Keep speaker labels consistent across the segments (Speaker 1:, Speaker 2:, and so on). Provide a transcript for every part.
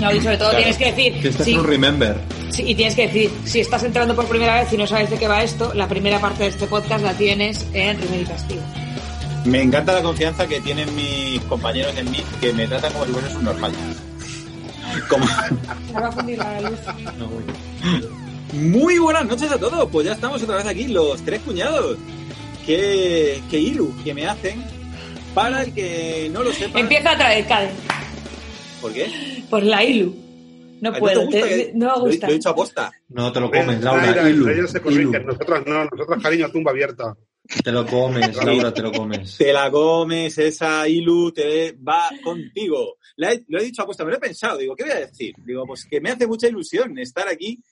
Speaker 1: No, y sobre todo
Speaker 2: Claro.
Speaker 1: tienes que decir.
Speaker 2: Que este
Speaker 1: sí,
Speaker 2: es un remember.
Speaker 1: sí, y tienes que decir, si estás entrando por primera vez y no sabes de qué va esto, la primera parte de este podcast la tienes en Rimer y Castillo.
Speaker 3: Me encanta la confianza que tienen mis compañeros en mí, que me tratan como si fuese un normal. Como...
Speaker 1: va a fundir la luz.
Speaker 3: Muy buenas noches a todos, pues ya estamos otra vez aquí, los tres cuñados. Qué, qué ilu que me hacen. Para el que no lo sepa.
Speaker 1: Empieza otra vez, Cade.
Speaker 3: ¿Por qué?
Speaker 1: Por la ILU. No
Speaker 3: ¿A ti
Speaker 1: puedo,
Speaker 3: te gusta
Speaker 1: te-
Speaker 3: que-
Speaker 1: no me
Speaker 3: lo he-
Speaker 1: gusta.
Speaker 3: Lo he dicho a posta.
Speaker 2: No te lo
Speaker 4: Ven,
Speaker 2: comes, Laura.
Speaker 4: mira,
Speaker 2: Ilu,
Speaker 4: ellos se
Speaker 2: Ilu.
Speaker 4: corrigen, nosotros no, nosotros cariño, tumba abierta.
Speaker 2: Te lo comes, Laura, te lo comes.
Speaker 3: Te la comes, esa ilu te va contigo. La he- lo he dicho a posta, me lo he pensado. Digo, ¿qué voy a decir? Digo, pues que me hace mucha ilusión estar aquí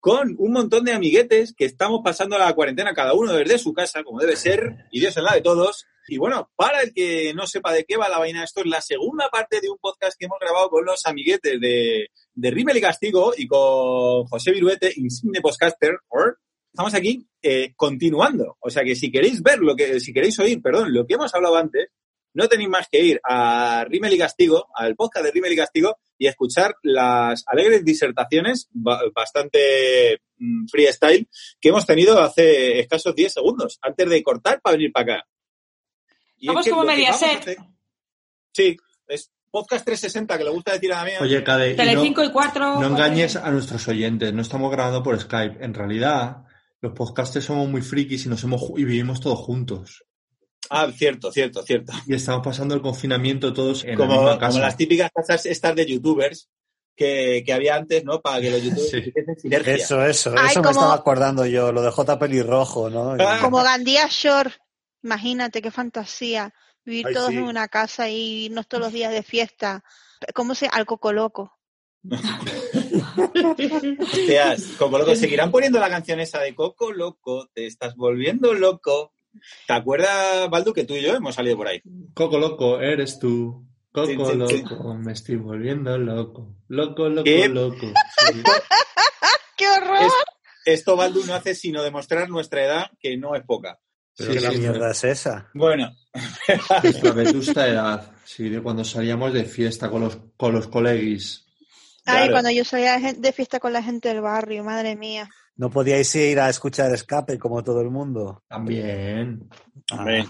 Speaker 3: con un montón de amiguetes que estamos pasando la cuarentena cada uno desde su casa, como debe ser, y Dios en la de todos. Y bueno, para el que no sepa de qué va la vaina, esto es la segunda parte de un podcast que hemos grabado con los amiguetes de, de Rimmel y Castigo y con José Viruete, insigne podcaster, or, estamos aquí eh, continuando. O sea que si queréis ver lo que, si queréis oír, perdón, lo que hemos hablado antes, no tenéis más que ir a Rimmel y Castigo, al podcast de Rimmel y Castigo, y escuchar las alegres disertaciones ba- bastante mm, freestyle que hemos tenido hace escasos 10 segundos, antes de cortar para venir para acá. Y
Speaker 1: Vamos como
Speaker 3: lo que
Speaker 1: Mediaset.
Speaker 3: vamos a hacer- Sí, es podcast 360 que le gusta decir a Damián.
Speaker 2: Oye, Cade, y
Speaker 1: Telecinco
Speaker 2: no,
Speaker 1: y 4.
Speaker 2: no engañes a nuestros oyentes. No estamos grabando por Skype. En realidad, los podcasters somos muy frikis y, nos hemos, ju- y vivimos todos juntos.
Speaker 3: Ah, cierto, cierto, cierto.
Speaker 2: Y estamos pasando el confinamiento todos en la
Speaker 3: como,
Speaker 2: misma
Speaker 3: como
Speaker 2: casa.
Speaker 3: las típicas casas estas de youtubers que, que había antes, ¿no? Para que los youtubers
Speaker 2: Sí.
Speaker 3: tuviesen sinergia.
Speaker 5: Eso, eso,
Speaker 6: Ay,
Speaker 5: eso me
Speaker 6: como-
Speaker 5: estaba acordando yo, lo de J. Pelirrojo, ¿no?
Speaker 3: Ah.
Speaker 6: Como Gandía Shore, imagínate qué fantasía, vivir
Speaker 4: Ay,
Speaker 6: todos
Speaker 4: sí.
Speaker 6: en una casa y irnos todos los días de fiesta. ¿Cómo se Al cocoloco.
Speaker 3: Hostias, Coco Loco. Seguirán poniendo la canción esa de Coco Loco, te estás volviendo loco. ¿Te acuerdas, Baldu, que tú y yo hemos salido por ahí?
Speaker 2: Coco loco, eres tú. Coco
Speaker 3: Sí, sí, sí.
Speaker 2: loco, me estoy volviendo loco. Loco, loco,
Speaker 3: ¿Qué?
Speaker 2: loco. Sí.
Speaker 6: ¡Qué horror!
Speaker 3: Es- esto, Baldu, no hace sino demostrar nuestra edad, que no es poca.
Speaker 5: Pero
Speaker 2: Sí,
Speaker 5: qué la
Speaker 2: sí,
Speaker 5: mierda es esa.
Speaker 3: Bueno,
Speaker 2: Nuestra vetusta edad. Sí, de cuando salíamos de fiesta con los, con los coleguis.
Speaker 6: Ay,
Speaker 3: claro.
Speaker 6: cuando yo salía de gen- de fiesta con la gente del barrio, madre mía.
Speaker 5: No podíais ir a escuchar escape como todo el mundo.
Speaker 2: También.
Speaker 5: Ah,
Speaker 3: hombre,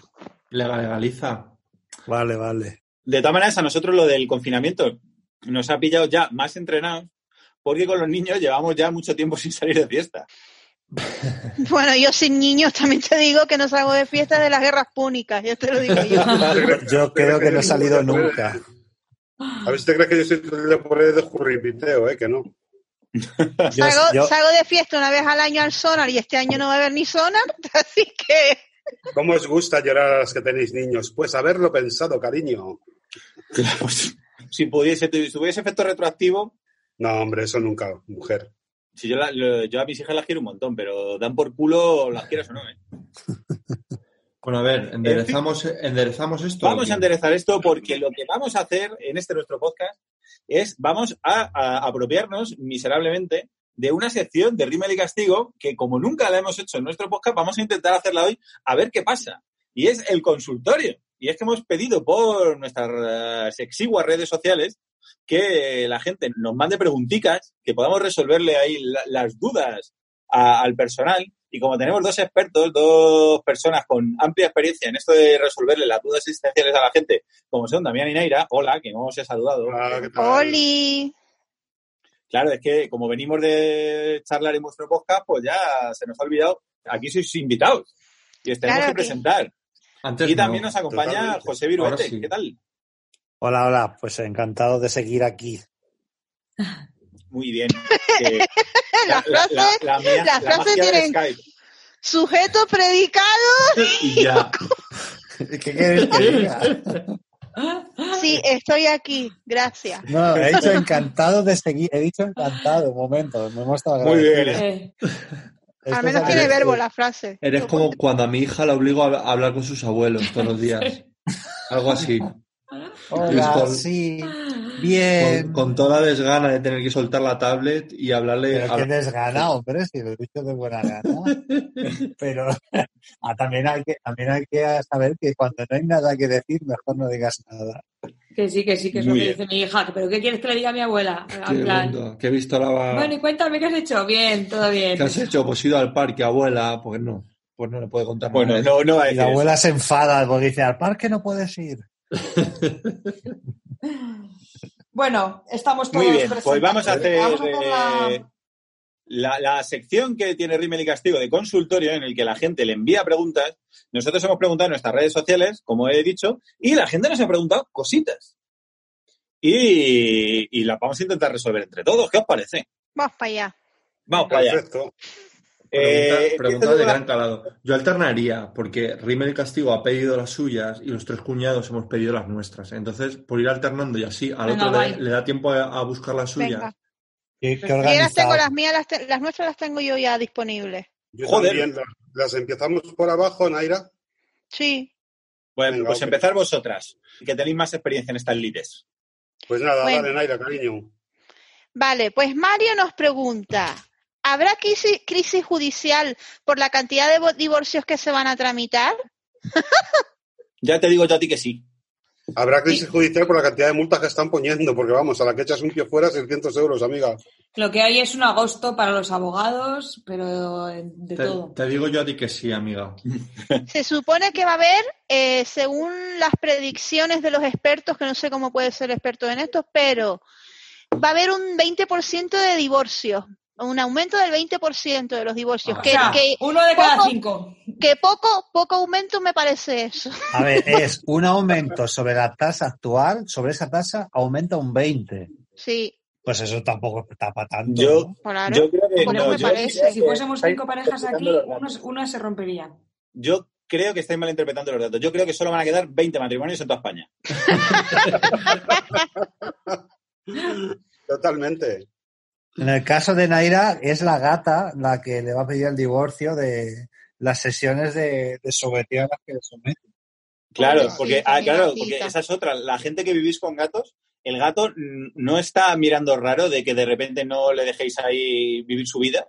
Speaker 2: Legal- Legaliza.
Speaker 5: vale, vale.
Speaker 3: de todas maneras, a nosotros lo del confinamiento nos ha pillado ya más entrenados, porque con los niños llevamos ya mucho tiempo sin salir de fiesta.
Speaker 6: Bueno, yo sin niños también te digo que no salgo de fiesta de las guerras púnicas, yo te lo digo yo.
Speaker 5: Yo creo que no he salido nunca.
Speaker 4: A ver si te crees que yo soy de por ahí de jurripiteo, eh, que no.
Speaker 5: Yo-
Speaker 6: salgo,
Speaker 5: yo-
Speaker 6: salgo de fiesta una vez al año al sonar y este año no va a haber ni sonar, así que
Speaker 4: ¿Cómo os gusta llorar a las que tenéis niños? Pues haberlo pensado, cariño.
Speaker 3: Si pudiese, si tuviese efecto retroactivo,
Speaker 4: No, hombre, eso nunca, mujer.
Speaker 3: Si yo, la- lo- yo a mis hijas las quiero un montón, pero dan por culo las quieras o no. ¿eh?
Speaker 2: Bueno, a ver, enderezamos, enderezamos esto.
Speaker 3: Vamos a enderezar esto porque lo que vamos a hacer en este nuestro podcast es vamos a, a apropiarnos miserablemente de una sección de Rímel y Castigo que como nunca la hemos hecho en nuestro podcast, vamos a intentar hacerla hoy a ver qué pasa. Y es el consultorio. Y es que hemos pedido por nuestras eh, exiguas redes sociales que la gente nos mande preguntitas, que podamos resolverle ahí la- las dudas a- al personal. Y como tenemos dos expertos, dos personas con amplia experiencia en esto de resolverle las dudas existenciales a la gente, como son Damián y Naira, hola, que no os he saludado.
Speaker 4: Hola, Ah, ¿qué tal?
Speaker 6: Oli.
Speaker 3: Claro, es que como venimos de charlar en vuestro podcast, pues ya se nos ha olvidado. Aquí sois invitados y os tenemos
Speaker 6: Claro
Speaker 3: que
Speaker 6: que-
Speaker 3: presentar.
Speaker 2: Antes
Speaker 3: y
Speaker 2: no.
Speaker 3: también nos acompaña
Speaker 4: totalmente.
Speaker 3: José Viruete.
Speaker 2: Ahora sí.
Speaker 3: ¿Qué tal?
Speaker 5: Hola, hola, pues encantado de seguir aquí.
Speaker 3: Muy bien. Eh, Que-
Speaker 6: La frase-
Speaker 3: mía-
Speaker 6: la frase
Speaker 3: magia del
Speaker 6: tiene-
Speaker 3: Skype.
Speaker 6: Sujeto predicado.
Speaker 2: Y ya.
Speaker 5: ¿Qué queréis que diga?
Speaker 1: Ah,
Speaker 6: Sí, estoy aquí. Gracias.
Speaker 5: No, he dicho encantado de seguir, he dicho encantado, un momento, me hemos estado
Speaker 3: Muy bien.
Speaker 5: agradecidos.
Speaker 1: Eh,
Speaker 5: Esto
Speaker 6: Al menos
Speaker 5: es
Speaker 6: tiene
Speaker 5: agradecido.
Speaker 6: verbo la frase.
Speaker 2: Eres como cuando a mi hija la obligo a hablar con sus abuelos todos los días. Algo así.
Speaker 5: Hola,
Speaker 2: Luis,
Speaker 5: sí,
Speaker 6: Ah.
Speaker 2: Con,
Speaker 5: bien.
Speaker 2: con toda la desgana de tener que soltar la tablet y hablarle.
Speaker 5: Pero qué
Speaker 2: hablar-
Speaker 5: desgana, hombre, si lo he dicho de buena gana. Pero ah, también, hay que, también hay que saber que cuando no hay nada que decir, mejor no digas nada.
Speaker 1: que sí, que sí, que es lo
Speaker 3: Muy
Speaker 1: que
Speaker 3: bien.
Speaker 1: dice mi hija. ¿Pero qué quieres que le diga a mi abuela?
Speaker 2: Qué
Speaker 1: En plan,
Speaker 2: lindo, que he visto la.
Speaker 1: bueno, y cuéntame qué has hecho. Bien, todo bien.
Speaker 2: ¿Qué has hecho? Pues he ido al parque, abuela. Pues no. Pues no le puedo contar
Speaker 3: Bueno,
Speaker 2: nada.
Speaker 3: no, no va a
Speaker 5: Y la
Speaker 3: decir
Speaker 5: abuela se enfada porque dice, al parque no puedes ir.
Speaker 1: Bueno, estamos
Speaker 3: eso.
Speaker 1: todos
Speaker 3: Muy bien, pues
Speaker 1: presentados.
Speaker 3: vamos a hacer
Speaker 1: Vamos a hacer la-
Speaker 3: eh, la, la sección que tiene Rimmel y Castigo de consultorio en el que la gente le envía preguntas. Nosotros hemos preguntado en nuestras redes sociales, como he dicho, y la gente nos ha preguntado cositas. Y, y las vamos a intentar resolver entre todos. ¿Qué os parece?
Speaker 6: Vamos para allá.
Speaker 4: Pues,
Speaker 3: Vamos para allá.
Speaker 4: Perfecto.
Speaker 3: Eh,
Speaker 2: Pregunta,
Speaker 3: empiezo
Speaker 2: pregunta
Speaker 3: yo
Speaker 2: de
Speaker 3: con la-
Speaker 2: gran calado. Yo alternaría, porque Rimmel Castigo ha pedido las suyas y los tres cuñados hemos pedido las nuestras. Entonces, por ir alternando y así al
Speaker 1: Venga,
Speaker 2: otro le,
Speaker 1: guay.
Speaker 2: le da tiempo a, a buscar las suyas.
Speaker 6: Venga.
Speaker 5: Qué, qué
Speaker 6: Yo las tengo,
Speaker 5: organizado.
Speaker 6: las mías, las, te- las nuestras las tengo yo ya disponibles.
Speaker 4: Yo
Speaker 3: Joder.
Speaker 4: también las, las empezamos por abajo, Naira.
Speaker 6: Sí.
Speaker 3: Bueno,
Speaker 4: Venga,
Speaker 3: pues
Speaker 4: ok.
Speaker 3: empezar vosotras, que tenéis más experiencia en estas lides.
Speaker 4: Pues nada,
Speaker 6: Bueno.
Speaker 4: dale, Naira, cariño.
Speaker 6: Vale, pues Mario nos pregunta, ¿habrá crisis, crisis judicial por la cantidad de vo- divorcios que se van a tramitar?
Speaker 3: Ya te digo yo a ti que sí.
Speaker 4: Habrá crisis judicial por la cantidad de multas que están poniendo, porque vamos, a la que echas un pie fuera, 600 euros, amiga.
Speaker 1: Lo que hay es un agosto para los abogados, pero eh, de
Speaker 2: Te,
Speaker 1: todo.
Speaker 2: te digo yo a ti que sí, amiga.
Speaker 6: Se supone que va a haber, eh, según las predicciones de los expertos, que no sé cómo puede ser experto en esto, pero va a haber un 20% de divorcios, un aumento del 20% de los divorcios,
Speaker 2: Ah.
Speaker 6: que,
Speaker 1: o sea,
Speaker 6: que-
Speaker 1: uno de cada
Speaker 6: poco-
Speaker 1: cinco.
Speaker 6: que poco, poco aumento me parece eso.
Speaker 5: A ver, es un aumento sobre la tasa actual, sobre esa tasa aumenta un 20.
Speaker 6: Sí,
Speaker 5: Pues eso tampoco está para tanto.
Speaker 3: Yo-
Speaker 5: ¿no?
Speaker 6: claro.
Speaker 3: Yo creo que
Speaker 6: Tampoco
Speaker 3: no,
Speaker 6: me
Speaker 3: yo
Speaker 6: parece.
Speaker 3: creo
Speaker 1: Si
Speaker 3: que
Speaker 1: fuésemos
Speaker 3: estáis
Speaker 1: cinco parejas aquí,
Speaker 3: malinterpretando los
Speaker 1: uno,
Speaker 3: datos.
Speaker 1: una se rompería.
Speaker 3: Yo creo que estáis malinterpretando los datos. Yo creo que solo van a quedar 20 matrimonios en toda España.
Speaker 4: Totalmente.
Speaker 5: En el caso de Naira, es la gata la que le va a pedir el divorcio de las sesiones de, de sometida a las que le somete.
Speaker 3: Claro,
Speaker 6: Pobrecita,
Speaker 3: porque, ah, claro,
Speaker 6: mi
Speaker 3: porque
Speaker 6: gatita.
Speaker 3: esa es otra. La gente que vivís con gatos, el gato mm, no está mirando raro de que de repente no le dejéis ahí vivir su vida.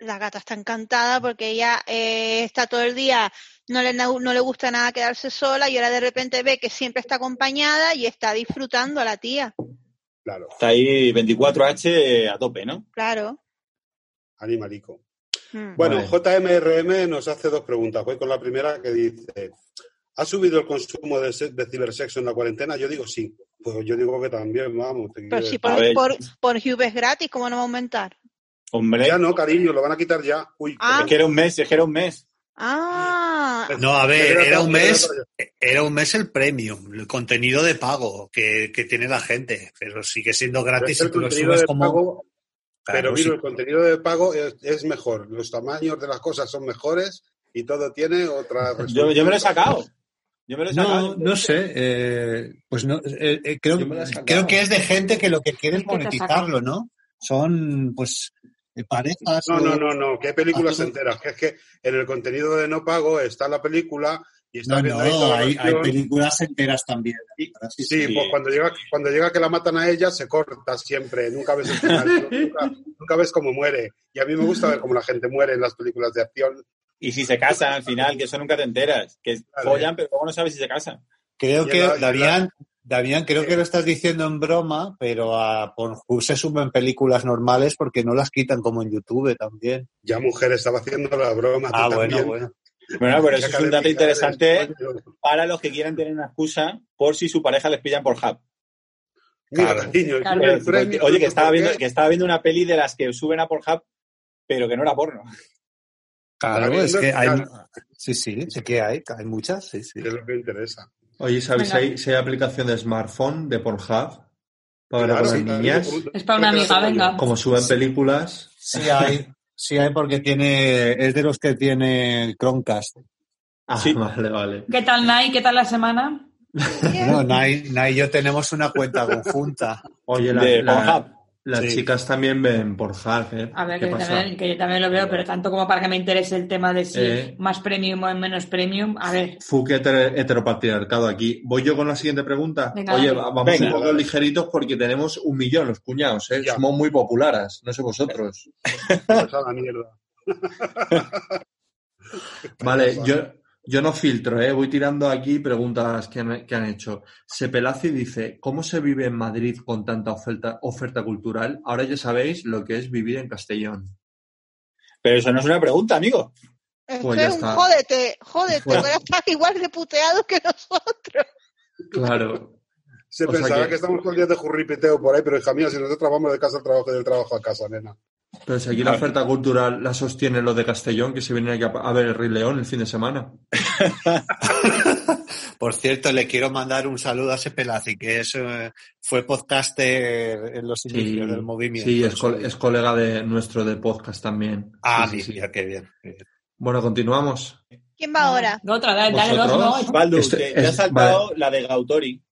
Speaker 6: La gata está encantada porque ella eh, está todo el día, no le, na- no le gusta nada quedarse sola y ahora de repente ve que siempre está acompañada y está disfrutando a la tía,
Speaker 4: Claro,
Speaker 3: Está ahí 24H a tope, ¿no?
Speaker 6: claro.
Speaker 4: animalico.
Speaker 6: Mm.
Speaker 4: Bueno,
Speaker 5: Vale.
Speaker 4: JMRM nos hace dos preguntas. Voy con la primera que dice, ¿ha subido el consumo de, se- de cibersexo en la cuarentena? Yo digo sí. Pues yo digo que también, vamos. te
Speaker 6: Pero si
Speaker 4: quiero decir.
Speaker 6: por,
Speaker 3: A ver.
Speaker 6: por, por Hugh es gratis, ¿cómo no va a aumentar?
Speaker 3: Hombre,
Speaker 4: Ah, Ya no, cariño, lo van a quitar ya. Uy,
Speaker 6: Ah.
Speaker 3: es que era un mes, es que era un mes.
Speaker 6: Ah,
Speaker 4: perdón.
Speaker 7: No, a ver,
Speaker 4: Me queda
Speaker 7: era
Speaker 4: todo,
Speaker 7: un
Speaker 4: me queda
Speaker 7: mes,
Speaker 4: todo
Speaker 7: era un mes el premium, el contenido de pago que, que tiene la gente, pero sigue siendo
Speaker 4: Pero
Speaker 7: gratis
Speaker 4: es que
Speaker 7: si
Speaker 4: el
Speaker 7: tú lo
Speaker 4: contenido
Speaker 7: subes
Speaker 4: de
Speaker 7: como.
Speaker 4: pago,
Speaker 7: Claro,
Speaker 4: pero
Speaker 7: sí.
Speaker 4: Viru, el contenido de pago es, es mejor. Los tamaños de las cosas son mejores y todo tiene otra.
Speaker 3: Yo, yo me lo he sacado. Yo me lo he sacado.
Speaker 7: No, no sé. eh, pues no, eh, eh, creo,
Speaker 2: Yo me la he sacado.
Speaker 7: creo que es de gente que lo que quiere es
Speaker 1: ¿Qué te has
Speaker 7: monetizarlo, ¿no? Son, pues, eh, parejas.
Speaker 4: No,
Speaker 7: o-
Speaker 4: no, no, no, que hay
Speaker 7: Ah,
Speaker 4: películas enteras. Que es que en el contenido de no pago está la película y está
Speaker 7: No,
Speaker 4: viendo
Speaker 7: no,
Speaker 4: ahí toda la
Speaker 7: hay, hay
Speaker 4: acción.
Speaker 7: películas enteras también.
Speaker 4: Y-
Speaker 7: Sí,
Speaker 4: Sí,
Speaker 3: sí.
Speaker 4: pues cuando llega, cuando llega que la matan a ella, se corta siempre, nunca ves el final, nunca, nunca ves cómo muere. Y a mí me gusta ver cómo la gente muere en las películas de acción.
Speaker 3: Y si se casan al final, que eso nunca te enteras. Que
Speaker 4: Vale.
Speaker 3: follan, pero luego no sabes si se casan.
Speaker 7: Creo
Speaker 4: Y
Speaker 7: que,
Speaker 4: en la- y en la-
Speaker 7: Damián,
Speaker 5: Damián, creo que lo estás diciendo en broma, pero a Pornhub se suben películas normales porque no las quitan como en YouTube también.
Speaker 4: Ya mujer estaba haciendo la broma.
Speaker 5: Ah,
Speaker 4: tú
Speaker 5: bueno,
Speaker 4: también.
Speaker 5: bueno.
Speaker 3: Bueno, pero eso es un dato
Speaker 4: Académica de
Speaker 3: interesante
Speaker 4: España.
Speaker 3: para los que quieran tener una excusa por si su pareja les pillan por hub.
Speaker 4: Mira,
Speaker 7: Claro.
Speaker 4: cariño,
Speaker 6: Claro.
Speaker 4: yo el
Speaker 3: Eh, Oye,
Speaker 4: premio, no sé
Speaker 3: que estaba,
Speaker 4: por
Speaker 3: viendo,
Speaker 4: qué.
Speaker 3: que estaba viendo una peli de las que suben a Pornhub, pero que no era porno.
Speaker 5: Claro,
Speaker 4: Está
Speaker 5: es que
Speaker 4: viendo,
Speaker 5: hay.
Speaker 4: claro.
Speaker 5: Sí, sí, sí que hay, hay muchas, sí, sí.
Speaker 4: Que es lo que interesa.
Speaker 2: Oye, ¿sabéis
Speaker 1: Venga.
Speaker 2: si hay- si hay aplicación de smartphone de Pornhub? Para
Speaker 3: pues,
Speaker 2: ver
Speaker 4: Claro,
Speaker 2: con las
Speaker 4: sí, claro,
Speaker 2: niñas,
Speaker 4: yo-
Speaker 1: Es para una
Speaker 4: creo que
Speaker 1: amiga,
Speaker 4: la tengo yo.
Speaker 1: venga.
Speaker 2: como suben películas.
Speaker 5: Sí hay, sí hay porque tiene, es de los que tiene Chromecast.
Speaker 2: Ah,
Speaker 3: Sí.
Speaker 2: vale, vale.
Speaker 1: ¿Qué tal, Nai? ¿Qué tal la semana?
Speaker 2: Pues,
Speaker 5: No, Nay, Nay y yo tenemos una cuenta conjunta.
Speaker 2: Oye, la-
Speaker 3: de
Speaker 2: la-
Speaker 3: Pornhub.
Speaker 2: las
Speaker 5: Sí.
Speaker 2: chicas también ven Pornhub, ¿eh?
Speaker 1: A ver,
Speaker 2: ¿Qué
Speaker 1: que yo,
Speaker 2: pasa?
Speaker 1: también, que yo también lo veo, pero tanto como para que me interese el tema de si
Speaker 2: Eh.
Speaker 1: más premium o menos premium. A ver,
Speaker 2: Fuque heter- heteropatriarcado aquí. Voy yo con la siguiente pregunta.
Speaker 1: Venga,
Speaker 2: Oye,
Speaker 1: dale.
Speaker 2: va- vamos
Speaker 3: Venga,
Speaker 2: un poco
Speaker 4: dale.
Speaker 2: ligeritos porque tenemos un millón los cuñados, ¿eh?
Speaker 4: Ya.
Speaker 2: Somos muy populares, no sé vosotros.
Speaker 4: Pues a la mierda.
Speaker 2: Vale,
Speaker 4: Venga,
Speaker 2: yo, yo no filtro, ¿eh? Voy tirando aquí preguntas que han, que han hecho. Sepelazi dice, ¿cómo se vive en Madrid con tanta oferta, oferta cultural? Ahora ya sabéis lo que es vivir en Castellón.
Speaker 3: Pero eso no es una pregunta, amigo.
Speaker 6: Esto
Speaker 2: Pues ya
Speaker 6: es un
Speaker 2: está.
Speaker 6: jódete, jódete,
Speaker 2: Bueno.
Speaker 6: ahora estás igual de puteado que nosotros.
Speaker 2: Claro.
Speaker 4: Se
Speaker 2: O sea
Speaker 4: pensará
Speaker 2: que-
Speaker 4: que... estamos todo el día de jurripiteo por ahí, pero hija mía, si nosotros vamos de casa al trabajo y del trabajo a casa, nena.
Speaker 2: Pero si aquí la oferta cultural la sostiene lo de Castellón, que se vienen aquí a, a ver el Rey León el fin de semana.
Speaker 5: Por cierto, le quiero mandar un saludo a Sepelazzi, que es, eh, fue podcaster en los inicios del movimiento.
Speaker 7: pues
Speaker 2: sí, es, col- es colega de nuestro de podcast también.
Speaker 5: Ah,
Speaker 2: Sí, sí, sí.
Speaker 5: mira, qué bien. qué bien.
Speaker 2: Bueno, continuamos.
Speaker 6: ¿Quién
Speaker 2: Ah.
Speaker 6: va ahora?
Speaker 1: otra, dale, dale dos,
Speaker 2: ¿Vosotros?
Speaker 1: no.
Speaker 3: Baldu,
Speaker 2: Este-
Speaker 3: te, te has
Speaker 2: es-
Speaker 3: saltado la de Gautori.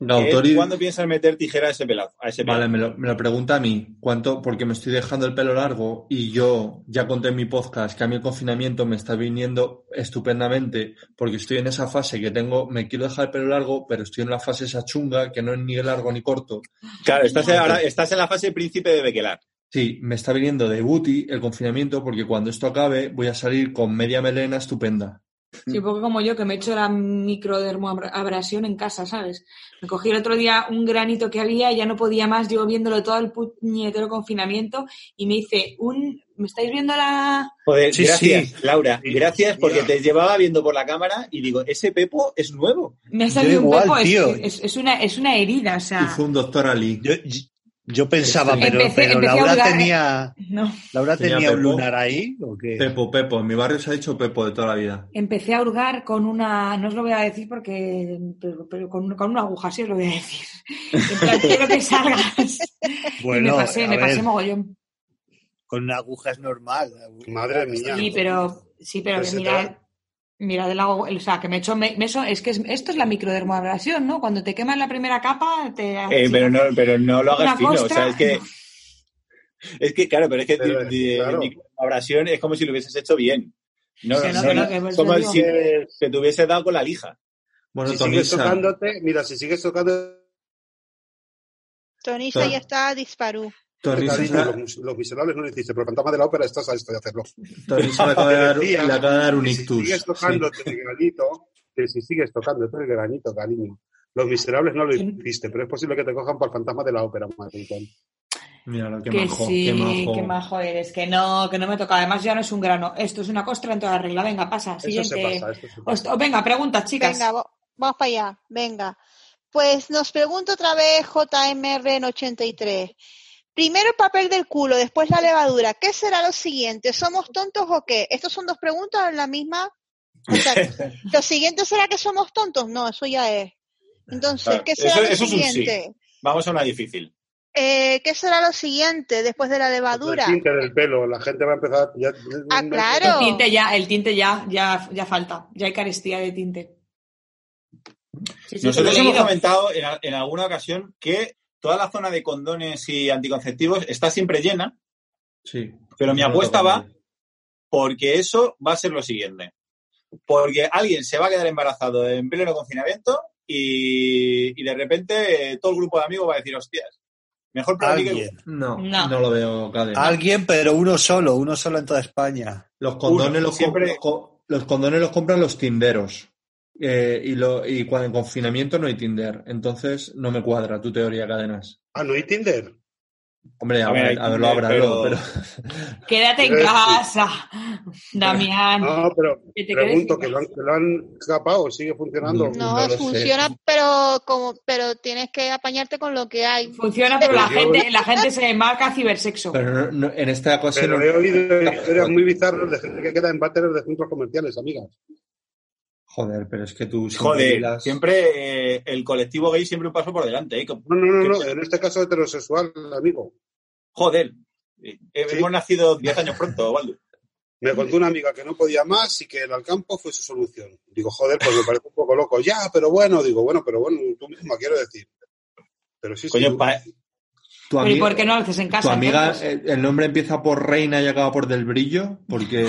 Speaker 3: que es
Speaker 2: Gautori,
Speaker 3: ¿Cuándo piensas meter tijera a ese pelado? A ese
Speaker 2: vale,
Speaker 3: pelado?
Speaker 2: me lo, me lo pregunta a mí. ¿Cuánto? Porque me estoy dejando el pelo largo y yo ya conté en mi podcast que a mí el confinamiento me está viniendo estupendamente porque estoy en esa fase que tengo, me quiero dejar el pelo largo, pero estoy en la fase esa chunga que no es ni largo ni corto.
Speaker 3: Claro, estás en, ahora estás en la fase príncipe de Bequelar.
Speaker 2: Sí, me está viniendo de booty el confinamiento porque cuando esto acabe voy a salir con media melena estupenda.
Speaker 1: Sí,
Speaker 7: Mm.
Speaker 1: un poco como yo, que me he hecho la microdermoabrasión en casa, ¿sabes? Me cogí el otro día un granito que había, ya no podía más, llevo viéndolo todo el puñetero confinamiento y me hice un... ¿Me estáis viendo la...?
Speaker 3: Joder,
Speaker 7: Sí,
Speaker 3: gracias,
Speaker 7: sí.
Speaker 3: Laura.
Speaker 7: Sí,
Speaker 3: Gracias porque
Speaker 7: mira.
Speaker 3: te llevaba viendo por la cámara y digo, ese Pepo es nuevo.
Speaker 1: Me ha salido un
Speaker 7: igual,
Speaker 1: pepo, es-
Speaker 7: tío.
Speaker 1: Es, es una, es una herida, o
Speaker 2: Y
Speaker 1: sea...
Speaker 2: fue un doctor Ali.
Speaker 7: Yo, yo pensaba,
Speaker 2: Empecé-
Speaker 7: pero, pero
Speaker 1: Este, empecé a
Speaker 7: Laura
Speaker 1: dudar, ¿eh?
Speaker 7: tenía,
Speaker 1: No.
Speaker 7: Laura
Speaker 2: Tenía
Speaker 7: tenía, un
Speaker 2: Pepo.
Speaker 7: lunar ahí, ¿o qué?
Speaker 2: Pepo, Pepo, en mi barrio se ha dicho Pepo de toda la vida.
Speaker 1: Empecé a hurgar con una, no os lo voy a decir porque, pero, pero con, con una aguja sí os lo voy a decir. En plan, quiero que salgas. y me
Speaker 7: Bueno,
Speaker 1: pasé,
Speaker 7: a
Speaker 1: me pasé
Speaker 7: ver,
Speaker 1: mogollón.
Speaker 7: con una aguja es normal.
Speaker 4: Madre mía.
Speaker 1: Sí, pero, sí, pero
Speaker 4: Pero se te
Speaker 1: mirad, mirad el agua, o sea, que me he hecho, me- me- eso, es que es- esto es la microdermoabrasión, ¿no? Cuando te quemas la primera capa, te...
Speaker 3: Eh, pero, no, pero no lo hagas
Speaker 1: Una
Speaker 3: fino.
Speaker 1: costra.
Speaker 3: O sea, es que. Es que, claro, pero es que
Speaker 4: Pero,
Speaker 3: de- de-
Speaker 4: claro.
Speaker 3: mi abrasión es como si lo hubieses hecho bien. No,
Speaker 1: Que
Speaker 3: no,
Speaker 1: no, que
Speaker 3: no,
Speaker 1: no, que por
Speaker 3: como
Speaker 1: eso
Speaker 3: si
Speaker 1: digo.
Speaker 3: se te hubiese dado con la lija.
Speaker 2: Bueno,
Speaker 4: si sigues
Speaker 2: Tonisa,
Speaker 4: tocándote, mira, si sigues tocando,
Speaker 6: Tonisa
Speaker 2: Ton-
Speaker 6: ya está disparú.
Speaker 2: Tonisa
Speaker 4: Tocadito,
Speaker 2: es la-
Speaker 4: los, los miserables no lo hiciste, pero el fantasma de la ópera estás a esto de hacerlo.
Speaker 2: Tonisa le acaba de dar,
Speaker 4: Decía
Speaker 2: le acaba de dar un
Speaker 4: que Si
Speaker 2: ictus.
Speaker 4: sigues tocándote el granito, que si sigues tocándote el granito, cariño. Los miserables no lo
Speaker 1: ¿Quién?
Speaker 4: hiciste, pero es posible que te cojan para el fantasma de la ópera, maricón.
Speaker 2: Sí. Míralo, qué
Speaker 1: que
Speaker 2: majo,
Speaker 1: sí,
Speaker 2: qué majo.
Speaker 1: qué majo eres, que no, que no me toca. Además ya no es un grano, esto es una costra en toda regla. Venga, pasa,
Speaker 4: Eso
Speaker 1: siguiente.
Speaker 4: se pasa, esto se
Speaker 1: Os-
Speaker 4: pasa.
Speaker 1: o venga, preguntas, chicas.
Speaker 6: Venga, va- vamos para allá, venga. Pues nos pregunta otra vez JMR en 83. Primero el papel del culo, después la levadura. ¿Qué será lo siguiente? ¿Somos tontos o qué? Estas son dos preguntas en la misma. O sea, lo siguiente será que somos tontos. No, eso ya es. Entonces,
Speaker 3: Claro,
Speaker 6: ¿qué será
Speaker 3: eso-
Speaker 6: lo
Speaker 3: eso es un sí.
Speaker 6: siguiente?
Speaker 3: Vamos a una difícil.
Speaker 6: Eh, ¿Qué será lo siguiente después de la
Speaker 4: El
Speaker 6: levadura?
Speaker 4: tinte del pelo, la gente va a empezar. Ya,
Speaker 6: Ah,
Speaker 1: El
Speaker 6: claro.
Speaker 1: tinte ya, el tinte ya, ya, ya falta. Ya hay carestía de tinte. Sí, sí,
Speaker 3: Nosotros
Speaker 1: que lo he
Speaker 3: hemos
Speaker 1: leído.
Speaker 3: comentado en, a- en alguna ocasión que toda la zona de condones y anticonceptivos está siempre llena,
Speaker 2: Sí.
Speaker 3: pero mi
Speaker 2: No lo
Speaker 3: apuesta
Speaker 2: tocan
Speaker 3: va porque eso va a ser lo siguiente. Porque alguien se va a quedar embarazado en pleno confinamiento y, y de repente eh, todo el grupo de amigos va a decir, hostias, mejor para mí que
Speaker 7: Alguien,
Speaker 2: No, no,
Speaker 1: No.
Speaker 2: lo veo, Cade.
Speaker 7: alguien, pero uno solo, uno solo en toda España.
Speaker 2: Los
Speaker 3: Uno,
Speaker 2: condones los,
Speaker 3: siempre-
Speaker 2: compran- los co- los condones los compran los tinderos. eh, y, lo, y cuando en confinamiento no hay Tinder. Entonces no me cuadra tu teoría, cadenas.
Speaker 4: Ah, no hay Tinder.
Speaker 2: Hombre, a,
Speaker 3: A ver,
Speaker 2: ver,
Speaker 3: hay
Speaker 2: a verlo
Speaker 3: Tinder,
Speaker 2: habrá,
Speaker 3: pero-
Speaker 2: luego, pero...
Speaker 1: Quédate en
Speaker 4: Eh, sí.
Speaker 1: casa, Damián.
Speaker 4: No, pero
Speaker 1: que te quedes
Speaker 4: pregunto,
Speaker 1: en
Speaker 4: que
Speaker 1: casa.
Speaker 4: lo han, que lo han capado, sigue funcionando.
Speaker 2: Mm.
Speaker 6: No,
Speaker 2: No lo sé.
Speaker 6: funciona, pero como, pero tienes que apañarte con lo que hay.
Speaker 1: Funciona, pero la
Speaker 4: Pues yo-
Speaker 1: gente, la gente se marca cibersexo.
Speaker 2: pero no- no- en esta ocasión...
Speaker 4: Pero
Speaker 2: no-
Speaker 4: he oído historias muy bizarras de gente que queda en váteres de centros comerciales, amigas.
Speaker 2: Joder, pero es que tú siempre
Speaker 3: Joder,
Speaker 2: hilas-
Speaker 3: siempre eh, el colectivo gay siempre un paso por delante. ¿eh?
Speaker 4: No, no, no, no, en este caso heterosexual, amigo.
Speaker 3: Joder, eh, hemos nacido 10 años pronto, Waldo.
Speaker 4: Me contó una amiga que no podía más y que el Alcampo fue su solución. Digo, joder, pues me parece un poco loco. Ya, pero bueno, digo, bueno, pero bueno, tú misma quiero decir. Pero sí, sí.
Speaker 3: Coño, pa-
Speaker 2: Tu
Speaker 1: Pero ¿y
Speaker 2: amiga-
Speaker 1: por qué no lo haces en
Speaker 2: ¿Tu
Speaker 1: casa?
Speaker 2: amiga,
Speaker 1: entonces?
Speaker 2: eh, el nombre empieza por Reina y acaba por Del Brillo? Porque...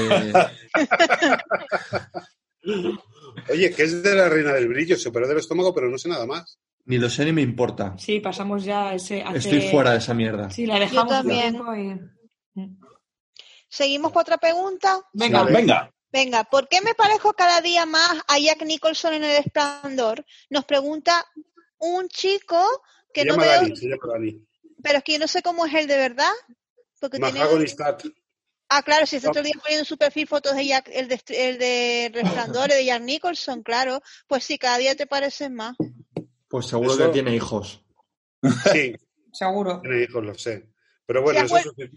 Speaker 4: Oye, que es de la reina del brillo, se operó del estómago, pero no sé nada más.
Speaker 2: Ni lo sé ni me importa.
Speaker 1: Sí, pasamos ya a ese. hace-
Speaker 2: Estoy fuera de esa mierda.
Speaker 1: Sí, la dejamos
Speaker 6: Yo
Speaker 1: un
Speaker 6: también.
Speaker 1: tiempo y-
Speaker 6: Seguimos con otra pregunta.
Speaker 1: Venga,
Speaker 4: Vale.
Speaker 3: venga.
Speaker 6: Venga, ¿por qué me parezco cada día más a Jack Nicholson en El Esplendor? Nos pregunta un chico que
Speaker 4: se
Speaker 6: no
Speaker 4: llama
Speaker 6: veo,
Speaker 4: Dani, se llama Dani.
Speaker 6: pero es que yo no sé cómo es él de verdad. Porque tiene...
Speaker 4: Mahagoni Stat.
Speaker 6: Ah, claro, si está todo el día poniendo en su perfil fotos de Jack, el de, el de Resplandor, el de Jack Nicholson, claro. Pues sí, cada día te pareces más.
Speaker 2: Pues seguro
Speaker 4: Eso-
Speaker 2: que tiene hijos.
Speaker 4: Sí,
Speaker 1: seguro.
Speaker 4: tiene hijos, lo sé. Pero bueno,
Speaker 6: Se ha
Speaker 4: eso es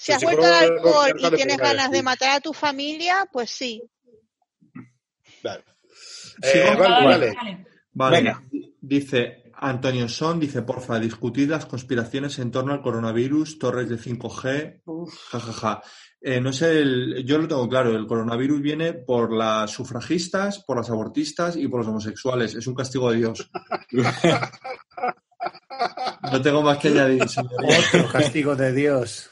Speaker 6: Si has
Speaker 4: Sí,
Speaker 6: vuelto al
Speaker 4: psicólogo,
Speaker 6: alcohol
Speaker 4: cerca
Speaker 6: y
Speaker 4: le
Speaker 6: tienes
Speaker 4: podrá
Speaker 6: ganas de
Speaker 4: decir.
Speaker 6: matar a tu familia, pues sí.
Speaker 4: Vale.
Speaker 2: Sí,
Speaker 4: Eh,
Speaker 2: vamos,
Speaker 4: vale,
Speaker 1: Dale,
Speaker 4: vale.
Speaker 1: dale.
Speaker 2: Vale.
Speaker 3: Venga.
Speaker 2: Dice Antonio Son, dice, porfa, discutid las conspiraciones en torno al coronavirus, torres de 5G, jajaja. Eh, no sé, el- yo lo tengo claro, el coronavirus viene por las sufragistas, por las abortistas y por los homosexuales. Es un castigo de Dios. No tengo más que añadir, señoría.
Speaker 5: Otro castigo de Dios.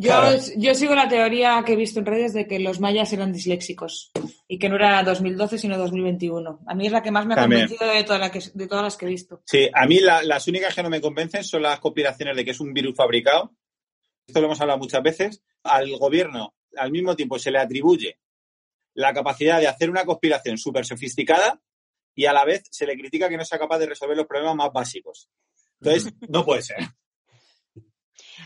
Speaker 1: Yo,
Speaker 3: Claro.
Speaker 1: yo sigo la teoría que he visto en redes de que los mayas eran disléxicos y que no era 2012 sino 2021. A mí es la que más me ha
Speaker 3: También.
Speaker 1: convencido de, toda la que- de todas las que he visto.
Speaker 3: Sí, a mí la- las únicas que no me convencen son las conspiraciones de que es un virus fabricado. Esto lo hemos hablado muchas veces. Al gobierno, al mismo tiempo, se le atribuye la capacidad de hacer una conspiración súper sofisticada y a la vez se le critica que no sea capaz de resolver los problemas más básicos. Entonces, no puede ser.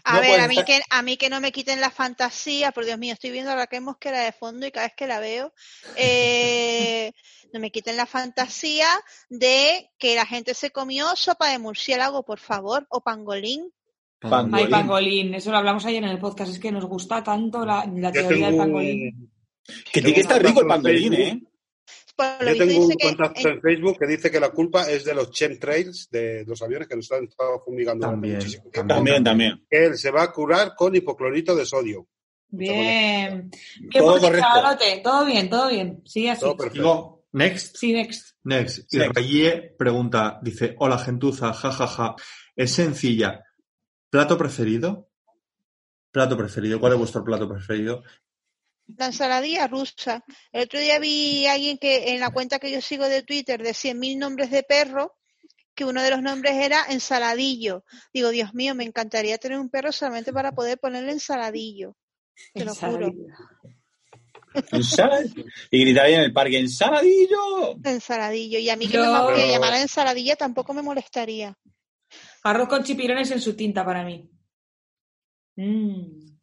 Speaker 6: A
Speaker 3: No
Speaker 6: ver,
Speaker 3: puedes
Speaker 6: a mí,
Speaker 3: estar-
Speaker 6: que, a mí que no me quiten la fantasía, por Dios mío, estoy viendo a Raquel Mosquera de fondo y cada vez que la veo, eh, no me quiten la fantasía de que la gente se comió sopa de murciélago, por favor, o pangolín.
Speaker 1: Ay,
Speaker 3: Pangolín.
Speaker 1: pangolín, eso lo hablamos ayer en el podcast, es que nos gusta tanto la, la
Speaker 4: Yo
Speaker 1: teoría del
Speaker 4: tengo
Speaker 1: pangolín.
Speaker 4: un,
Speaker 3: Que tiene que estar rico el pangolín, ¿eh?
Speaker 6: Por lo visto
Speaker 4: yo tengo
Speaker 6: dice
Speaker 4: un
Speaker 6: que...
Speaker 4: contacto en Facebook que dice que la culpa es de los chemtrails, de los aviones que nos han estado fumigando durante
Speaker 2: También,
Speaker 4: muchísimo tiempo.
Speaker 3: También, también.
Speaker 4: Que él se va a curar con hipoclorito de sodio.
Speaker 1: Bien. Bien,
Speaker 3: Todo
Speaker 1: por ti,
Speaker 3: correcto.
Speaker 1: chavalote. Todo bien, todo bien. Sigue así.
Speaker 4: Todo perfecto.
Speaker 2: Sigo. Next.
Speaker 1: Sí, next.
Speaker 2: Next. Y
Speaker 3: Next.
Speaker 2: Rayé pregunta, dice, hola gentuza, jajaja. Es sencilla. ¿Plato preferido? Plato preferido. ¿Cuál es vuestro plato preferido?
Speaker 6: La ensaladilla rusa. El otro día vi a alguien que en la cuenta que yo sigo de Twitter de 100.000 nombres de perro, que uno de los nombres era ensaladillo. Digo, Dios mío, me encantaría tener un perro solamente para poder ponerle ensaladillo. Te lo juro.
Speaker 1: Ensaladilla.
Speaker 3: Ensal- Y gritaría en el parque, ¡ensaladillo!
Speaker 6: Ensaladillo. Y a mí que no
Speaker 1: Yo-
Speaker 6: me que llamara ensaladilla tampoco me molestaría.
Speaker 1: Arroz con chipirones en su tinta para mí. Mm.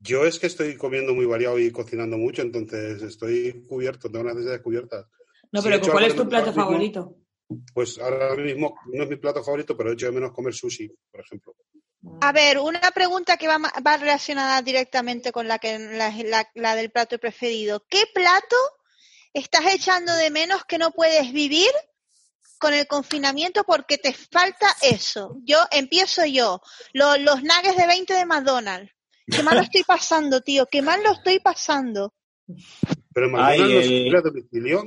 Speaker 4: Yo es que estoy comiendo muy variado y cocinando mucho, entonces estoy cubierto, tengo necesidades cubiertas.
Speaker 1: No,
Speaker 4: Si
Speaker 1: pero
Speaker 4: he hecho
Speaker 1: ¿cuál
Speaker 4: algo
Speaker 1: es
Speaker 4: de
Speaker 1: tu plato
Speaker 4: metabolismo,
Speaker 1: favorito?
Speaker 4: Pues ahora mismo no es mi plato favorito, pero hecho de menos comer sushi, por ejemplo.
Speaker 6: A ver, una pregunta que va, ma- va relacionada directamente con la, que, la, la- la del plato preferido. ¿Qué plato estás echando de menos que no puedes vivir con el confinamiento porque te falta eso? Yo empiezo yo. Lo- los nuggets de 20 de McDonald's. Qué mal lo estoy pasando, tío. Qué mal lo estoy pasando.
Speaker 4: Pero en
Speaker 3: Ay,
Speaker 4: McDonald's no se
Speaker 3: eh.
Speaker 4: cumple a domicilio,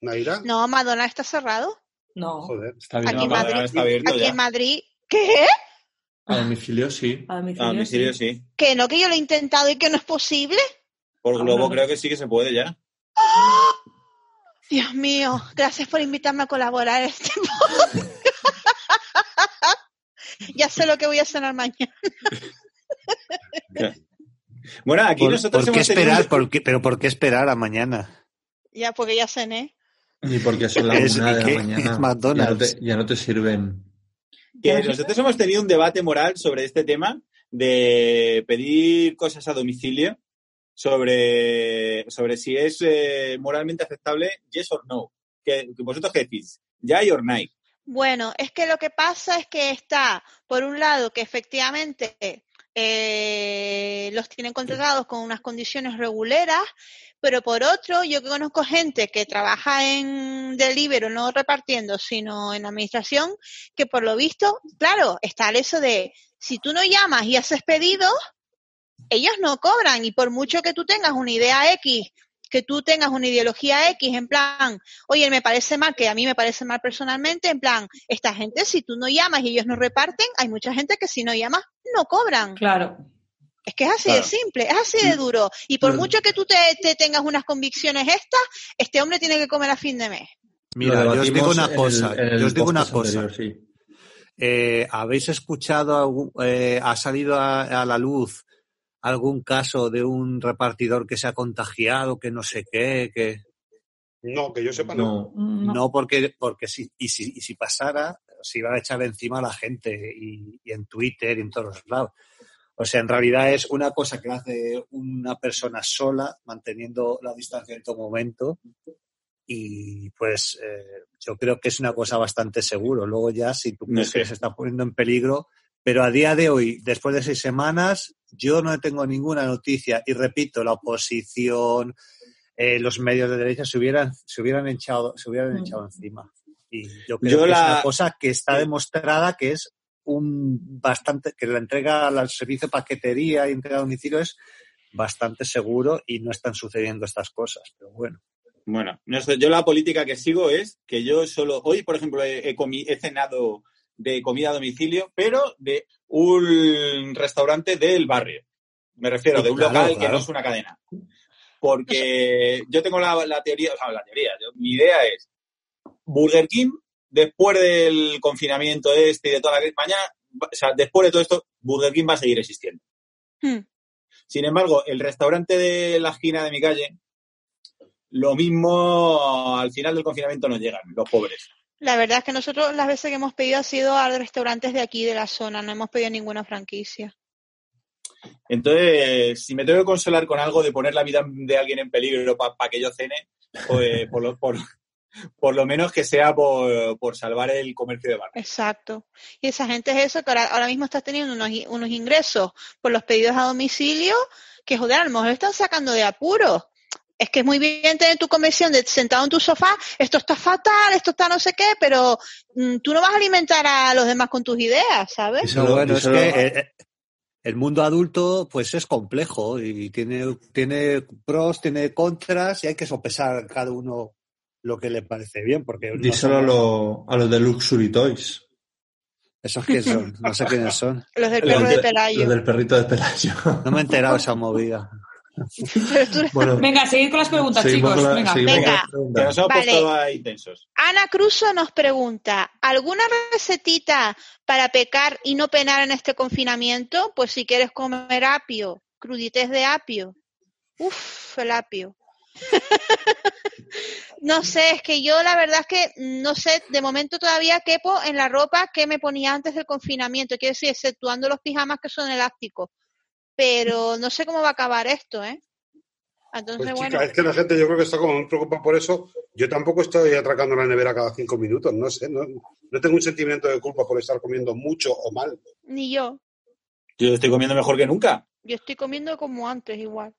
Speaker 4: Naira.
Speaker 6: No, McDonald's está cerrado.
Speaker 1: No,
Speaker 4: Joder.
Speaker 2: Está
Speaker 6: Aquí en
Speaker 3: No,
Speaker 6: Madrid.
Speaker 3: está abierto
Speaker 6: Aquí
Speaker 3: ya.
Speaker 6: en Madrid. ¿Qué?
Speaker 2: A domicilio sí.
Speaker 1: a domicilio.
Speaker 3: Ah, en serio,
Speaker 1: sí.
Speaker 3: sí.
Speaker 6: Que no, que yo lo he intentado y que no es posible.
Speaker 3: Por
Speaker 1: Ah,
Speaker 3: Globo
Speaker 1: no, no.
Speaker 3: creo que sí que se puede ya.
Speaker 6: Dios mío, gracias por invitarme a colaborar en este podcast. ya sé lo que voy a cenar mañana.
Speaker 3: Bueno, aquí
Speaker 7: ¿Por,
Speaker 3: nosotros
Speaker 7: por qué
Speaker 3: hemos tenido...
Speaker 7: esperar? ¿Por qué- ¿Pero por qué esperar a mañana?
Speaker 6: Ya, porque ya cené.
Speaker 2: Ni porque son las
Speaker 7: Es-
Speaker 2: una de la
Speaker 7: ¿qué?
Speaker 2: mañana.
Speaker 7: Es McDonald's.
Speaker 2: Ya no te, ya no te sirven.
Speaker 3: Que nosotros hemos tenido un debate moral sobre este tema de pedir cosas a domicilio, sobre, sobre si es eh, moralmente aceptable, yes or no. Que, que vosotros qué decís, ya or night.
Speaker 6: Bueno, es que lo que pasa es que está, por un lado, que efectivamente eh, los tienen contratados con unas condiciones reguleras, pero por otro, yo que conozco gente que trabaja en delivery, no repartiendo, sino en administración, que por lo visto, claro, está el eso de, si tú no llamas y haces pedidos, ellos no cobran y por mucho que tú tengas una idea X, que tú tengas una ideología X, en plan, oye, me parece mal, que a mí me parece mal personalmente, en plan, esta gente, si tú no llamas y ellos no reparten, hay mucha gente que si no llamas, no cobran.
Speaker 1: Claro.
Speaker 6: Es que es así de
Speaker 3: Claro.
Speaker 6: simple, es así de duro. Y por
Speaker 2: Claro.
Speaker 6: mucho que tú te, te tengas unas convicciones estas, este hombre tiene que comer a fin de mes.
Speaker 7: Mira,
Speaker 2: Lo
Speaker 7: yo os digo
Speaker 2: debatimos
Speaker 7: una
Speaker 2: en el-
Speaker 7: cosa,
Speaker 2: en el
Speaker 7: yo os digo una
Speaker 2: podcast
Speaker 7: cosa.
Speaker 2: anterior, sí.
Speaker 7: Eh, ¿Habéis escuchado, algún- eh, ha salido a, a la luz algún caso de un repartidor que se ha contagiado, que no sé qué, que
Speaker 4: No, que yo sepa, no.
Speaker 2: No.
Speaker 7: no,
Speaker 1: Mm, No.
Speaker 7: porque, porque si, y si, y si pasara, se iban a echar encima a la gente y, y en Twitter y en todos los lados. O sea, en realidad es una cosa que hace una persona sola, manteniendo la distancia en todo momento. Y pues eh, yo creo que es una cosa bastante seguro. Luego ya, si tú
Speaker 3: No
Speaker 7: crees
Speaker 3: sé.
Speaker 7: que se está poniendo en peligro, pero a día de hoy, después de seis semanas, yo no tengo ninguna noticia. Y repito, la oposición, eh, los medios de derecha se hubieran, se hubieran echado, se hubieran
Speaker 1: Mm.
Speaker 7: echado encima. Y yo creo
Speaker 3: Yo
Speaker 7: que
Speaker 3: la-
Speaker 7: es una cosa que está
Speaker 3: Sí.
Speaker 7: demostrada que es un bastante, que la entrega al servicio de paquetería y entrega a domicilio es bastante seguro y no están sucediendo estas cosas. Pero bueno,
Speaker 3: Bueno, no sé, yo la política que sigo es que yo solo, hoy por ejemplo he, he comi- he cenado de comida a domicilio, pero de un restaurante del barrio. Me refiero,
Speaker 7: Sí,
Speaker 3: de un
Speaker 7: claro,
Speaker 3: local que
Speaker 7: claro.
Speaker 3: no es una cadena. Porque yo tengo la, la teoría, o sea, la teoría, yo- mi idea es Burger King, después del confinamiento este y de toda la crisis, mañana, va- o sea, después de todo esto, Burger King va a seguir existiendo.
Speaker 6: Hmm.
Speaker 3: Sin embargo, el restaurante de la esquina de mi calle, lo mismo al final del confinamiento no llegan, los pobres.
Speaker 6: La verdad es que nosotros las veces que hemos pedido ha sido a restaurantes de aquí, de la zona, no hemos pedido ninguna franquicia.
Speaker 3: Entonces, si me tengo que consolar con algo de poner la vida de alguien en peligro para que yo cene, pues, por, lo, por, por lo menos que sea por, por salvar el comercio de barrio.
Speaker 6: Exacto. Y esa gente es eso que ahora, ahora mismo está teniendo unos, i- unos ingresos por los pedidos a domicilio que, joder, a lo mejor están sacando de apuros. Es que es muy bien tener tu comisión de, sentado en tu sofá, esto está fatal, esto está no sé qué, pero mm, tú no vas a alimentar a los demás con tus ideas, ¿sabes?
Speaker 2: Díselo-
Speaker 7: No, bueno, es
Speaker 2: díselo
Speaker 7: que
Speaker 2: a-
Speaker 7: eh, eh, el mundo adulto pues es complejo y tiene, tiene pros, tiene contras y hay que sopesar cada uno lo que le parece bien, porque no
Speaker 2: díselo a,
Speaker 7: somos-
Speaker 2: lo- a los de Luxury Toys.
Speaker 7: esos que son, no sé quiénes son.
Speaker 6: Los del
Speaker 2: Los
Speaker 6: perro de
Speaker 2: de- Los
Speaker 6: Pelayo.
Speaker 2: del perrito de Pelayo.
Speaker 7: No me he enterado de esa movida.
Speaker 6: Pero tú-
Speaker 2: Bueno,
Speaker 1: Venga, seguid con las preguntas,
Speaker 2: seguimos
Speaker 1: chicos.
Speaker 2: con la-
Speaker 1: Venga.
Speaker 2: seguimos con
Speaker 6: Venga.
Speaker 2: las
Speaker 3: Que
Speaker 2: preguntas.
Speaker 3: nos hemos
Speaker 6: Vale.
Speaker 3: puesto a intensos.
Speaker 6: Ana Cruzo nos pregunta, ¿alguna recetita para pecar y no penar en este confinamiento? Pues si quieres comer apio, crudités de apio. Uf, el apio. no sé, es que yo la verdad es que no sé, de momento todavía quepo en la ropa que me ponía antes del confinamiento, quiero decir, exceptuando los pijamas que son elásticos. Pero no sé cómo va a acabar esto, ¿eh? Entonces,
Speaker 4: Pues
Speaker 6: bueno.
Speaker 4: chica, es que la gente yo creo que está como muy preocupada por eso. Yo tampoco estoy atracando la nevera cada cinco minutos, no sé, no, no tengo un sentimiento de culpa por estar comiendo mucho o mal.
Speaker 6: Ni yo.
Speaker 3: Yo estoy comiendo mejor que nunca.
Speaker 6: Yo estoy comiendo como antes igual.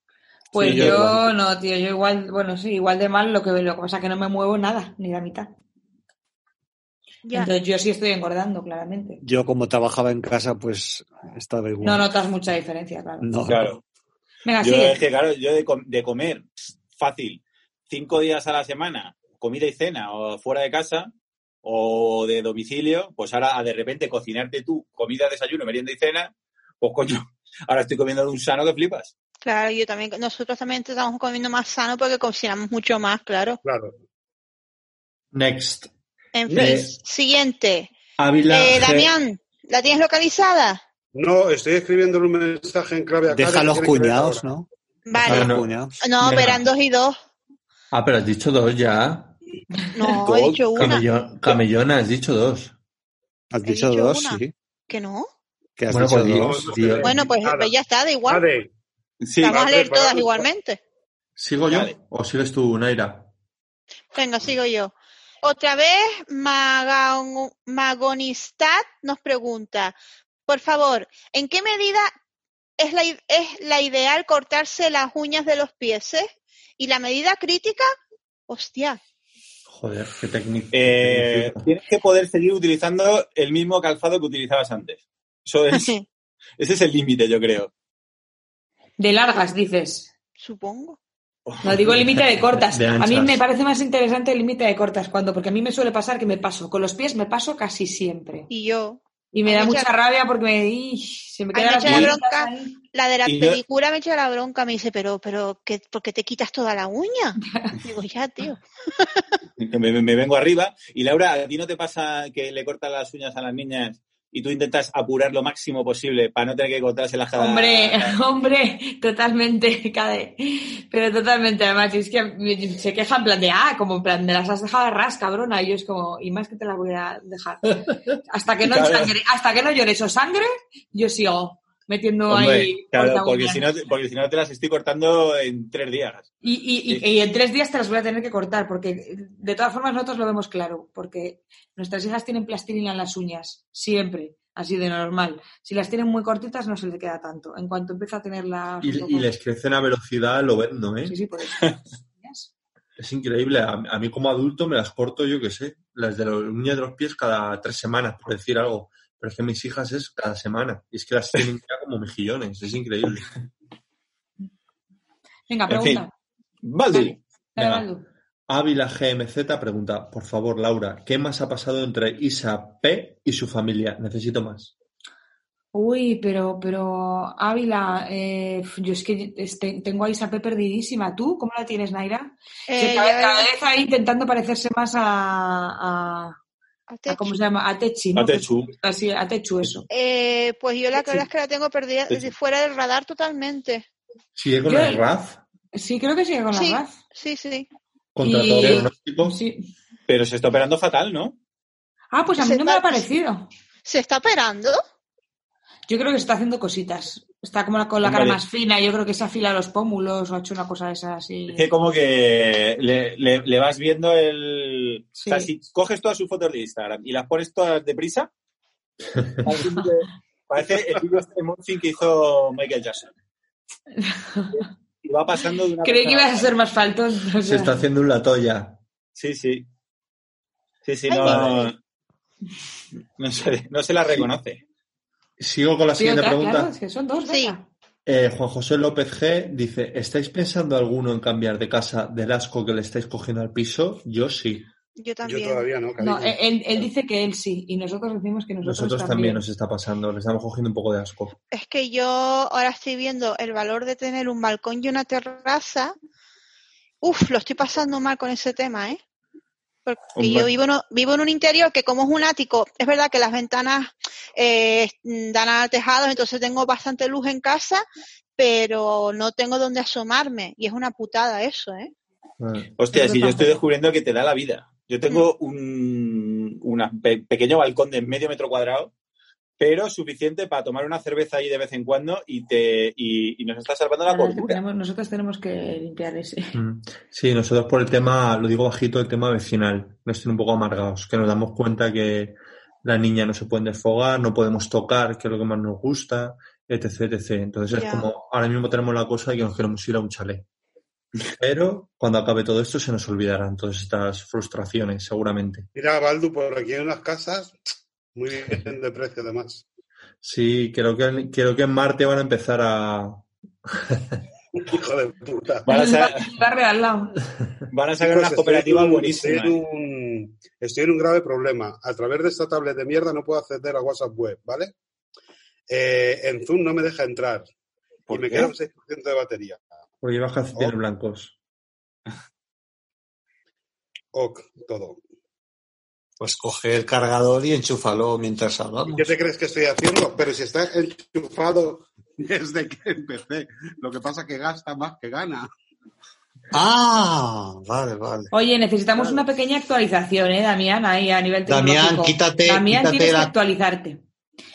Speaker 1: Pues
Speaker 3: Sí, yo
Speaker 1: yo,
Speaker 3: igual.
Speaker 1: no, tío, yo igual, bueno, sí, igual de mal, lo que, lo que pasa es que no me muevo nada, ni la mitad.
Speaker 6: Ya.
Speaker 1: Entonces yo sí estoy engordando, claramente.
Speaker 7: Yo como trabajaba en casa, pues estaba igual.
Speaker 1: No notas mucha diferencia, claro.
Speaker 7: No,
Speaker 3: Claro.
Speaker 1: Venga,
Speaker 3: Yo
Speaker 1: sigue.
Speaker 3: es que, claro, yo de, com- de comer fácil, cinco días a la semana, comida y cena, o fuera de casa, o de domicilio, pues ahora a de repente cocinarte tú comida, desayuno, merienda y cena, pues coño, ahora estoy comiendo de un sano que flipas.
Speaker 6: Claro, yo también, nosotros también estamos comiendo más sano porque cocinamos mucho más, claro.
Speaker 4: Claro.
Speaker 2: Next.
Speaker 6: En fin,
Speaker 2: Eh,
Speaker 6: siguiente.
Speaker 2: Ávila
Speaker 6: Eh,
Speaker 2: G.
Speaker 6: Damián, ¿la tienes localizada?
Speaker 4: No, estoy escribiéndole un mensaje en clave a Karen
Speaker 7: Deja
Speaker 4: que
Speaker 7: los
Speaker 4: tiene que ver
Speaker 7: cuñados,
Speaker 4: ahora.
Speaker 7: ¿no?
Speaker 6: Vale.
Speaker 7: Deja
Speaker 2: Ah, no.
Speaker 7: los cuñados.
Speaker 6: No,
Speaker 2: Venga.
Speaker 6: verán dos y dos.
Speaker 2: Ah, pero has dicho dos ya.
Speaker 6: No, he dicho una.
Speaker 2: Camellón- camellona, has dicho dos.
Speaker 7: Has
Speaker 6: He
Speaker 7: dicho,
Speaker 6: dicho
Speaker 7: dos,
Speaker 6: una.
Speaker 7: sí.
Speaker 6: ¿Que no?
Speaker 7: Que has
Speaker 2: Bueno,
Speaker 7: dicho
Speaker 2: pues
Speaker 7: dos.
Speaker 2: Dios, Dios.
Speaker 6: Bueno, pues,
Speaker 4: Nada.
Speaker 6: pues ya está, da igual.
Speaker 4: Vale,
Speaker 3: Sí,
Speaker 6: La vamos a
Speaker 4: va,
Speaker 6: leer
Speaker 4: prepara-
Speaker 6: todas igualmente.
Speaker 2: ¿Sigo yo
Speaker 3: Vale.
Speaker 2: o sigues tú, Naira?
Speaker 6: Venga, sigo yo. Otra vez, Magon- Magonistad nos pregunta, por favor, ¿en qué medida es la, i- es la ideal cortarse las uñas de los pies? eh? ¿Y la medida crítica? Hostia,
Speaker 2: Joder, qué técnico.
Speaker 3: Eh, tienes que poder seguir utilizando el mismo calzado que utilizabas antes. Eso es, ese es el límite, yo creo.
Speaker 1: De largas, dices.
Speaker 6: supongo.
Speaker 1: No digo límite de cortas.
Speaker 2: De
Speaker 1: a mí
Speaker 2: anchas.
Speaker 1: me parece más interesante el límite de cortas cuando, porque a mí me suele pasar que me paso. Con los pies me paso casi siempre.
Speaker 6: Y yo,
Speaker 1: Y me da
Speaker 6: Hay
Speaker 1: mucha,
Speaker 6: mucha-
Speaker 1: rabia porque me, ¡Ih! se me
Speaker 6: Hay
Speaker 1: queda
Speaker 6: mucha
Speaker 1: la
Speaker 6: bronca. la de la
Speaker 3: Y yo-
Speaker 6: pedicura me echa la bronca, me dice, pero, pero, ¿qué, ¿por qué te quitas toda la uña? Digo, ya, tío.
Speaker 3: Que Me, me- me vengo arriba. Y Laura, ¿a ti no te pasa que le cortas las uñas a las niñas y tú intentas apurar lo máximo posible para no tener que cortárselas cada...
Speaker 1: Hombre, hombre, totalmente, Cade. Pero totalmente, además, es que me- se queja en plan de, ah, como en plan de las has dejado a ras, cabrona. Y yo es como, y más que te las voy a dejar. Hasta que no,
Speaker 3: Claro.
Speaker 1: sangre, hasta que no llores o sangre, yo sigo metiendo
Speaker 3: Hombre,
Speaker 1: ahí.
Speaker 3: claro,
Speaker 1: corta
Speaker 3: porque
Speaker 1: uñas.
Speaker 3: si, no, te- porque si no te las estoy cortando en tres días.
Speaker 1: Y, y- y- y en tres días te las voy a tener que cortar, porque de todas formas nosotros lo vemos claro, porque nuestras hijas tienen plastilina en las uñas, siempre, así de normal. Si las tienen muy cortitas no se les queda tanto. En cuanto empieza a tenerlas... un poco-
Speaker 2: Y, y les crecen a velocidad, lo vendo, ¿eh?
Speaker 1: Sí, sí, por eso. Uñas.
Speaker 2: Es increíble. A, a mí como adulto me las corto, yo qué sé, las de las uñas de los pies cada tres semanas, por decir algo. Pero es que mis hijas es cada semana. Y es que las tienen ya como mejillones. Es increíble.
Speaker 1: Venga,
Speaker 3: En fin.
Speaker 1: pregunta.
Speaker 3: Valdi.
Speaker 1: Dale,
Speaker 2: Venga.
Speaker 1: Baldu.
Speaker 2: Ávila GMZ pregunta, por favor, Laura, ¿qué más ha pasado entre Isa P y su familia? Necesito más.
Speaker 1: Uy, pero, pero Ávila, eh, yo es que este- tengo a Isapé perdidísima. ¿Tú cómo la tienes, Naira? Sí,
Speaker 6: Eh,
Speaker 1: cada,
Speaker 6: ya-
Speaker 1: cada vez ahí intentando parecerse más a- a
Speaker 6: a
Speaker 1: a
Speaker 6: Techu.
Speaker 1: ¿Cómo se llama? A Techi, ¿no? pues
Speaker 3: A Techu.
Speaker 1: Así, a Techu, eso.
Speaker 6: Eh, pues yo la
Speaker 1: Sí.
Speaker 6: verdad es que la tengo perdida
Speaker 3: Sí, sí.
Speaker 6: fuera del radar totalmente.
Speaker 2: ¿Sigue con
Speaker 1: Yo-
Speaker 2: el RAF?
Speaker 1: Sí, creo que sigue con
Speaker 6: Sí.
Speaker 1: la RAF.
Speaker 6: Sí, sí.
Speaker 2: ¿Contra
Speaker 1: Y-
Speaker 2: todo pronóstico?
Speaker 1: Sí.
Speaker 3: Pero se está operando fatal, ¿no?
Speaker 1: Ah, pues a mí
Speaker 6: Se
Speaker 1: no me ha
Speaker 6: está-
Speaker 1: parecido.
Speaker 6: ¿Se está operando?
Speaker 1: Yo creo que se está haciendo cositas. Está como la- con la cara
Speaker 3: Hombre.
Speaker 1: más fina, yo creo que se afila los pómulos o ha hecho una cosa de esas así.
Speaker 3: Es que como que le, le- le vas viendo el...
Speaker 1: Sí.
Speaker 3: O sea, si coges todas sus fotos de Instagram y las pones todas deprisa, parece, que- parece el vídeo este de Monfin que hizo Michael Jackson. Y va pasando de una
Speaker 1: Creí que
Speaker 3: persona
Speaker 1: ibas a ser más faltón. o
Speaker 2: Se
Speaker 1: sea.
Speaker 2: está haciendo un latoya.
Speaker 3: Sí, sí. Sí, sí,
Speaker 6: Ay,
Speaker 3: no... No se, no se la reconoce.
Speaker 2: Sigo con la
Speaker 1: Sí,
Speaker 2: siguiente
Speaker 1: otra,
Speaker 2: pregunta.
Speaker 1: claro, es que son dos,
Speaker 6: Sí.
Speaker 1: venga.
Speaker 2: Eh, Juan José López G dice, ¿estáis pensando alguno en cambiar de casa del asco que le estáis cogiendo al piso? Yo sí.
Speaker 6: Yo
Speaker 4: yo
Speaker 6: también. eh.
Speaker 4: todavía no, cariño.
Speaker 1: No, él, él- él dice que él sí, y nosotros decimos que nosotros,
Speaker 2: Nosotros también nos está pasando, le estamos cogiendo un poco de asco.
Speaker 6: Es que yo ahora estoy viendo el valor de tener un balcón y una terraza. Uf, lo estoy pasando mal con ese tema, ¿eh? Porque
Speaker 3: Hombre.
Speaker 6: yo vivo en, un- vivo en un interior que como es un ático, es verdad que las ventanas eh, dan al tejado, entonces tengo bastante luz en casa, pero no tengo dónde asomarme. Y es una putada eso, ¿eh?
Speaker 2: Eh,
Speaker 3: Hostia,
Speaker 1: Yo
Speaker 3: si yo
Speaker 1: tampoco.
Speaker 3: estoy descubriendo que te da la vida. Yo tengo un una pe- pequeño balcón de medio metro cuadrado, pero suficiente para tomar una cerveza ahí de vez en cuando y, te, y, y nos está salvando la
Speaker 1: Bueno, es que
Speaker 3: cordura.
Speaker 1: tenemos- nosotros tenemos que limpiar ese.
Speaker 2: mm. Sí, nosotros por el tema, lo digo bajito, el tema vecinal. Nos tiene un poco amargados, que nos damos cuenta que la niña no se puede desfogar, no podemos tocar, que es lo que más nos gusta, etc, etc. Entonces
Speaker 6: Ya.
Speaker 2: es como, ahora mismo tenemos la cosa de que nos queremos ir a un chalet. Pero cuando acabe todo esto se nos olvidarán todas estas frustraciones, seguramente.
Speaker 4: Mira, Baldu, por aquí hay unas casas muy bien de precio, además.
Speaker 2: Sí, creo que, creo que en Marte van a empezar a...
Speaker 4: Hijo de puta.
Speaker 3: Van a,
Speaker 1: El bar-
Speaker 3: sa-
Speaker 1: el barrio al lado.
Speaker 3: van a sacar
Speaker 4: Chicos,
Speaker 3: unas
Speaker 4: estoy
Speaker 3: cooperativas
Speaker 4: en un-
Speaker 3: buenísimas.
Speaker 4: Estoy en, un, estoy en un grave problema. A través de esta tablet de mierda no puedo acceder a WhatsApp web, ¿vale? Eh, en Zoom no me deja entrar y
Speaker 3: ¿Por
Speaker 4: me
Speaker 3: qué?
Speaker 4: queda un 6% de batería.
Speaker 2: Porque llevas calcetines blancos.
Speaker 4: Ok, todo.
Speaker 7: Pues coge el cargador y enchúfalo mientras
Speaker 4: ¿Y
Speaker 7: hablamos.
Speaker 4: ¿Qué te crees que estoy haciendo? Pero si está enchufado desde que empecé. Lo que pasa es que gasta más que gana.
Speaker 7: Ah, vale, vale.
Speaker 1: Oye, necesitamos
Speaker 7: Claro.
Speaker 1: una pequeña actualización, ¿eh, Damián? Ahí a nivel tecnológico.
Speaker 7: Damián, quítate,
Speaker 1: Damián,
Speaker 7: quítate
Speaker 1: tienes
Speaker 7: la-
Speaker 1: que actualizarte.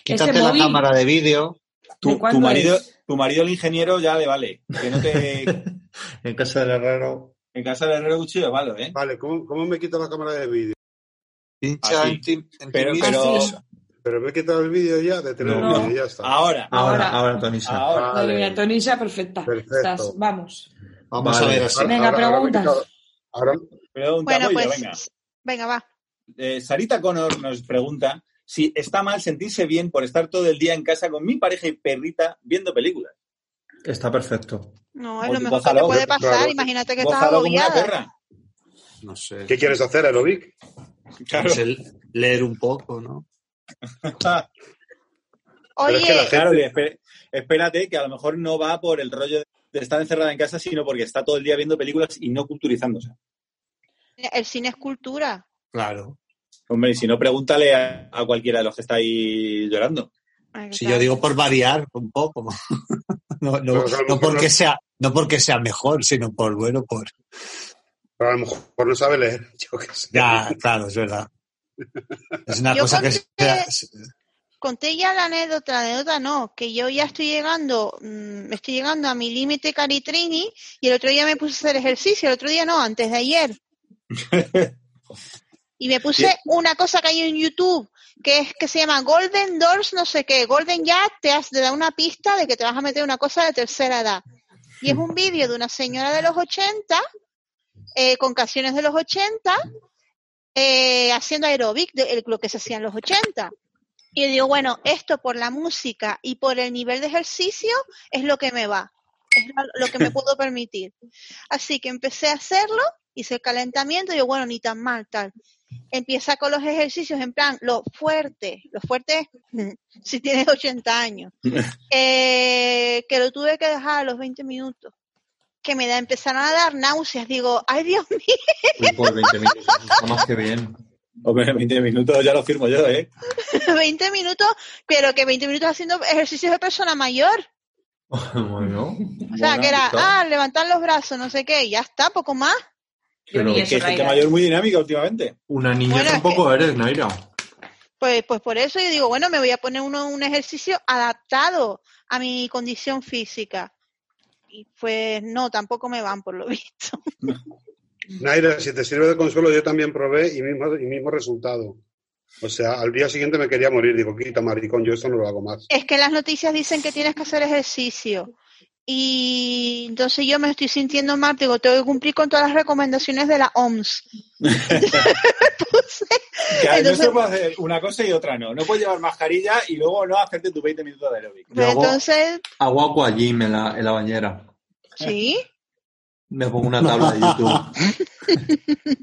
Speaker 7: Quítate
Speaker 1: Ese
Speaker 7: la
Speaker 1: móvil-
Speaker 7: cámara de vídeo.
Speaker 1: ¿De
Speaker 3: Tu,
Speaker 1: cuándo
Speaker 3: tu marido,
Speaker 1: es?
Speaker 3: tu marido, el ingeniero, ya le vale. Que no te.
Speaker 2: En casa del herrero.
Speaker 3: en casa del herrero cuchillo, vale, ¿eh?
Speaker 4: Vale, ¿cómo, cómo me quito la cámara de vídeo?
Speaker 7: Pincha
Speaker 3: Así.
Speaker 7: en ti, en ti
Speaker 3: Pero,
Speaker 7: mismo.
Speaker 3: pero
Speaker 1: Así.
Speaker 4: Pero me he quitado el vídeo ya, de tener
Speaker 2: No.
Speaker 4: el vídeo, ya está.
Speaker 3: ahora,
Speaker 1: Ahora.
Speaker 2: Ahora, ahora, Tonisa.
Speaker 3: ahora.
Speaker 1: Muy
Speaker 4: Vale.
Speaker 1: bien, Tonisa, perfecta.
Speaker 4: Perfecto.
Speaker 1: Estás- vamos.
Speaker 7: Vamos
Speaker 2: Vale.
Speaker 7: a ver así.
Speaker 4: Ahora-
Speaker 1: Venga,
Speaker 4: ahora- ahora me he
Speaker 1: preguntas.
Speaker 4: quitado- ahora-
Speaker 3: Pregunta
Speaker 6: Bueno,
Speaker 3: Moya,
Speaker 6: pues
Speaker 3: venga.
Speaker 6: s- venga, va.
Speaker 3: Eh, Sarita Connor nos pregunta si está mal sentirse bien por estar todo el día en casa con mi pareja y perrita viendo películas.
Speaker 2: Está perfecto.
Speaker 6: No, es
Speaker 3: Oye,
Speaker 6: lo mejor que
Speaker 3: gózalo,
Speaker 6: te puede
Speaker 4: yo-
Speaker 6: pasar.
Speaker 4: claro.
Speaker 6: Imagínate que estás
Speaker 3: Gózalo pues como una
Speaker 6: agobiada.
Speaker 3: perra.
Speaker 7: No sé.
Speaker 4: ¿Qué quieres hacer, Aerobic?
Speaker 3: Claro.
Speaker 7: Pues el leer un poco, ¿no?
Speaker 4: Pero es que la
Speaker 6: Oye,
Speaker 4: gente-
Speaker 3: Claro, y espe- espérate que a lo mejor no va por el rollo de estar encerrada en casa, sino porque está todo el día viendo películas y no culturizándose.
Speaker 6: el cine es cultura.
Speaker 7: Claro.
Speaker 3: Hombre, y si no, pregúntale a, a cualquiera de los que está ahí llorando.
Speaker 6: Ay,
Speaker 7: Si
Speaker 6: claro.
Speaker 7: yo digo por variar un poco. No, no,
Speaker 4: Pues a lo
Speaker 7: no
Speaker 4: mejor
Speaker 7: porque
Speaker 4: no-
Speaker 7: sea, no porque sea mejor, sino por bueno, por.
Speaker 4: Pero a lo mejor no sabe leer, yo qué sé.
Speaker 7: Ya, claro, es verdad. Es una
Speaker 6: Yo
Speaker 7: cosa que
Speaker 6: conté-
Speaker 7: sea-
Speaker 6: Conté ya la anécdota, la anécdota no, que yo ya estoy llegando, mm, estoy llegando a mi límite caritrini y el otro día me puse a hacer ejercicio, el otro día no, antes de ayer. Y me puse
Speaker 3: Bien.
Speaker 6: una cosa que hay en YouTube, que es que se llama Golden Doors, no sé qué. Golden ya te, has- te da una pista de que te vas a meter en una cosa de tercera edad. Y es un vídeo de una señora de los 80, eh, con canciones de los 80, eh, haciendo aeróbic, de, el- lo que se hacía en los 80. Y yo digo, bueno, esto por la música y por el nivel de ejercicio es lo que me va, es lo- lo que me puedo permitir. Así que empecé a hacerlo, hice el calentamiento, y yo, bueno, ni tan mal, tal. Empieza con los ejercicios en plan, lo fuerte, lo fuerte es si tienes 80 años, Eh, que lo tuve que dejar a los 20 minutos, que me da, empezaron a dar náuseas, digo, ay Dios mío,
Speaker 2: Uy, por 20 minutos. Está más que bien.
Speaker 3: Hombre, 20 minutos ya lo firmo yo, ¿eh?
Speaker 6: 20 minutos, pero que 20 minutos haciendo ejercicios de persona mayor.
Speaker 2: Ah, bueno.
Speaker 6: O sea,
Speaker 3: Bueno,
Speaker 6: que era,
Speaker 2: listo.
Speaker 6: ah, levantar los brazos, no sé qué, y ya está, poco más.
Speaker 2: Pero
Speaker 1: Yo ni
Speaker 3: Es que
Speaker 1: eso,
Speaker 3: hay gente
Speaker 1: Naira.
Speaker 3: mayor muy dinámica últimamente.
Speaker 2: Una niña
Speaker 6: Bueno, es
Speaker 2: tampoco eres, Naira.
Speaker 6: Pues, pues por eso yo digo, bueno, me voy a poner uno, un ejercicio adaptado a mi condición física. Y pues no, tampoco me van por lo visto.
Speaker 4: Naira, si te sirve de consuelo, yo también probé y mismo, y mismo resultado. O sea, al día siguiente me quería morir. Digo, quita, maricón, yo esto no lo hago más.
Speaker 6: Es que las noticias dicen que tienes que hacer ejercicio. Y entonces yo me estoy sintiendo mal, digo, tengo que cumplir con todas las recomendaciones de la OMS. Entonces,
Speaker 3: Claro, no
Speaker 6: Entonces-
Speaker 3: se puede hacer una cosa y otra no. No puedes llevar mascarilla y luego no hacerte tus 20 minutos de aeróbic.
Speaker 6: pues
Speaker 2: Luego-
Speaker 6: entonces,
Speaker 2: Hago agua allí en la, en la bañera.
Speaker 6: sí.
Speaker 2: Me pongo una tabla de YouTube.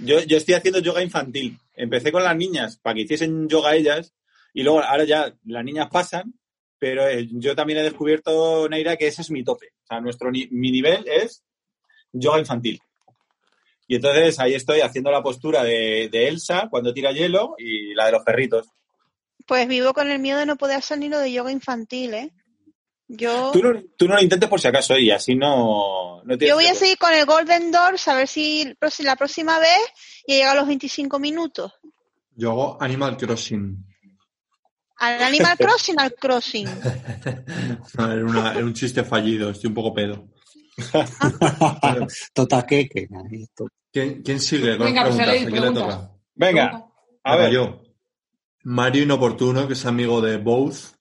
Speaker 3: Yo, yo estoy haciendo yoga infantil. Empecé con las niñas para que hiciesen yoga ellas y luego ahora ya las niñas pasan, pero eh, yo también he descubierto, Neira, que ese es mi tope. O sea, nuestro ni- mi nivel es yoga infantil. Y entonces ahí estoy haciendo la postura de, de Elsa cuando tira hielo y la de los perritos.
Speaker 6: Pues vivo con el miedo de no poder hacer ni lo de yoga infantil, ¿eh? Yo,
Speaker 3: Tú no, tú no lo intentes por si acaso y así no, no tienes
Speaker 6: yo voy a
Speaker 3: riesgo.
Speaker 6: seguir con el Golden Doors a ver si prox- la próxima vez ya llega a los 25 minutos.
Speaker 2: Yo hago Animal Crossing.
Speaker 6: Al Animal Crossing, al Crossing.
Speaker 2: No, Ah, era, una- era un chiste fallido, estoy un poco pedo.
Speaker 7: Claro, totaqueque. ahí, to-
Speaker 2: ¿Quién, quién sigue con
Speaker 1: Venga, pues,
Speaker 2: preguntas?
Speaker 1: Alex,
Speaker 2: ¿A quién
Speaker 1: preguntas.
Speaker 2: le toca?
Speaker 3: Venga, a
Speaker 2: Venga,
Speaker 3: ver.
Speaker 2: yo. Mario Inoportuno, que es amigo de Both,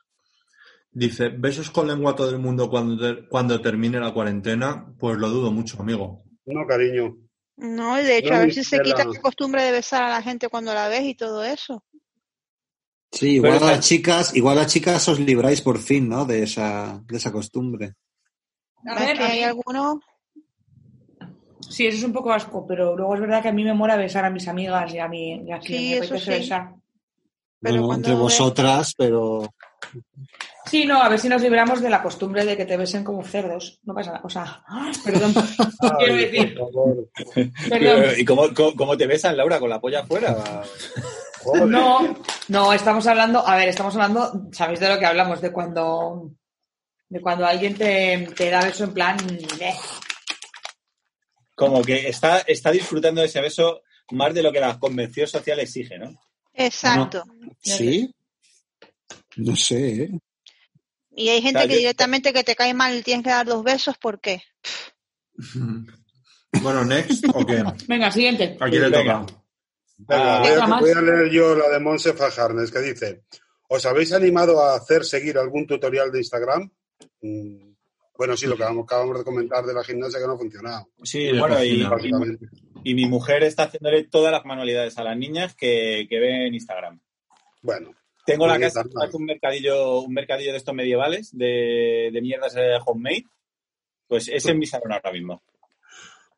Speaker 2: dice, ¿besos con lengua a todo el mundo cuando, ter- cuando termine la cuarentena? Pues lo dudo mucho, amigo.
Speaker 4: No, cariño.
Speaker 6: No, y de hecho, a
Speaker 4: Yo
Speaker 6: ver
Speaker 4: ni
Speaker 6: si se
Speaker 4: siquiera-
Speaker 6: quita la costumbre de besar a la gente cuando la ves y todo eso.
Speaker 7: Sí, igual
Speaker 3: Pero
Speaker 7: a
Speaker 3: está-
Speaker 7: las chicas, igual a las chicas os libráis por fin, ¿no? De esa, de esa costumbre.
Speaker 1: A
Speaker 6: Es
Speaker 1: ver,
Speaker 6: que
Speaker 1: a
Speaker 6: hay
Speaker 1: mí-
Speaker 6: algunos.
Speaker 1: sí, eso es un poco asco, pero luego es verdad que a mí me mola besar a mis amigas y a mi y a quien
Speaker 6: Sí,
Speaker 1: me
Speaker 6: eso
Speaker 1: apetece
Speaker 6: sí.
Speaker 1: besar.
Speaker 7: No,
Speaker 6: Pero
Speaker 7: no,
Speaker 6: cuando
Speaker 7: entre
Speaker 6: ve-
Speaker 7: vosotras, pero
Speaker 1: Sí, no, a ver si nos libramos de la costumbre de que te besen como cerdos. No pasa nada. O sea, ¡ah! perdón. Quiero
Speaker 4: Ay,
Speaker 1: decir,
Speaker 4: por favor.
Speaker 1: perdón.
Speaker 3: Eh, ¿Y cómo, cómo- cómo te besan, Laura? ¿Con la polla afuera?
Speaker 4: Joder.
Speaker 1: No, no, estamos hablando, a ver, estamos hablando, ¿sabéis de lo que hablamos? De cuando De cuando alguien te, te da beso en plan. "Bleh".
Speaker 3: Como que está, está disfrutando de ese beso más de lo que la convención social exige, ¿no?
Speaker 6: Exacto.
Speaker 7: ¿Sí? No sé, ¿eh?
Speaker 6: Y hay gente
Speaker 3: Claro,
Speaker 6: que
Speaker 3: yo-
Speaker 6: directamente que te cae mal y tienes que dar dos besos, ¿por qué?
Speaker 2: Bueno, next, ¿o qué? ¿A
Speaker 1: Venga, siguiente.
Speaker 2: quién le
Speaker 3: Venga.
Speaker 2: toca?
Speaker 4: Venga,
Speaker 3: Ah,
Speaker 4: voy,
Speaker 1: otra
Speaker 4: a,
Speaker 1: más.
Speaker 4: voy a leer yo la de Monse Fajarnes, que dice, ¿os habéis animado a hacer seguir algún tutorial de Instagram? Mm, bueno, sí, lo que acabamos, acabamos de comentar de la gimnasia que no ha funcionado,
Speaker 3: Sí,
Speaker 2: la
Speaker 3: bueno, y,
Speaker 2: cocina.
Speaker 3: y-
Speaker 4: básicamente.
Speaker 3: y mi mujer está haciéndole todas las manualidades a las niñas que, que ve en Instagram.
Speaker 4: Bueno,
Speaker 3: Tengo la
Speaker 4: Oye,
Speaker 3: casa
Speaker 4: tan
Speaker 3: que parece un mercadillo, un mercadillo de estos medievales, de, de mierdas eh, homemade. Pues es en mi salón ahora mismo.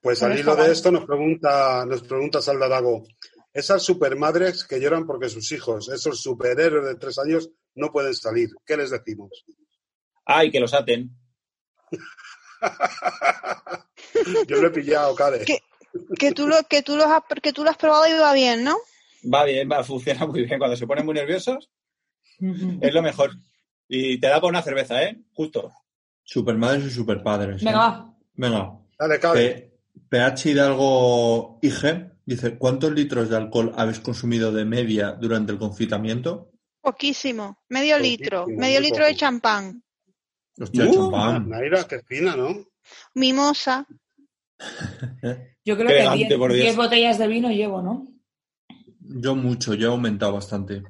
Speaker 4: pues
Speaker 1: Bueno,
Speaker 4: al
Speaker 1: está
Speaker 4: hilo de
Speaker 1: guay.
Speaker 4: esto nos pregunta, nos pregunta Salda Dago, esas supermadres que lloran porque sus hijos, esos superhéroes de tres años, no pueden salir, ¿qué les decimos?
Speaker 3: Ay, que los aten.
Speaker 4: Yo lo he pillado, Cade.
Speaker 6: ¿Qué? Que tú lo, que tú lo has, que tú lo has probado y va bien, ¿no?
Speaker 3: Va bien, va, funciona muy bien. Cuando se ponen muy nerviosos, es lo mejor. Y te da por una cerveza, ¿eh? Justo.
Speaker 2: Supermadres y superpadres. ¿eh?
Speaker 1: Venga, va.
Speaker 2: Venga.
Speaker 4: Dale, Cade.
Speaker 2: Eh, P- PH Hidalgo IG dice, ¿cuántos litros de alcohol habéis consumido de media durante el confinamiento?
Speaker 6: Poquísimo. Medio litro.
Speaker 4: Poquísimo,
Speaker 6: Medio
Speaker 4: muy
Speaker 6: litro de
Speaker 4: poco.
Speaker 6: champán.
Speaker 2: Hostia,
Speaker 3: Uh.
Speaker 2: champán.
Speaker 4: Naira, qué fina, ¿no?
Speaker 6: Mimosa.
Speaker 1: Yo creo
Speaker 3: Qué
Speaker 1: que
Speaker 3: elegante,
Speaker 1: 10
Speaker 3: por Dios.
Speaker 1: 10 botellas de vino llevo, ¿no?
Speaker 2: Yo mucho, yo he aumentado bastante.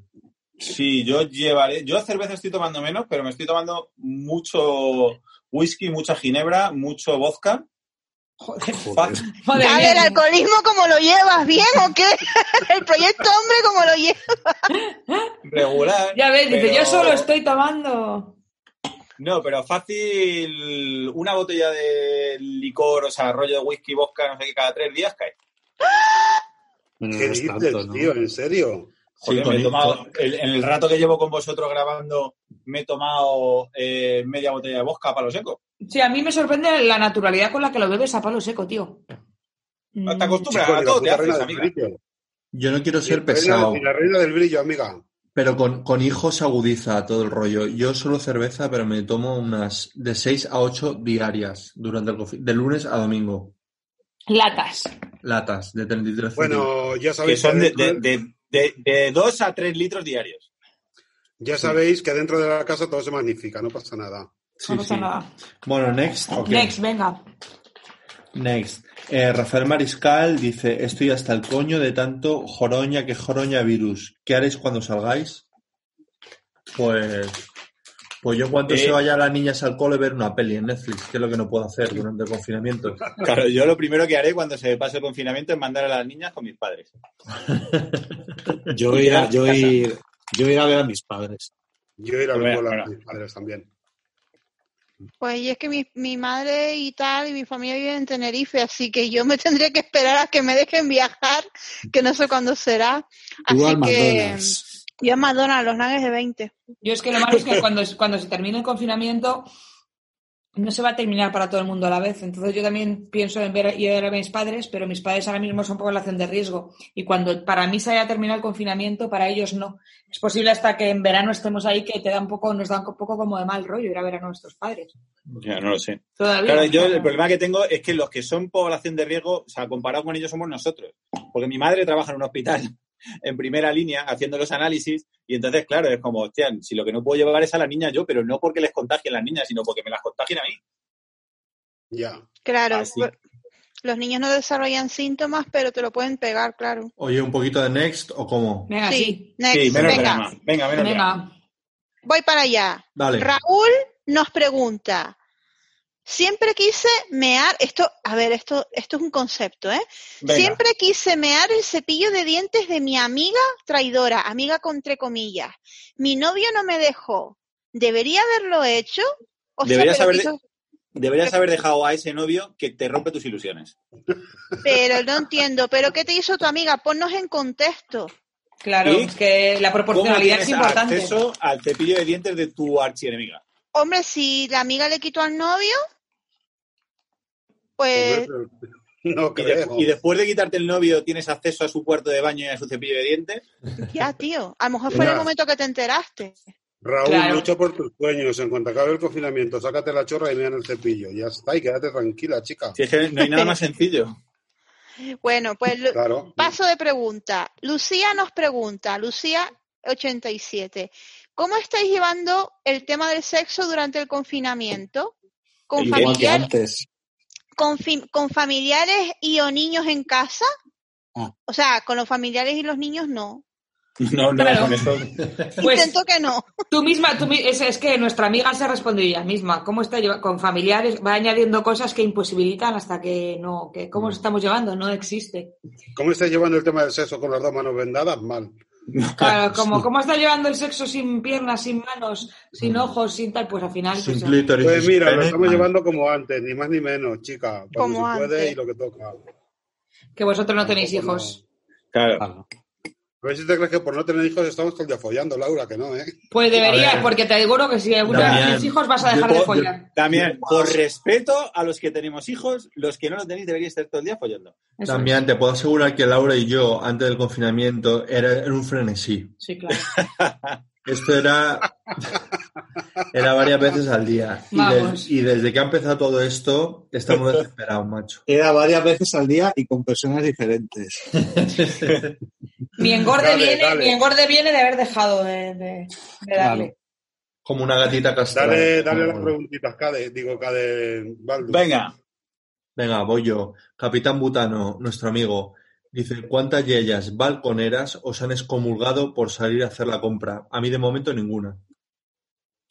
Speaker 3: Sí, yo llevaré. Yo cerveza estoy tomando menos, pero me estoy tomando mucho whisky, mucha ginebra, mucho vodka.
Speaker 1: Joder.
Speaker 3: Fa-
Speaker 1: Madre
Speaker 6: Cada
Speaker 1: mía.
Speaker 6: el alcoholismo como lo llevas, ¿bien o qué? El proyecto hombre como lo llevas.
Speaker 3: regular.
Speaker 1: Ya ves, dice,
Speaker 3: pero-
Speaker 1: yo solo estoy tomando.
Speaker 3: No, pero fácil. Una botella de licor, o sea, rollo de whisky, vodka, no sé qué, cada tres días cae.
Speaker 7: Bueno,
Speaker 4: ¿Qué
Speaker 7: no es
Speaker 4: dices,
Speaker 7: tanto, ¿no?
Speaker 4: tío? ¿En serio?
Speaker 3: Joder,
Speaker 2: Sí, con
Speaker 3: me he
Speaker 2: i-
Speaker 3: tomado,
Speaker 2: con-
Speaker 3: el- en el rato que llevo con vosotros grabando, me he tomado eh, media botella de vodka para lo seco.
Speaker 1: Sí, a mí me sorprende la naturalidad con la que lo bebes a palo seco, tío. Mm,
Speaker 3: Ah, Te acostumbras
Speaker 4: Chico,
Speaker 3: a
Speaker 4: ni la
Speaker 3: todo, te
Speaker 4: puta
Speaker 3: haces,
Speaker 4: reina del
Speaker 3: amiga.
Speaker 4: brillo.
Speaker 2: Yo no quiero
Speaker 4: Ni
Speaker 2: ser
Speaker 4: la reina de-
Speaker 2: pesado,
Speaker 4: ni la reina del brillo, amiga.
Speaker 2: pero con, con hijos se agudiza todo el rollo. Yo solo cerveza, pero me tomo unas de 6 a 8 diarias durante el confi- de lunes a domingo.
Speaker 1: Mm, Latas.
Speaker 2: Latas de 33 centímetros.
Speaker 4: Bueno, ya
Speaker 3: Que
Speaker 4: sabéis que,
Speaker 3: son de,
Speaker 4: dentro,
Speaker 3: de, de, de- de dos a tres litros diarios.
Speaker 4: ya sabéis que dentro de la casa todo se magnifica, no pasa nada.
Speaker 2: Sí,
Speaker 1: No pasa
Speaker 2: sí.
Speaker 1: nada.
Speaker 2: Bueno, next. ok.
Speaker 1: Next, venga.
Speaker 2: Next. Eh, Rafael Mariscal dice, estoy hasta el coño de tanto joroña que joroña virus. ¿Qué haréis cuando salgáis? Pues, pues yo en cuanto
Speaker 3: Eh.
Speaker 2: se vaya la niña al cole ver una peli en Netflix, que es lo que no puedo hacer durante el confinamiento.
Speaker 3: Claro, yo lo primero que haré cuando se pase el confinamiento es mandar a las niñas con mis padres.
Speaker 7: Yo
Speaker 3: Y
Speaker 7: ir, a,
Speaker 3: quedarte
Speaker 7: yo,
Speaker 3: en casa.
Speaker 7: ir, yo ir a ver a mis padres.
Speaker 4: Yo ir a
Speaker 3: Hombre,
Speaker 4: ver con
Speaker 3: bueno.
Speaker 4: las mis padres también.
Speaker 6: Pues y es que mi, mi madre y tal y mi familia viven en Tenerife, así que yo me tendría que esperar a que me dejen viajar, que no sé cuándo será.
Speaker 7: Tú al
Speaker 6: Así que
Speaker 7: McDonald's.
Speaker 6: yo a Madonna, los nanes de 20.
Speaker 1: Yo es que lo malo es que cuando, cuando se termine el confinamiento no se va a terminar para todo el mundo a la vez. Entonces yo también pienso en ver y ver a mis padres, pero mis padres ahora mismo son población de riesgo. Y cuando para mí se haya terminado el confinamiento, para ellos no. Es posible hasta que en verano estemos ahí que te da un poco, nos da un poco como de mal rollo ir a ver a nuestros padres.
Speaker 3: Ya, no lo sé.
Speaker 1: Todavía.
Speaker 3: Claro, yo el problema que tengo es que los que son población de riesgo, o sea, comparado con ellos somos nosotros. Porque mi madre trabaja en un hospital en primera línea haciendo los análisis y entonces, claro, es como, hostia, si lo que no puedo llevar es a las niñas yo, pero no porque les contagien las niñas, sino porque me las contagien a mí.
Speaker 4: Ya.
Speaker 6: Claro,
Speaker 3: Así.
Speaker 6: bu- los niños no desarrollan síntomas, pero te lo pueden pegar, claro.
Speaker 2: Oye, un poquito de next o cómo.
Speaker 1: Venga,
Speaker 6: Sí,
Speaker 1: sí.
Speaker 6: next,
Speaker 3: Sí, menos
Speaker 6: venga.
Speaker 3: drama. Venga, menos drama.
Speaker 1: Venga.
Speaker 6: Voy para allá.
Speaker 2: Dale.
Speaker 6: Raúl nos pregunta, siempre quise mear, esto, a ver, esto, esto es un concepto, ¿eh?
Speaker 3: Venga.
Speaker 6: Siempre quise mear el cepillo de dientes de mi amiga traidora, amiga con entre comillas. Mi novio no me dejó. ¿Debería haberlo hecho? O sea,
Speaker 3: Deberías
Speaker 6: pero,
Speaker 3: haber-
Speaker 6: quiso-
Speaker 3: Deberías haber dejado a ese novio que te rompe tus ilusiones.
Speaker 6: pero no entiendo, ¿pero qué te hizo tu amiga? Ponnos en contexto.
Speaker 1: Claro,
Speaker 3: ¿Y
Speaker 1: es que la
Speaker 3: ¿Cómo
Speaker 1: proporcionalidad
Speaker 3: tienes
Speaker 1: es importante.
Speaker 3: acceso al cepillo de dientes de tu archienemiga?
Speaker 6: Hombre, si la amiga le quitó al novio,
Speaker 4: Hombre,
Speaker 6: pues
Speaker 4: pero- no
Speaker 3: Y, de-
Speaker 4: creo.
Speaker 3: y después de quitarte el novio, ¿tienes acceso a su cuarto de baño y a su cepillo de dientes?
Speaker 6: ya, tío. A lo mejor fue en el
Speaker 4: Ya.
Speaker 6: momento que te enteraste.
Speaker 4: Raúl,
Speaker 1: Claro.
Speaker 4: lucha por tus sueños. En cuanto acabe el confinamiento, sácate la chorra y mira en el cepillo. Ya está, y quédate tranquila, chica.
Speaker 3: Si es que no hay nada más sencillo.
Speaker 6: Bueno, pues lo-
Speaker 4: Claro.
Speaker 6: paso de pregunta. Lucía nos pregunta, Lucía 87, ¿cómo estáis llevando el tema del sexo durante el confinamiento? ¿Con,
Speaker 3: El
Speaker 7: Igual que
Speaker 6: familiar-
Speaker 7: antes.
Speaker 6: con, fi- con familiares y o niños en casa?
Speaker 7: Ah.
Speaker 6: O sea, con los familiares y los niños no.
Speaker 3: No, no,
Speaker 1: Claro.
Speaker 3: con eso.
Speaker 1: Pues-
Speaker 6: Intento que no.
Speaker 1: Tú misma, tú, mi- es, es que nuestra amiga se ha respondido ella misma. ¿Cómo está lleva- con familiares? Va añadiendo cosas que imposibilitan hasta que no, que
Speaker 2: Mm.
Speaker 1: cómo nos estamos llevando, no existe.
Speaker 4: ¿Cómo estás llevando el tema del sexo con las dos manos vendadas? Mal.
Speaker 1: Claro, como cómo está llevando el sexo sin piernas, sin manos, sin ojos, sin tal, pues al final. pues,
Speaker 2: Mm. Sin
Speaker 1: eh,
Speaker 2: clítoris.
Speaker 4: Pues
Speaker 2: sin
Speaker 4: mira, lo
Speaker 2: pene.
Speaker 4: estamos llevando como antes, ni más ni menos, chica. Cuando
Speaker 6: Como
Speaker 4: se puede
Speaker 6: antes.
Speaker 4: y lo que toca.
Speaker 1: que vosotros no tenéis
Speaker 4: Tampoco
Speaker 1: hijos.
Speaker 4: no.
Speaker 3: Claro.
Speaker 7: Claro.
Speaker 4: A ver si te crees que por no tener hijos estamos todo el día follando, Laura, que no, ¿eh?
Speaker 1: Pues
Speaker 2: A
Speaker 1: deberías,
Speaker 2: ver.
Speaker 1: porque te aseguro que si alguna vez
Speaker 2: Damián,
Speaker 1: tienes hijos vas a
Speaker 2: yo
Speaker 1: dejar de
Speaker 2: puedo-
Speaker 1: follar.
Speaker 3: También, por respeto a los que tenemos hijos, los que no lo tenéis deberíais estar todo el día follando.
Speaker 1: Eso es.
Speaker 2: También te puedo asegurar que Laura y yo, antes del confinamiento, era, era un frenesí.
Speaker 1: Sí, claro.
Speaker 2: Esto era, era varias veces al día. Y,
Speaker 1: Vamos.
Speaker 2: des- y desde que ha empezado todo esto, estamos desesperados, macho.
Speaker 7: Era varias veces al día y con personas diferentes.
Speaker 1: Mi engorde,
Speaker 4: Dale,
Speaker 1: viene,
Speaker 4: dale.
Speaker 1: mi engorde viene de haber dejado de, de- de darle.
Speaker 2: Como una gatita castrada.
Speaker 4: Dale, dale
Speaker 2: Como-
Speaker 4: las preguntitas, Cade. Digo, Cade, Baldu.
Speaker 3: Venga,
Speaker 2: Venga, voy yo. Capitán Butano, nuestro amigo, dice, ¿cuántas yeyas balconeras os han excomulgado por salir a hacer la compra? A mí de momento ninguna.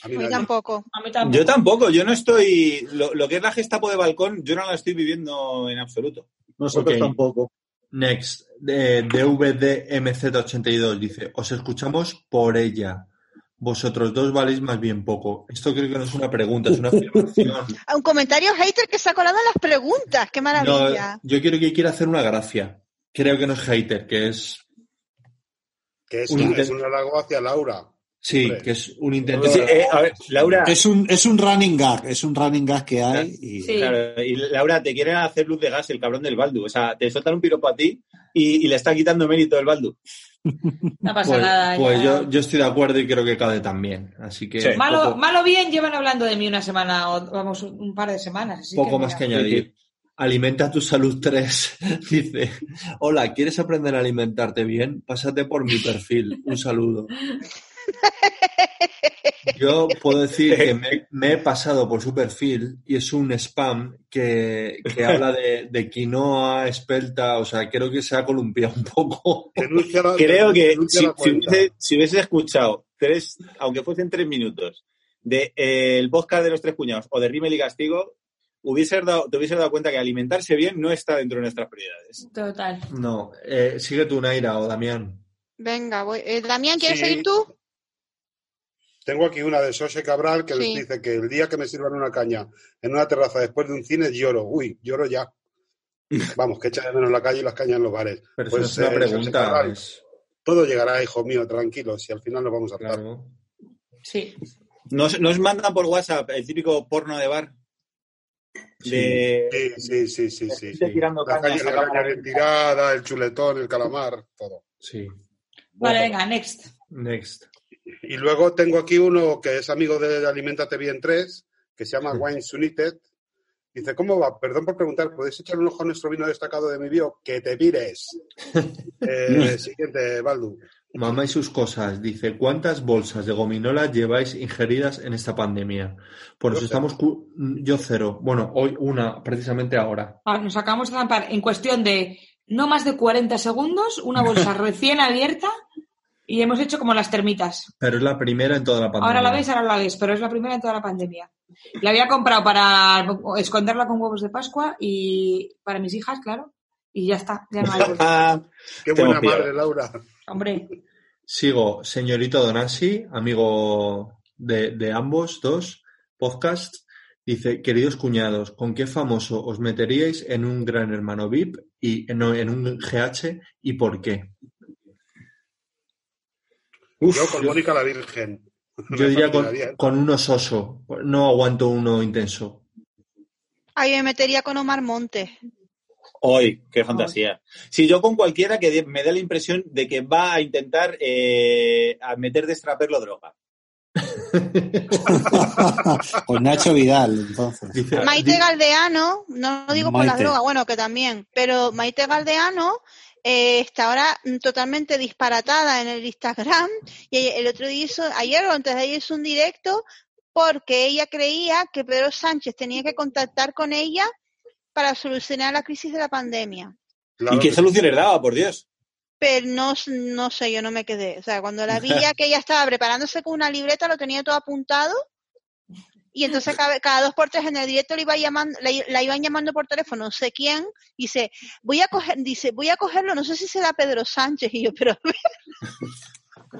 Speaker 4: A mí
Speaker 6: Hoy
Speaker 4: nadie.
Speaker 6: tampoco.
Speaker 1: A mí tampoco.
Speaker 3: yo tampoco, yo no estoy. Lo, lo que es la gestapo de balcón, yo no la estoy viviendo en absoluto.
Speaker 7: Nosotros
Speaker 2: Ok.
Speaker 7: tampoco.
Speaker 2: Next, eh, DVDMZ82 dice, os escuchamos por ella. Vosotros dos valéis más bien poco. Esto creo que no es una pregunta, es una afirmación.
Speaker 6: A Ah, Un comentario hater que se ha colado en las preguntas. Qué
Speaker 2: No,
Speaker 6: maravilla.
Speaker 2: yo quiero que quiera hacer una gracia. Creo que no es hater, que es...
Speaker 4: Que es
Speaker 2: Un
Speaker 4: un,
Speaker 2: inter-
Speaker 4: es un halago hacia Laura.
Speaker 2: Sí,
Speaker 4: Hombre.
Speaker 2: que es un intento...
Speaker 3: Sí, eh, a ver, Laura,
Speaker 7: Es un, es un running gag, es un running gag que hay. Y,
Speaker 1: Sí.
Speaker 3: claro, y Laura, te quieren hacer luz de gas el cabrón del Baldu. O sea, te sueltan un piropo a ti y, y le está quitando mérito el Baldu.
Speaker 1: No pasa
Speaker 2: Pues,
Speaker 1: nada.
Speaker 2: pues
Speaker 1: ya.
Speaker 2: yo, yo estoy de acuerdo y creo que Cade también. Así que
Speaker 3: Sí.
Speaker 1: Malo,
Speaker 2: poco,
Speaker 1: malo bien, llevan hablando de mí una semana o vamos un un par de semanas. así
Speaker 2: poco
Speaker 1: que
Speaker 2: más que
Speaker 1: mira.
Speaker 2: añadir. Alimenta tu salud 3. Dice, hola, ¿quieres aprender a alimentarte bien? Pásate por mi perfil. Un saludo. Yo puedo decir que me, me he pasado por su perfil y es un spam que, que habla de, de quinoa, espelta, o sea, creo que se ha columpiado un poco.
Speaker 4: Denuncia la-
Speaker 3: Creo que
Speaker 4: denuncia
Speaker 3: si,
Speaker 4: la
Speaker 3: si
Speaker 4: cuenta.
Speaker 3: hubiese, si hubiese escuchado tres, aunque fuesen tres minutos, de eh, el podcast de los tres cuñados o de Rimmel y Castigo, hubiese dado, te hubieses dado cuenta que alimentarse bien no está dentro de nuestras prioridades.
Speaker 1: Total.
Speaker 2: No, eh, sigue tú, Naira o Damián.
Speaker 6: Venga, voy. Eh, Damián, ¿quieres
Speaker 4: Sí.
Speaker 6: seguir tú?
Speaker 4: Tengo aquí una de Sose Cabral que
Speaker 6: Sí.
Speaker 4: dice que el día que me sirvan una caña en una terraza después de un cine lloro. Uy, lloro ya. Vamos, que echa de menos la calle y las cañas en los bares.
Speaker 2: Pero
Speaker 4: Pues,
Speaker 2: eso no es
Speaker 4: eh,
Speaker 2: una
Speaker 4: Sose
Speaker 2: pregunta.
Speaker 4: Cabral,
Speaker 2: es-
Speaker 4: Todo llegará, hijo mío, tranquilo, si al final nos vamos a hartar.
Speaker 2: claro.
Speaker 1: Sí.
Speaker 3: Nos, nos mandan por WhatsApp el típico porno de bar de
Speaker 4: Sí, sí, sí, sí, sí.
Speaker 3: gente tirando
Speaker 4: La
Speaker 3: cañas
Speaker 4: caña,
Speaker 3: a
Speaker 4: la
Speaker 3: cámara
Speaker 4: caña
Speaker 3: lenta.
Speaker 4: retirada, el chuletón, el calamar, todo.
Speaker 2: Sí.
Speaker 1: Vale,
Speaker 3: Ojo.
Speaker 1: venga, next.
Speaker 2: Next.
Speaker 4: Y luego tengo aquí uno que es amigo de Alimentate Bien 3, que se llama
Speaker 2: Sí.
Speaker 4: Wine Sunited. Dice, ¿cómo va? Perdón por preguntar, ¿podéis echar un ojo a nuestro vino destacado de mi bio? ¡Que te pires! Eh, siguiente, Baldu.
Speaker 2: Mamá y sus cosas. Dice, ¿cuántas bolsas de gominolas lleváis ingeridas en esta pandemia? Pues nos
Speaker 4: Yo
Speaker 2: estamos... cu- Yo cero. Bueno, hoy una, precisamente ahora.
Speaker 1: Ahora, nos acabamos de zampar en cuestión de no más de 40 segundos, una bolsa recién abierta y hemos hecho como las termitas.
Speaker 2: Pero es la primera en toda la pandemia.
Speaker 1: Ahora la veis, ahora la veis, pero es la primera en toda la pandemia. La había comprado para esconderla con huevos de Pascua y para mis hijas, claro. Y ya está, ya no hay bolsa.
Speaker 3: Ah,
Speaker 4: ¡Qué
Speaker 3: Te
Speaker 4: buena
Speaker 3: hemos pillado.
Speaker 4: madre, Laura!
Speaker 1: Hombre,
Speaker 2: Sigo, señorito Donasi, amigo de, de ambos dos podcasts, dice, queridos cuñados, ¿con qué famoso os meteríais en un Gran Hermano VIP y eh, no, en un GH y por qué? Uf,
Speaker 4: yo con
Speaker 2: yo-
Speaker 4: Mónica la Virgen.
Speaker 2: yo diría con,
Speaker 4: fascinaría.
Speaker 2: con uno soso, no aguanto uno intenso.
Speaker 6: Ahí me metería con Omar Montes.
Speaker 3: Hoy, qué fantasía. Si yo con cualquiera que de- me dé la impresión de que va a intentar eh, a meter de straperlo droga.
Speaker 7: Con Nacho Vidal, entonces.
Speaker 2: Dice-
Speaker 3: Ah,
Speaker 6: Maite
Speaker 2: di-
Speaker 6: Galdeano, no lo digo por las
Speaker 7: Maite.
Speaker 6: drogas, bueno, que también, pero Maite Galdeano eh, está ahora mm, totalmente disparatada en el Instagram y ella- el otro día hizo, ayer o antes de ayer hizo un directo porque ella creía que Pedro Sánchez tenía que contactar con ella para solucionar la crisis de la pandemia.
Speaker 4: Claro
Speaker 3: ¿Y qué
Speaker 4: que-
Speaker 3: solución les daba, por Dios?
Speaker 6: Pero no, s- no sé, yo no me quedé. O sea, cuando la vi ya que ella estaba preparándose con una libreta, lo tenía todo apuntado. Y entonces cada, cada dos por tres en el directo le iba llamando, la, i- la iban llamando por teléfono, no sé quién. Dice, voy a coger, dice, voy a cogerlo, no sé si será Pedro Sánchez. Y yo, pero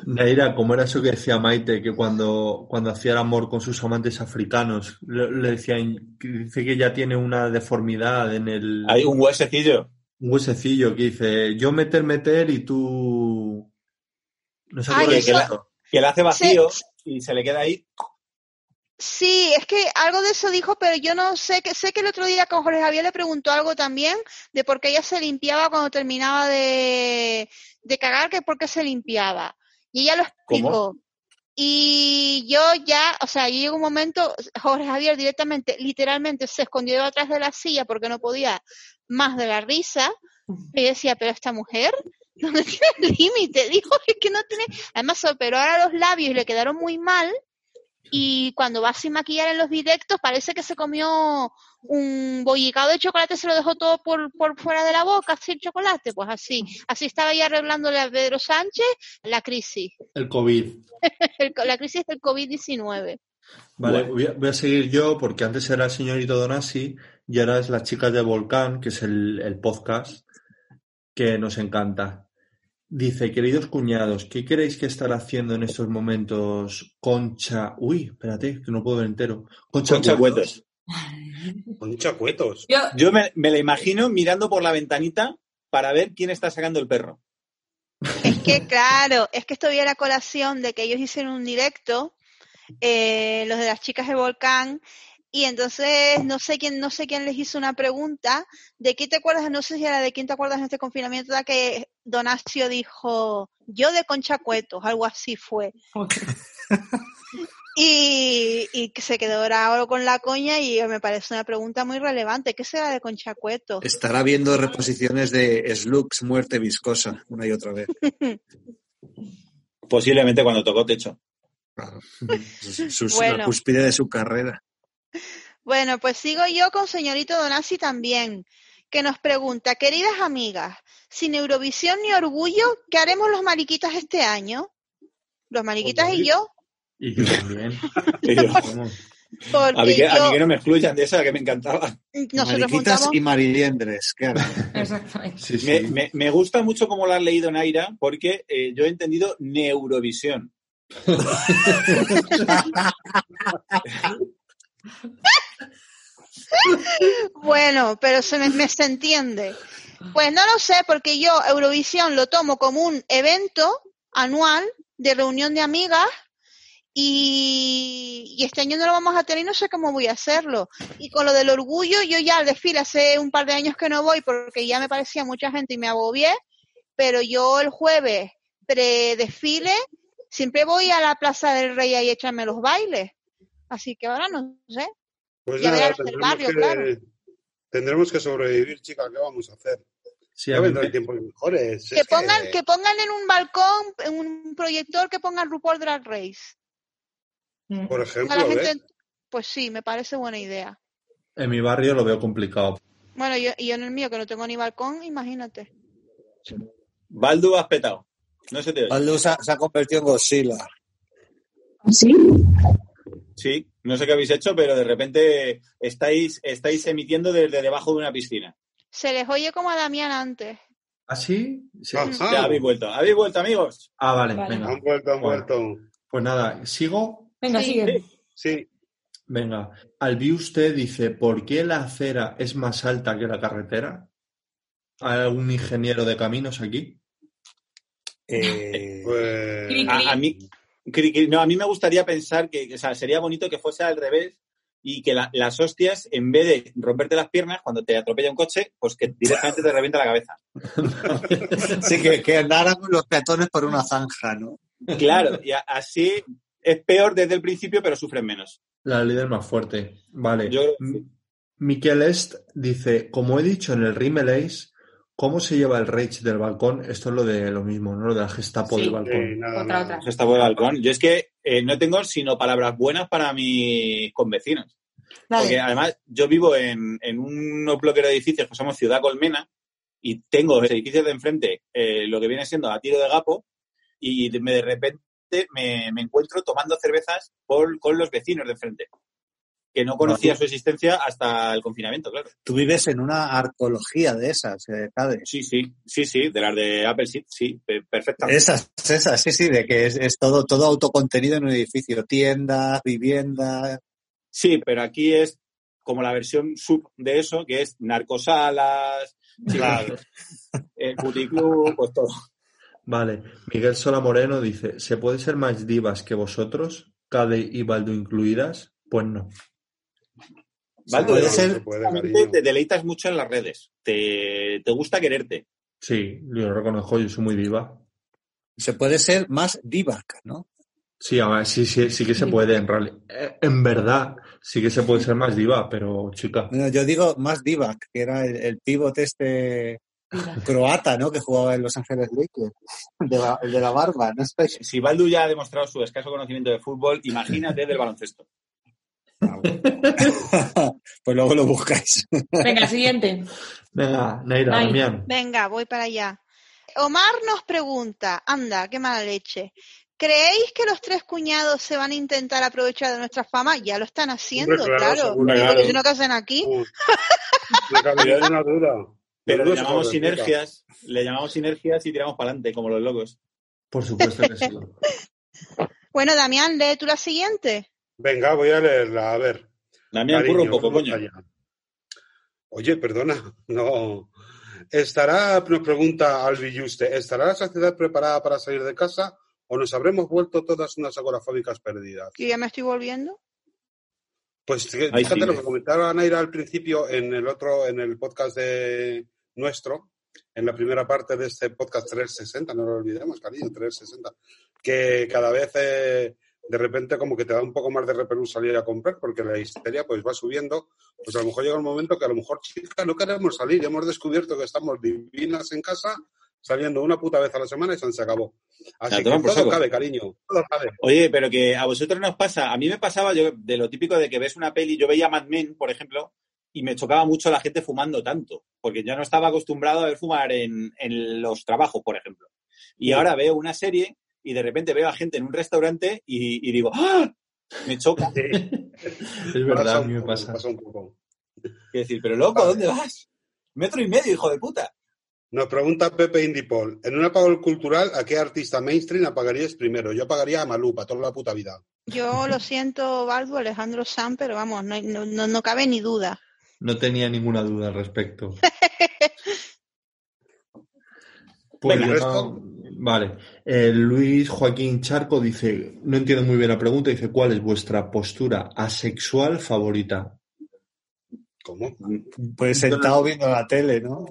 Speaker 2: Naira, como era eso que decía Maite, que cuando, cuando hacía el amor con sus amantes africanos, le, le decían, que dice que ya tiene una deformidad en el
Speaker 3: Hay un huesecillo.
Speaker 2: un huesecillo que dice, yo meter, meter y tú... No sé
Speaker 6: Ay,
Speaker 2: cómo
Speaker 6: eso-
Speaker 3: Que la hace
Speaker 6: Sí.
Speaker 3: vacío y se le queda ahí.
Speaker 6: Sí, es que algo de eso dijo, pero yo no sé que sé que el otro día con Jorge Javier le preguntó algo también de por qué ella se limpiaba cuando terminaba de, de cagar, que por qué se limpiaba. Y ella lo
Speaker 3: ¿Cómo?
Speaker 6: explicó. Y yo ya, o sea, yo llegó un momento, Jorge Javier directamente, literalmente se escondió detrás de la silla porque no podía más de la risa. Y yo decía, pero esta mujer, ¿dónde tiene el límite? Dijo, es que no tiene. Además, se operó ahora los labios y le quedaron muy mal. Y cuando va sin maquillar en los directos, parece que se comió un bollicado de chocolate, se lo dejó todo por, por fuera de la boca, así el chocolate. Pues así, así estaba ya arreglándole a Pedro Sánchez la crisis,
Speaker 2: El COVID.
Speaker 6: el co- la crisis del COVID-19.
Speaker 2: Vale,
Speaker 3: Bueno.
Speaker 2: voy a, voy a seguir yo porque antes era el señorito Donasi y ahora es las chicas de Volcán, que es el, el podcast que nos encanta. Dice, queridos cuñados, ¿qué queréis que estar haciendo en estos momentos Concha? Uy, espérate, que no puedo ver entero. Concha,
Speaker 3: Concha
Speaker 2: Cuetos.
Speaker 3: Cuetos.
Speaker 4: Con chacuetos.
Speaker 1: Yo,
Speaker 3: Yo me, me la imagino mirando por la ventanita para ver quién está sacando el perro.
Speaker 6: Es que claro, es que esto viene a colación de que ellos hicieron un directo, eh, los de las chicas de Volcán, y entonces no sé quién, no sé quién les hizo una pregunta de qué te acuerdas, no sé si era de quién te acuerdas en este confinamiento, la que Donacio dijo, yo de Concha Cuetos, algo así fue. Y, y que se quedó grabado con la coña y me parece una pregunta muy relevante. ¿Qué será de Concha Cuetos?
Speaker 7: Estará viendo reposiciones de Slugs Muerte Viscosa una y otra vez.
Speaker 3: Posiblemente cuando tocó techo.
Speaker 7: Claro. Sus- sus-
Speaker 6: Bueno.
Speaker 7: La cúspide de su carrera.
Speaker 6: Bueno, pues sigo yo con señorito Donasi también, que nos pregunta, queridas amigas, sin Eurovisión ni orgullo, ¿qué haremos los mariquitas este año? Los mariquitas y
Speaker 2: Joder.
Speaker 6: yo,
Speaker 2: Y yo también.
Speaker 3: Y yo,
Speaker 2: Vamos.
Speaker 3: a,
Speaker 6: porque
Speaker 3: mí que, a mí que
Speaker 6: yo,
Speaker 3: no me excluyan de esa que me encantaba.
Speaker 6: nosotros
Speaker 7: Mariquitas
Speaker 6: juntamos,
Speaker 7: y mariliendres, claro.
Speaker 1: exactamente.
Speaker 2: Sí, sí.
Speaker 3: Me, me- me gusta mucho cómo lo has leído, Naira, porque eh, yo he entendido Neurovisión.
Speaker 6: bueno, pero se me, me se entiende. Pues no lo sé, porque yo Eurovisión lo tomo como un evento anual de reunión de amigas y, y este año no lo vamos a tener y no sé cómo voy a hacerlo. Y con lo del orgullo, yo ya al desfile hace un par de años que no voy porque ya me parecía mucha gente y me agobié, pero yo el jueves pre-desfile siempre voy a la Plaza del Rey ahí a echarme los bailes. Así que ahora no sé.
Speaker 4: Pues
Speaker 6: Ya
Speaker 4: nada,
Speaker 6: verás el
Speaker 4: tendremos,
Speaker 6: barrio,
Speaker 4: que,
Speaker 6: claro.
Speaker 4: tendremos que sobrevivir, chica. ¿Qué vamos a hacer?
Speaker 2: Sí,
Speaker 4: Ya
Speaker 2: a mí
Speaker 4: vendrán
Speaker 2: me-
Speaker 4: tiempos mejores.
Speaker 6: Que
Speaker 4: es
Speaker 6: pongan,
Speaker 4: que-
Speaker 6: que pongan en un balcón, en un proyector, que pongan RuPaul Drag Race.
Speaker 4: Por
Speaker 6: A la
Speaker 4: ejemplo, ¿eh? ¿ves?
Speaker 6: gente, pues sí, me parece buena idea.
Speaker 2: en mi barrio lo veo complicado.
Speaker 6: Bueno, yo, y yo en el mío, que no tengo ni balcón, imagínate.
Speaker 3: Baldu has petado. No se te oye.
Speaker 7: Baldu se ha, se ha convertido en Godzilla.
Speaker 1: ¿Sí?
Speaker 3: Sí, no sé qué habéis hecho, pero de repente estáis, estáis emitiendo desde debajo de una piscina.
Speaker 6: Se les oye como a Damián antes.
Speaker 2: ¿Ah, sí? Sí.
Speaker 4: Ajá.
Speaker 3: Ya habéis vuelto. ¿Habéis vuelto, amigos?
Speaker 2: Ah, vale,
Speaker 1: Vale.
Speaker 2: venga.
Speaker 4: Han vuelto, han
Speaker 2: Bueno.
Speaker 4: vuelto.
Speaker 2: Pues nada, ¿sigo?
Speaker 1: Venga,
Speaker 6: Sí.
Speaker 1: sigue.
Speaker 4: Sí,
Speaker 2: Venga, al vi usted dice, ¿por qué la acera es más alta que la carretera? ¿Hay algún ingeniero de caminos aquí?
Speaker 7: Eh,
Speaker 4: pues.
Speaker 1: Cri,
Speaker 3: A, a mí, cri, cri, no, a mí me gustaría pensar que o sea, sería bonito que fuese al revés y que la- las hostias, en vez de romperte las piernas cuando te atropella un coche, pues que directamente te revienta la cabeza.
Speaker 7: sí, que, que andaran los peatones por una zanja, ¿no?
Speaker 3: Claro, y a- así es peor desde el principio, pero sufren menos.
Speaker 2: La líder más fuerte. Vale.
Speaker 3: Yo creo que
Speaker 2: M- Miquel Est dice, como he dicho en el Rimmelace, ¿cómo se lleva el rage del balcón? Esto es lo de lo mismo, ¿no? Lo de la Gestapo
Speaker 1: Sí.
Speaker 2: del balcón.
Speaker 4: Eh, nada,
Speaker 1: Otra,
Speaker 4: nada.
Speaker 1: otra.
Speaker 3: Eso está por el balcón. Yo es que eh, no tengo sino palabras buenas para mis convecinos. Porque
Speaker 1: Dale.
Speaker 3: además yo vivo en, en unos bloques de edificios que somos Ciudad Colmena y tengo los edificios de enfrente, eh, lo que viene siendo a tiro de gapo, y de, me- de repente me, me encuentro tomando cervezas por- con los vecinos de enfrente, que no conocía su existencia hasta el confinamiento, claro.
Speaker 7: Tú vives en una arqueología de esas, eh, Cade.
Speaker 3: Sí, sí, sí, sí, de las de Apple Seed, sí, pe- perfectamente.
Speaker 7: Esas, esas, sí, sí, de que es, es todo, todo autocontenido en un edificio, tiendas, viviendas.
Speaker 3: Sí, pero aquí es como la versión sub de eso, que es narcosalas, chicas, eh, puticlub, pues todo.
Speaker 2: Vale. Miguel Sola Moreno dice, ¿se puede ser más divas que vosotros? Cade y Baldu incluidas. Pues no.
Speaker 4: Se
Speaker 3: Baldu,
Speaker 4: puede,
Speaker 3: debe
Speaker 4: no
Speaker 3: ser
Speaker 4: se puede,
Speaker 3: pues, Realmente
Speaker 4: cariño.
Speaker 3: te deleitas mucho en las redes. Te, te gusta quererte.
Speaker 2: Sí, yo lo reconozco, yo soy muy diva.
Speaker 7: Se puede ser más divac, ¿no?
Speaker 2: Sí, a ver, sí, sí, sí que se
Speaker 1: Sí.
Speaker 2: puede, en realidad. Eh, En verdad, sí que se puede ser más diva, pero chica.
Speaker 7: Bueno, yo digo más divac, que era el, el pívot este
Speaker 1: Mira.
Speaker 7: croata, ¿no? Que jugaba en Los Ángeles Lakers, de la- el de la barba, ¿no? Estáis-
Speaker 3: Si Baldu ya ha demostrado su escaso conocimiento de fútbol, imagínate del baloncesto.
Speaker 7: Ah, pues luego lo buscáis.
Speaker 1: Venga, siguiente.
Speaker 2: Venga, Neira,
Speaker 1: Ay.
Speaker 2: Damián.
Speaker 6: Venga, voy para allá. Omar nos pregunta, anda, qué mala leche. ¿Creéis que los tres cuñados se van a intentar aprovechar de nuestra fama? Ya lo están haciendo,
Speaker 4: Hombre, claro,
Speaker 6: claro.
Speaker 4: seguro.
Speaker 6: Digo,
Speaker 3: Claro.
Speaker 6: si no, ¿qué hacen aquí?
Speaker 4: Uh, No cabe
Speaker 3: Pero-
Speaker 4: ninguna duda.
Speaker 3: Pero
Speaker 4: Menudo
Speaker 3: le
Speaker 4: se
Speaker 3: llamamos
Speaker 4: joder, puta.
Speaker 3: sinergias, le llamamos sinergias y tiramos para adelante, como los locos.
Speaker 2: Por supuesto que sí.
Speaker 6: Bueno, Damián, lee tú la siguiente.
Speaker 4: Venga, voy a leerla, a ver.
Speaker 3: Damián,
Speaker 4: Cariño,
Speaker 3: curro un poco,
Speaker 4: vamos
Speaker 3: coño.
Speaker 4: allá. Oye, perdona, no. ¿Estará, nos pregunta Albi Yuste, ¿estará la sociedad preparada para salir de casa o nos habremos vuelto todas unas agorafóbicas perdidas?
Speaker 6: Yo ya me estoy volviendo.
Speaker 4: Pues fí-
Speaker 3: Ahí
Speaker 4: fíjate lo
Speaker 3: sigue.
Speaker 4: que comentaba Naira al principio en el otro, en el podcast de nuestro, en la primera parte de este podcast 360, no lo olvidemos, cariño, 360, que cada vez eh, de repente como que te da un poco más de repelús salir a comprar porque la histeria pues va subiendo, pues a lo mejor llega un momento que a lo mejor, chicas, no queremos salir, hemos descubierto que estamos divinas en casa, saliendo una puta vez a la semana y se acabó. Así que
Speaker 3: toman por
Speaker 4: todo
Speaker 3: saco.
Speaker 4: cabe, cariño, todo cabe.
Speaker 3: Oye, pero que a vosotros nos pasa, a mí me pasaba yo de lo típico de que ves una peli, yo veía Mad Men, por ejemplo, y me chocaba mucho la gente fumando tanto, porque yo no estaba acostumbrado a ver fumar en, en los trabajos, por ejemplo. Y ahora veo una serie y de repente veo a gente en un restaurante y, y digo, ¡Ah! me choca.
Speaker 2: Es verdad,
Speaker 4: Pasa
Speaker 2: a
Speaker 4: un
Speaker 2: mí me
Speaker 4: poco,
Speaker 2: pasa.
Speaker 4: pasa un poco.
Speaker 3: Quiero decir, pero loco, ¿dónde vas? Metro y medio, hijo de puta.
Speaker 4: Nos pregunta Pepe Indipol, en un apago cultural, ¿a qué artista mainstream apagarías primero? Yo apagaría a Malú para toda la puta vida.
Speaker 6: Yo lo siento, Balbo, Alejandro San, pero vamos, no, hay- no, no- no cabe ni duda.
Speaker 2: No tenía ninguna duda al respecto.
Speaker 3: Venga.
Speaker 2: Pues yo no- Vale. Eh, Luis Joaquín Charco dice, no entiendo muy bien la pregunta, dice, ¿cuál es vuestra postura asexual favorita?
Speaker 4: ¿Cómo?
Speaker 7: Pues sentado viendo la tele, ¿no?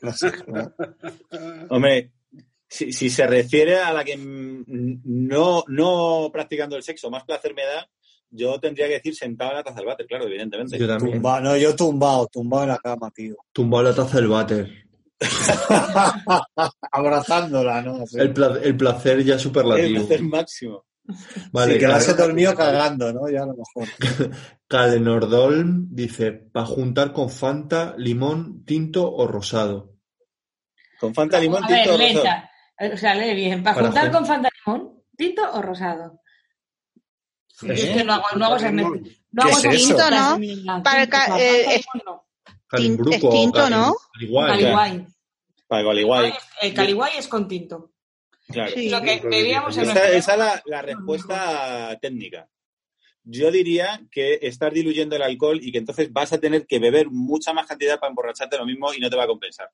Speaker 7: No sé cómo.
Speaker 3: Hombre, si, si se refiere a la que mm, no, no practicando el sexo, más placer me da, yo tendría que decir sentado en la taza del váter, claro, evidentemente.
Speaker 2: Yo también.
Speaker 7: Tumba- no, yo tumbado, tumbado en la cama, tío.
Speaker 2: Tumbado la taza del váter.
Speaker 7: Abrazándola, ¿no? Así.
Speaker 2: El, pla- el placer ya
Speaker 3: El
Speaker 2: superlativo.
Speaker 3: placer máximo.
Speaker 2: Vale,
Speaker 7: sí, quedarse
Speaker 2: Cal-
Speaker 7: dormido cagando, ¿no? Ya a lo mejor.
Speaker 2: Calenordolm dice, para juntar con Fanta, limón, tinto o rosado.
Speaker 3: Con Fanta Limón,
Speaker 1: a ver,
Speaker 3: tinto rosado.
Speaker 1: lenta. Eh, O sea, lee bien. ¿Para,
Speaker 2: Para
Speaker 1: juntar
Speaker 2: jun-
Speaker 1: con fantasmón? ¿Tinto o rosado? Yo es
Speaker 2: Eso.
Speaker 1: que no hago, no hago esas mez- no
Speaker 7: ¿Qué
Speaker 1: hago
Speaker 7: es
Speaker 1: esas
Speaker 7: eso?
Speaker 1: mezclas
Speaker 6: Tinto, ¿no?
Speaker 1: de mierda.
Speaker 6: Para
Speaker 1: Tinto,
Speaker 6: ca-
Speaker 1: o sea,
Speaker 6: eh,
Speaker 1: Fanta
Speaker 6: es-
Speaker 1: Limón no.
Speaker 2: Calimbruco
Speaker 6: es tinto,
Speaker 2: o
Speaker 6: ¿no?
Speaker 3: Ah,
Speaker 2: Caliguay.
Speaker 1: Caliguay.
Speaker 3: Para igual, igual.
Speaker 1: El Caliguay es con tinto.
Speaker 3: Claro.
Speaker 6: Sí.
Speaker 1: Es lo que
Speaker 4: Tinto de
Speaker 1: bebíamos en
Speaker 4: Pero
Speaker 3: Esa
Speaker 1: nuestra
Speaker 3: es
Speaker 1: época.
Speaker 3: la, la respuesta técnica. Yo diría que estás diluyendo el alcohol y que entonces vas a tener que beber mucha más cantidad para emborracharte lo mismo y no te va a compensar.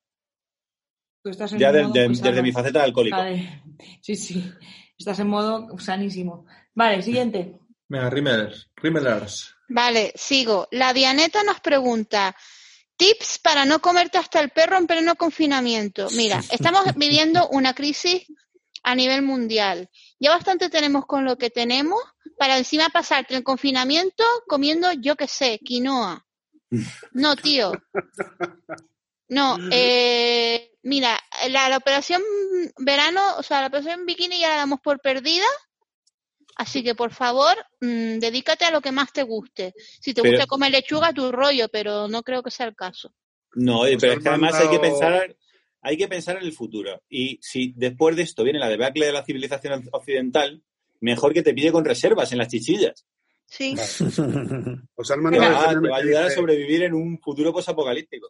Speaker 1: Tú estás en
Speaker 3: Ya
Speaker 1: un
Speaker 3: de-
Speaker 1: modo
Speaker 3: de-
Speaker 1: muy
Speaker 3: desde
Speaker 1: sano.
Speaker 3: mi faceta de alcohólico.
Speaker 1: Vale. Sí, sí. Estás en modo sanísimo. Vale, siguiente.
Speaker 2: Venga, Rimmelers. Rimmelers.
Speaker 6: Vale, sigo. La Dianeta nos pregunta, tips para no comerte hasta el perro en pleno confinamiento. Mira, estamos viviendo una crisis a nivel mundial. Ya bastante tenemos con lo que tenemos para encima pasarte el confinamiento comiendo, yo qué sé, quinoa. No, tío. No, eh, mira, la, la operación verano, o sea, la operación bikini ya la damos por perdida. Así que, por favor, mm, dedícate a lo que más te guste. Si te
Speaker 3: Pero-
Speaker 6: gusta comer lechuga, tu rollo, pero no creo que sea el caso.
Speaker 3: No, oye, pero
Speaker 4: Os
Speaker 3: es que además hay
Speaker 4: mandado-
Speaker 3: que pensar, hay que pensar en el futuro. Y si después de esto viene la debacle de la civilización occidental, mejor que te pille con reservas en las chichillas.
Speaker 6: Sí.
Speaker 4: Os han
Speaker 3: Te
Speaker 4: mandado
Speaker 3: va,
Speaker 4: este
Speaker 3: Ah, te
Speaker 4: meme
Speaker 3: va a
Speaker 4: que
Speaker 3: ayudar a
Speaker 4: dice-
Speaker 3: sobrevivir en un futuro posapocalíptico.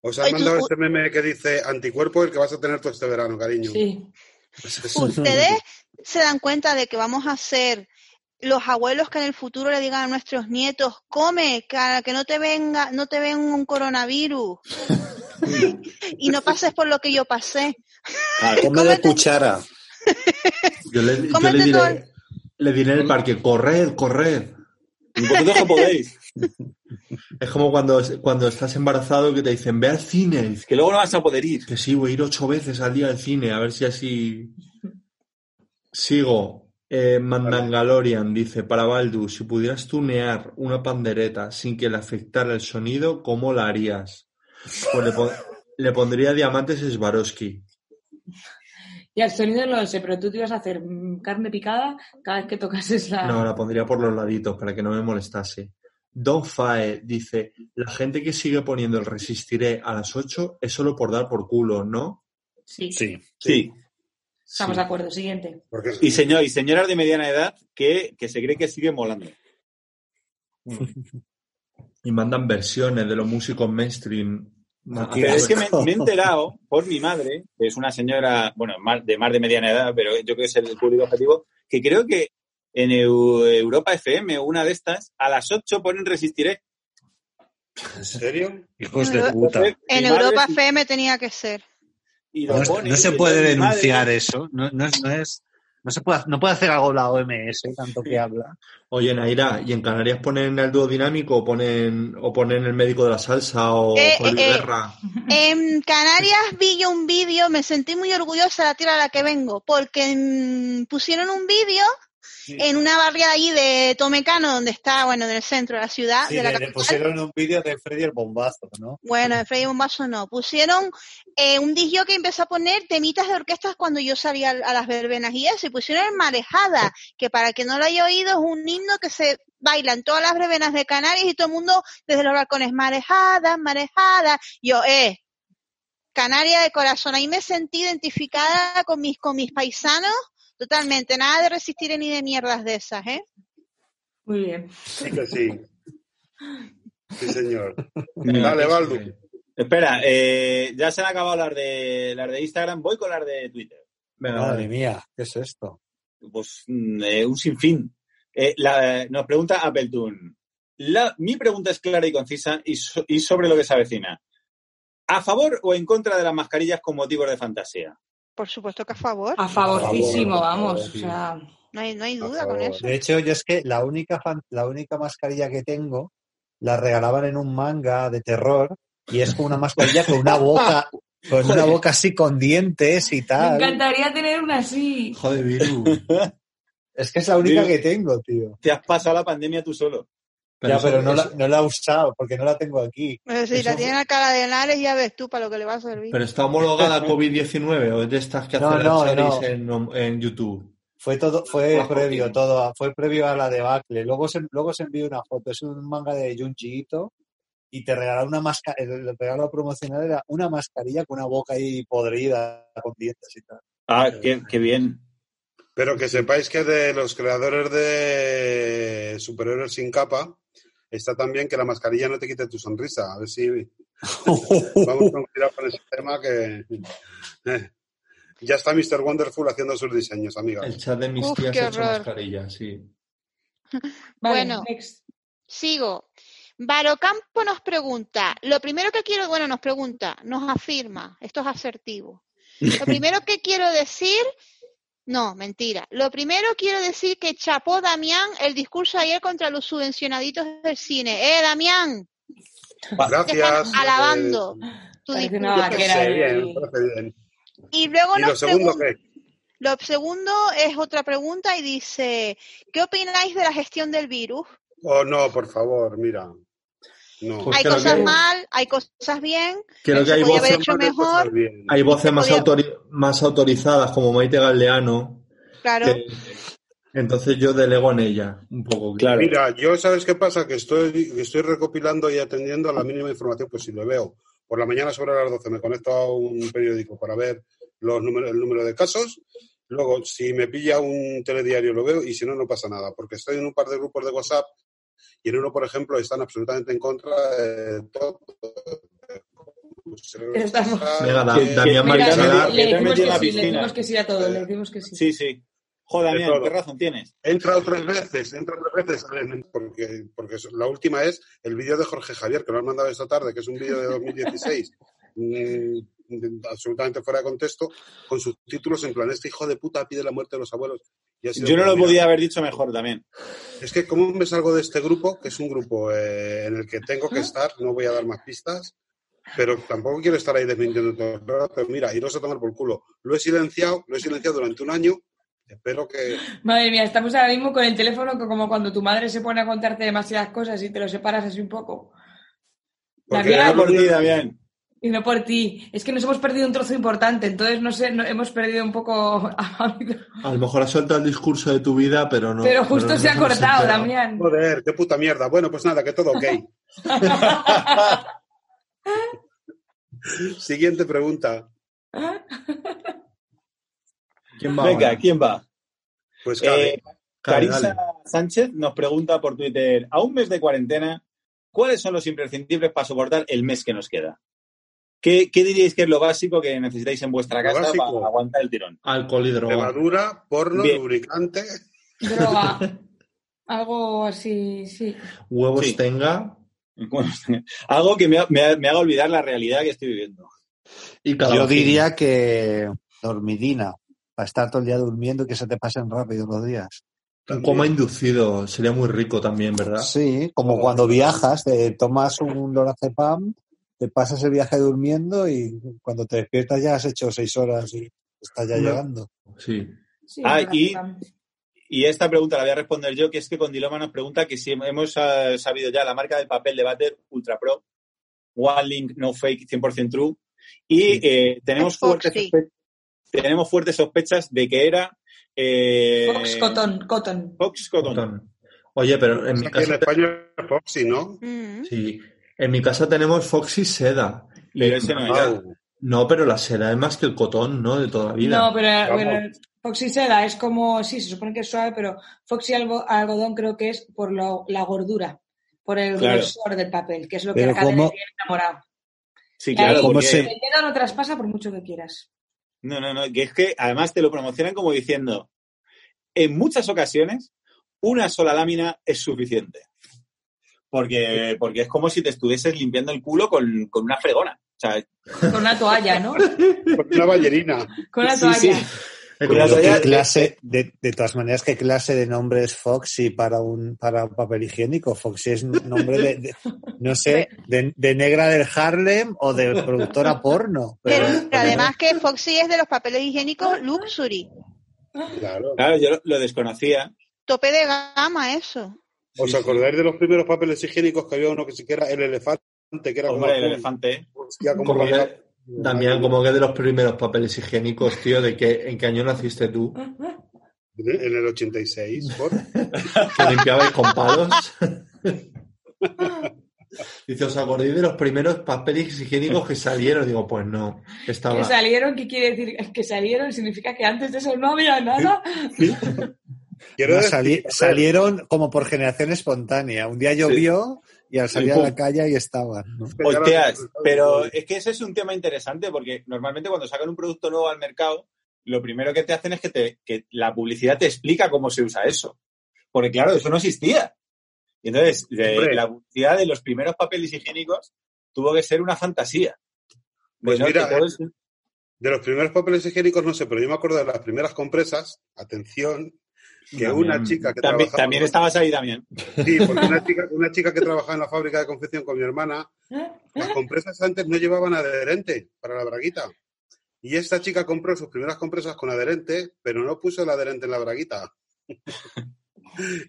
Speaker 4: os han
Speaker 6: Ay, tú-
Speaker 4: mandado este meme que dice anticuerpo el que vas a tener todo este verano, cariño.
Speaker 1: Sí.
Speaker 4: Pues eso.
Speaker 6: Ustedes se dan cuenta de que vamos a ser los abuelos que en el futuro le digan a nuestros nietos, come, cara, que no te venga, no te ven un coronavirus y no pases por lo que yo pasé.
Speaker 3: Claro.
Speaker 7: Come de
Speaker 6: Cómete-
Speaker 7: cuchara.
Speaker 2: Yo le, yo
Speaker 6: Cómete
Speaker 2: le
Speaker 6: todo
Speaker 2: diré, le diré en el parque, corred, corred.
Speaker 3: Y Vosotros no podéis.
Speaker 2: Es como cuando, cuando estás embarazado que te dicen, ve al cine. Y dices,
Speaker 3: Es que luego no vas a poder ir.
Speaker 2: Que sí, voy a ir ocho veces al día al cine, a ver si así sigo. Eh, Mandangalorian dice, para Baldu, si pudieras tunear una pandereta sin que le afectara el sonido, ¿cómo la harías? Pues le, pon- le pondría diamantes Swarovski.
Speaker 1: Y al sonido no lo sé, pero tú te ibas a hacer mm, carne picada cada vez que tocases la...
Speaker 2: No, la pondría por los laditos para que no me molestase. Don Fae dice, la gente que sigue poniendo el resistiré a las 8 es solo por dar por culo, ¿no?
Speaker 1: Sí,
Speaker 7: Sí.
Speaker 3: Sí.
Speaker 1: estamos
Speaker 2: Sí.
Speaker 1: de acuerdo. Siguiente.
Speaker 4: Porque-
Speaker 3: Y, señor, y señoras de mediana edad que, que se cree que sigue molando.
Speaker 2: Y mandan versiones de los músicos mainstream. Ah, Ma-
Speaker 7: Pero
Speaker 3: Pero es que me,
Speaker 7: Claro.
Speaker 3: me he enterado por mi madre, que es una señora, bueno, más- de más de mediana edad, pero yo creo que es el público objetivo, que creo que en Eu- Europa FM, una de estas, a las 8 ponen Resistiré.
Speaker 7: ¿En
Speaker 4: serio?
Speaker 7: Hijos
Speaker 6: Pero-
Speaker 7: de puta.
Speaker 3: Entonces,
Speaker 6: En
Speaker 3: mi madre
Speaker 6: Europa
Speaker 3: sí-
Speaker 6: FM tenía que ser.
Speaker 3: y lo
Speaker 7: No, es-
Speaker 3: pone,
Speaker 7: no se
Speaker 3: y
Speaker 7: puede
Speaker 3: entonces mi madre-
Speaker 7: denunciar eso. No, no es, no es, no se puede, no puede hacer algo la OMS, tanto que habla.
Speaker 2: Oye, Naira, ¿y en Canarias ponen el dúo dinámico o ponen, o ponen el médico de la salsa o
Speaker 6: Eh,
Speaker 2: Juan Luis
Speaker 6: eh, eh.
Speaker 2: Guerra?
Speaker 6: En Canarias vi yo un vídeo, me sentí muy orgullosa de la tierra a la que vengo, porque mm, pusieron un vídeo en una barriada allí de Tomecano, donde está, bueno, en el centro de la ciudad,
Speaker 7: Sí,
Speaker 6: Ah, de la
Speaker 7: le, le
Speaker 6: capital.
Speaker 7: pusieron un vídeo de Freddy el bombazo, ¿no?
Speaker 6: Bueno, en Freddy Bombazo no. Pusieron eh, un disc que empezó a poner temitas de orquestas cuando yo salía al- a las verbenas y eso. Y pusieron el Marejada, que para que no lo haya oído es un himno que se baila en todas las verbenas de Canarias y todo el mundo desde los balcones. Marejada, marejada. Yo, eh, Canaria de corazón. Ahí me sentí identificada con mis, con mis paisanos totalmente. Nada de resistir ni de mierdas de esas, ¿eh?
Speaker 1: Muy bien.
Speaker 4: Sí que sí. Sí, señor.
Speaker 2: Venga,
Speaker 4: Dale,
Speaker 2: ¿qué
Speaker 4: Baldu.
Speaker 2: sigue?
Speaker 3: Espera, eh, ya se han acabado las de, las de Instagram, voy con las de Twitter.
Speaker 2: Venga,
Speaker 7: Madre
Speaker 2: vale.
Speaker 7: mía, ¿qué es esto?
Speaker 3: Pues mm, eh, un sinfín. Eh, la- nos pregunta Appletune. La- mi pregunta es clara y concisa y, so- y sobre lo que se avecina. ¿A favor o en contra de las mascarillas con motivos de fantasía?
Speaker 6: Por supuesto que a favor.
Speaker 1: A favorcísimo,
Speaker 7: por favor,
Speaker 1: vamos.
Speaker 7: sí.
Speaker 1: o sea,
Speaker 6: No hay, no hay
Speaker 4: A
Speaker 6: duda con
Speaker 4: favor.
Speaker 6: eso.
Speaker 7: De hecho, yo es que la única, fan- la única mascarilla que tengo la regalaban en un manga de terror y es como una mascarilla con una boca, con una
Speaker 3: Joder.
Speaker 7: boca así con dientes y
Speaker 1: me
Speaker 7: tal.
Speaker 1: encantaría tener una así.
Speaker 2: Joder, Viru.
Speaker 7: Es que es la única
Speaker 3: Digo-
Speaker 7: que tengo, tío.
Speaker 3: Te has pasado la pandemia tú solo.
Speaker 2: Pero
Speaker 7: ya,
Speaker 2: eso-
Speaker 7: pero no,
Speaker 2: eso-
Speaker 7: la, no la he usado porque no la tengo aquí.
Speaker 6: Pero si
Speaker 2: Eso
Speaker 6: la tiene a cara de Henares, ya ves tú para lo que le va a servir.
Speaker 2: pero está homologada COVID-19 o es de estas que hacen
Speaker 7: No,
Speaker 2: las
Speaker 7: no,
Speaker 2: series
Speaker 7: no.
Speaker 2: en, en YouTube.
Speaker 7: Fue todo, fue
Speaker 2: Las
Speaker 7: previo
Speaker 2: cogí.
Speaker 7: todo, a- fue previo a la debacle. Luego se, luego se envió una foto, es un manga de Junji Ito y te regaló una mascarilla, el regalo promocional era una mascarilla con una boca ahí podrida, con dientes y tal.
Speaker 3: Ah, qué, qué bien.
Speaker 4: Pero que sepáis que de los creadores de superhéroes sin capa está también que la mascarilla no te quite tu sonrisa. A ver si vamos con cuidado con ese tema que eh. ya está Mr. Wonderful haciendo sus diseños, amiga.
Speaker 2: El chat de mis
Speaker 6: Uf,
Speaker 2: tías
Speaker 6: qué
Speaker 2: ha hecho
Speaker 6: horror.
Speaker 2: mascarillas, sí.
Speaker 1: Vale,
Speaker 6: Bueno.
Speaker 1: next.
Speaker 6: Sigo. Barocampo nos pregunta, lo primero que quiero, bueno, nos pregunta, nos afirma, esto es asertivo. Lo primero que quiero decir, no, mentira. Lo primero quiero decir que chapó Damián el discurso ayer contra los subvencionaditos del cine. Eh, Damián, te están
Speaker 4: Gracias.
Speaker 6: alabando
Speaker 4: Eh,
Speaker 6: tu
Speaker 1: Parece
Speaker 6: discurso.
Speaker 1: una
Speaker 4: yo qué
Speaker 2: Ah,
Speaker 1: vaquera
Speaker 4: sé,
Speaker 1: ahí.
Speaker 4: bien, me parece bien.
Speaker 6: Y luego
Speaker 4: ¿Y lo
Speaker 6: nos
Speaker 4: segundo
Speaker 6: pregunta,
Speaker 4: qué?
Speaker 6: Lo segundo es otra pregunta y dice, ¿qué opináis de la gestión del virus?
Speaker 4: Oh, no, por favor, mira. No.
Speaker 2: Pues
Speaker 6: hay
Speaker 2: creo
Speaker 6: cosas
Speaker 2: que-
Speaker 6: mal, hay cosas bien,
Speaker 2: Pues Creo que
Speaker 6: se
Speaker 2: hay
Speaker 6: podía haber
Speaker 2: voces,
Speaker 6: hecho
Speaker 4: Vale,
Speaker 6: mejor,
Speaker 4: cosas bien.
Speaker 2: hay voces más,
Speaker 6: podía-
Speaker 2: autori- más autorizadas, como Maite Galdeano.
Speaker 6: claro.
Speaker 4: Eh,
Speaker 2: que- entonces yo delego en ella un poco.
Speaker 3: Claro.
Speaker 4: Mira, yo sabes qué pasa, que estoy, que estoy recopilando y atendiendo a la mínima información posible. Veo por la mañana sobre las 12 me conecto a un periódico para ver los números, el número de casos. Luego, si me pilla un telediario, lo veo y si no, no pasa nada, porque estoy en un par de grupos de WhatsApp y en uno, por ejemplo, están absolutamente en contra de todo.
Speaker 1: Pero estamos-
Speaker 2: Venga, Da-
Speaker 3: Que- que-
Speaker 2: Damián
Speaker 3: mira,
Speaker 1: Mira,
Speaker 2: Marchará.
Speaker 3: que-
Speaker 1: le,
Speaker 3: que te
Speaker 1: decimos
Speaker 3: metí en
Speaker 1: que
Speaker 3: la
Speaker 1: sí, le
Speaker 3: piscina.
Speaker 1: decimos que sí a todo, le decimos que sí.
Speaker 3: Sí, sí. Joder,
Speaker 4: De
Speaker 3: Damián,
Speaker 4: todo.
Speaker 3: qué razón tienes.
Speaker 4: Entra otras veces, entra otras veces, salen, porque, porque eso- la última es el vídeo de Jorge Javier, que lo han mandado esta tarde, que es un vídeo de 2016, mm, de- absolutamente fuera de contexto, con sus títulos en plan, este hijo de puta pide la muerte de los abuelos. Y ha sido
Speaker 3: Yo no
Speaker 4: como,
Speaker 3: lo
Speaker 4: mira,
Speaker 3: podía haber dicho mejor también.
Speaker 4: Es que como me salgo de este grupo, que es un grupo eh, en el que tengo que estar, no voy a dar más pistas, pero tampoco quiero estar ahí desmintiendo todo el rato. Mira, iros a tomar por culo. Lo he silenciado, lo he silenciado durante un año, espero que...
Speaker 1: Madre mía, estamos ahora mismo con el teléfono que como cuando tu madre se pone a contarte demasiadas cosas y te lo separas así un poco.
Speaker 4: porque
Speaker 1: Damián.
Speaker 4: era
Speaker 3: Era por ti,
Speaker 4: una-
Speaker 3: Damián.
Speaker 1: Y no por ti. Es que nos hemos perdido un trozo importante, entonces no sé, no- hemos perdido un poco.
Speaker 2: A lo mejor ha soltado el discurso de tu vida, pero no.
Speaker 1: Pero justo
Speaker 2: no
Speaker 1: se ha
Speaker 2: nos hemos
Speaker 1: cortado,
Speaker 2: enterado.
Speaker 1: Damián.
Speaker 4: Joder, qué puta mierda. Bueno, pues nada, que todo ok. Siguiente pregunta.
Speaker 1: ¿Eh?
Speaker 2: ¿Quién va
Speaker 3: Venga,
Speaker 2: ahora?
Speaker 3: ¿quién va?
Speaker 4: Pues
Speaker 3: Eh,
Speaker 4: Karen,
Speaker 2: Dale,
Speaker 3: Carisa
Speaker 2: dale.
Speaker 3: Sánchez nos pregunta por Twitter, a un mes de cuarentena, ¿cuáles son los imprescindibles para soportar el mes que nos queda? ¿Qué, qué diríais que es lo básico que necesitáis en vuestra
Speaker 4: Lo
Speaker 3: casa
Speaker 4: básico.
Speaker 3: para aguantar el tirón?
Speaker 2: Alcohol y droga.
Speaker 4: levadura, porno,
Speaker 3: Bien.
Speaker 4: lubricante.
Speaker 1: Droga. Algo así, sí.
Speaker 2: Huevos
Speaker 3: Sí.
Speaker 2: tenga
Speaker 3: Algo que me, ha- me ha- me haga olvidar la realidad que estoy viviendo.
Speaker 2: y
Speaker 7: Yo
Speaker 2: calabacín.
Speaker 7: diría que dormidina, para estar todo el día durmiendo y que se te pasen rápido los días.
Speaker 2: Un
Speaker 4: También.
Speaker 2: coma inducido sería muy rico también, ¿verdad?
Speaker 7: Sí, como
Speaker 4: Oh,
Speaker 7: cuando
Speaker 4: qué
Speaker 7: viajas, te tomas un lorazepam, te pasas el viaje durmiendo y cuando te despiertas ya has hecho seis horas y estás ya
Speaker 2: No.
Speaker 7: llegando.
Speaker 2: Sí.
Speaker 1: Sí,
Speaker 3: Ah,
Speaker 1: ahora
Speaker 3: y-
Speaker 1: tan-
Speaker 3: Y esta pregunta la voy a responder yo, que es que Condiloma nos pregunta que si hemos eh, sabido ya la marca del papel de váter Ultra Pro, One Link No Fake 100% True, y
Speaker 2: Sí.
Speaker 3: eh, tenemos,
Speaker 6: Fox,
Speaker 3: fuertes
Speaker 6: sí.
Speaker 3: sospe- tenemos fuertes sospechas de que era... eh,
Speaker 1: Fox Cotton, Cotton.
Speaker 3: Fox Cotton.
Speaker 2: Cotton. Oye, pero en mi
Speaker 4: Aquí en
Speaker 2: casa
Speaker 4: España es Foxy, ¿no?
Speaker 6: Mm.
Speaker 2: sí. En mi casa tenemos Foxy seda.
Speaker 3: Pero
Speaker 2: Eh,
Speaker 3: ese no era.
Speaker 4: Au.
Speaker 2: no, pero la seda es más que el cotón, ¿no? De toda la vida.
Speaker 1: No, pero eh,
Speaker 4: Vamos.
Speaker 1: bueno, Foxy Seda es como, sí, se supone que es suave, pero Foxy algo- algodón creo que es por lo- la gordura, por el
Speaker 3: Claro.
Speaker 1: grosor del papel, que es lo que
Speaker 7: Pero
Speaker 1: acá tiene
Speaker 7: cómo-
Speaker 1: enamorado.
Speaker 3: Sí,
Speaker 1: Ya,
Speaker 3: claro,
Speaker 1: y-
Speaker 7: ¿Cómo
Speaker 3: porque...
Speaker 7: se-
Speaker 1: El dedo no traspasa por mucho que quieras.
Speaker 3: No, no, no, que es que además te lo promocionan como diciendo, en muchas ocasiones, una sola lámina es suficiente. Porque, porque es como si te estuvieses limpiando el culo con, con una fregona. O sea,
Speaker 1: Con una toalla, ¿no?
Speaker 4: Pues Una ballerina.
Speaker 1: Con una
Speaker 3: Sí,
Speaker 1: toalla.
Speaker 3: sí.
Speaker 2: Eh,
Speaker 3: Pero
Speaker 7: Pero
Speaker 3: todavía-
Speaker 7: qué clase, de, de todas maneras, qué clase de nombre es Foxy para un, para un papel higiénico. Foxy es nombre de, de- no sé, de, de negra del Harlem o de productora porno. Pero,
Speaker 6: Pero además que Foxy es de los papeles higiénicos luxury.
Speaker 4: Claro.
Speaker 3: claro, yo lo, lo desconocía.
Speaker 6: Tope de gama eso.
Speaker 4: ¿Os
Speaker 3: Sí, sí.
Speaker 4: acordáis de los primeros papeles higiénicos que había uno que siquiera el elefante, que era
Speaker 3: Hombre, el
Speaker 4: como azul?
Speaker 3: elefante.
Speaker 4: Hostia, cómo
Speaker 2: Como
Speaker 4: rasgaba.
Speaker 2: que, Damián, como que de los primeros papeles higiénicos, tío, de que en qué año naciste tú,
Speaker 4: En el 86, por...
Speaker 2: que limpiabais con palos. Dice, ¿os acordáis de los primeros papeles higiénicos que salieron? Digo, pues no,
Speaker 1: Que
Speaker 3: Ah,
Speaker 2: estaba...
Speaker 1: salieron, ¿qué quiere decir? Que salieron significa que antes de eso no había nada.
Speaker 4: Quiero
Speaker 7: no,
Speaker 4: decir,
Speaker 7: sali-
Speaker 4: a ver,
Speaker 7: salieron como por generación espontánea. Un día llovió y al salir
Speaker 3: Y
Speaker 7: a la
Speaker 3: pum.
Speaker 7: calle ahí estaban. ¿no?
Speaker 4: que ya lo-
Speaker 3: Hostias, pero es que ese es un tema interesante porque normalmente cuando sacan un producto nuevo al mercado, lo primero que te hacen es que, te, que la publicidad te explica cómo se usa eso. Porque claro, eso no existía. Y entonces, de-
Speaker 4: Hombre.
Speaker 3: la publicidad de los primeros papeles higiénicos tuvo que ser una fantasía. De,
Speaker 4: Pues
Speaker 3: ¿no?
Speaker 4: mira,
Speaker 3: que todo es-
Speaker 4: De los primeros papeles higiénicos, no sé, pero yo me acuerdo de las primeras compresas, atención, que
Speaker 2: También.
Speaker 4: una chica que
Speaker 3: también,
Speaker 4: trabajaba...
Speaker 3: también estabas ahí también.
Speaker 4: Sí, porque una chica, una chica que trabajaba en la fábrica de
Speaker 1: ¿Eh?
Speaker 4: confección con mi hermana, las compresas antes no llevaban adherente para la braguita. Y esta chica compró sus primeras compresas con adherente, pero no puso el adherente en la braguita.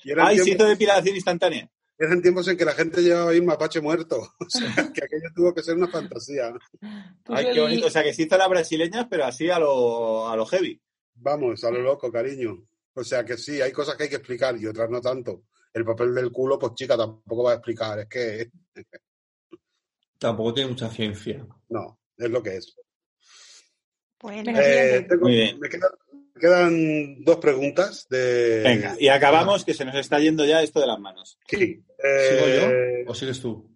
Speaker 4: y eran,
Speaker 3: ¡Ay, se hizo
Speaker 4: tiempos,
Speaker 3: depilación instantánea!
Speaker 4: eran tiempos en que la gente llevaba ahí un mapache muerto. O sea, que aquello tuvo que ser una fantasía.
Speaker 1: Pues
Speaker 3: ¡Ay,
Speaker 1: el-
Speaker 3: qué bonito! O sea, que se hizo la brasileña, pero así a lo, a lo heavy.
Speaker 4: Vamos, a lo loco, cariño. O sea que sí, hay cosas que hay que explicar y otras no tanto. El papel del culo, pues chica, tampoco va a explicar. Es que
Speaker 2: Tampoco tiene mucha ciencia.
Speaker 4: no, es lo que es.
Speaker 6: Bueno,
Speaker 1: Venga, siguiente.
Speaker 4: Eh, tengo-
Speaker 3: Muy bien.
Speaker 4: me, quedan, me quedan dos preguntas de. Ah,
Speaker 3: Venga, y acabamos, que se nos está yendo ya esto de las manos.
Speaker 4: Sí.
Speaker 2: ¿Sigo
Speaker 4: Eh,
Speaker 2: yo o sigues tú?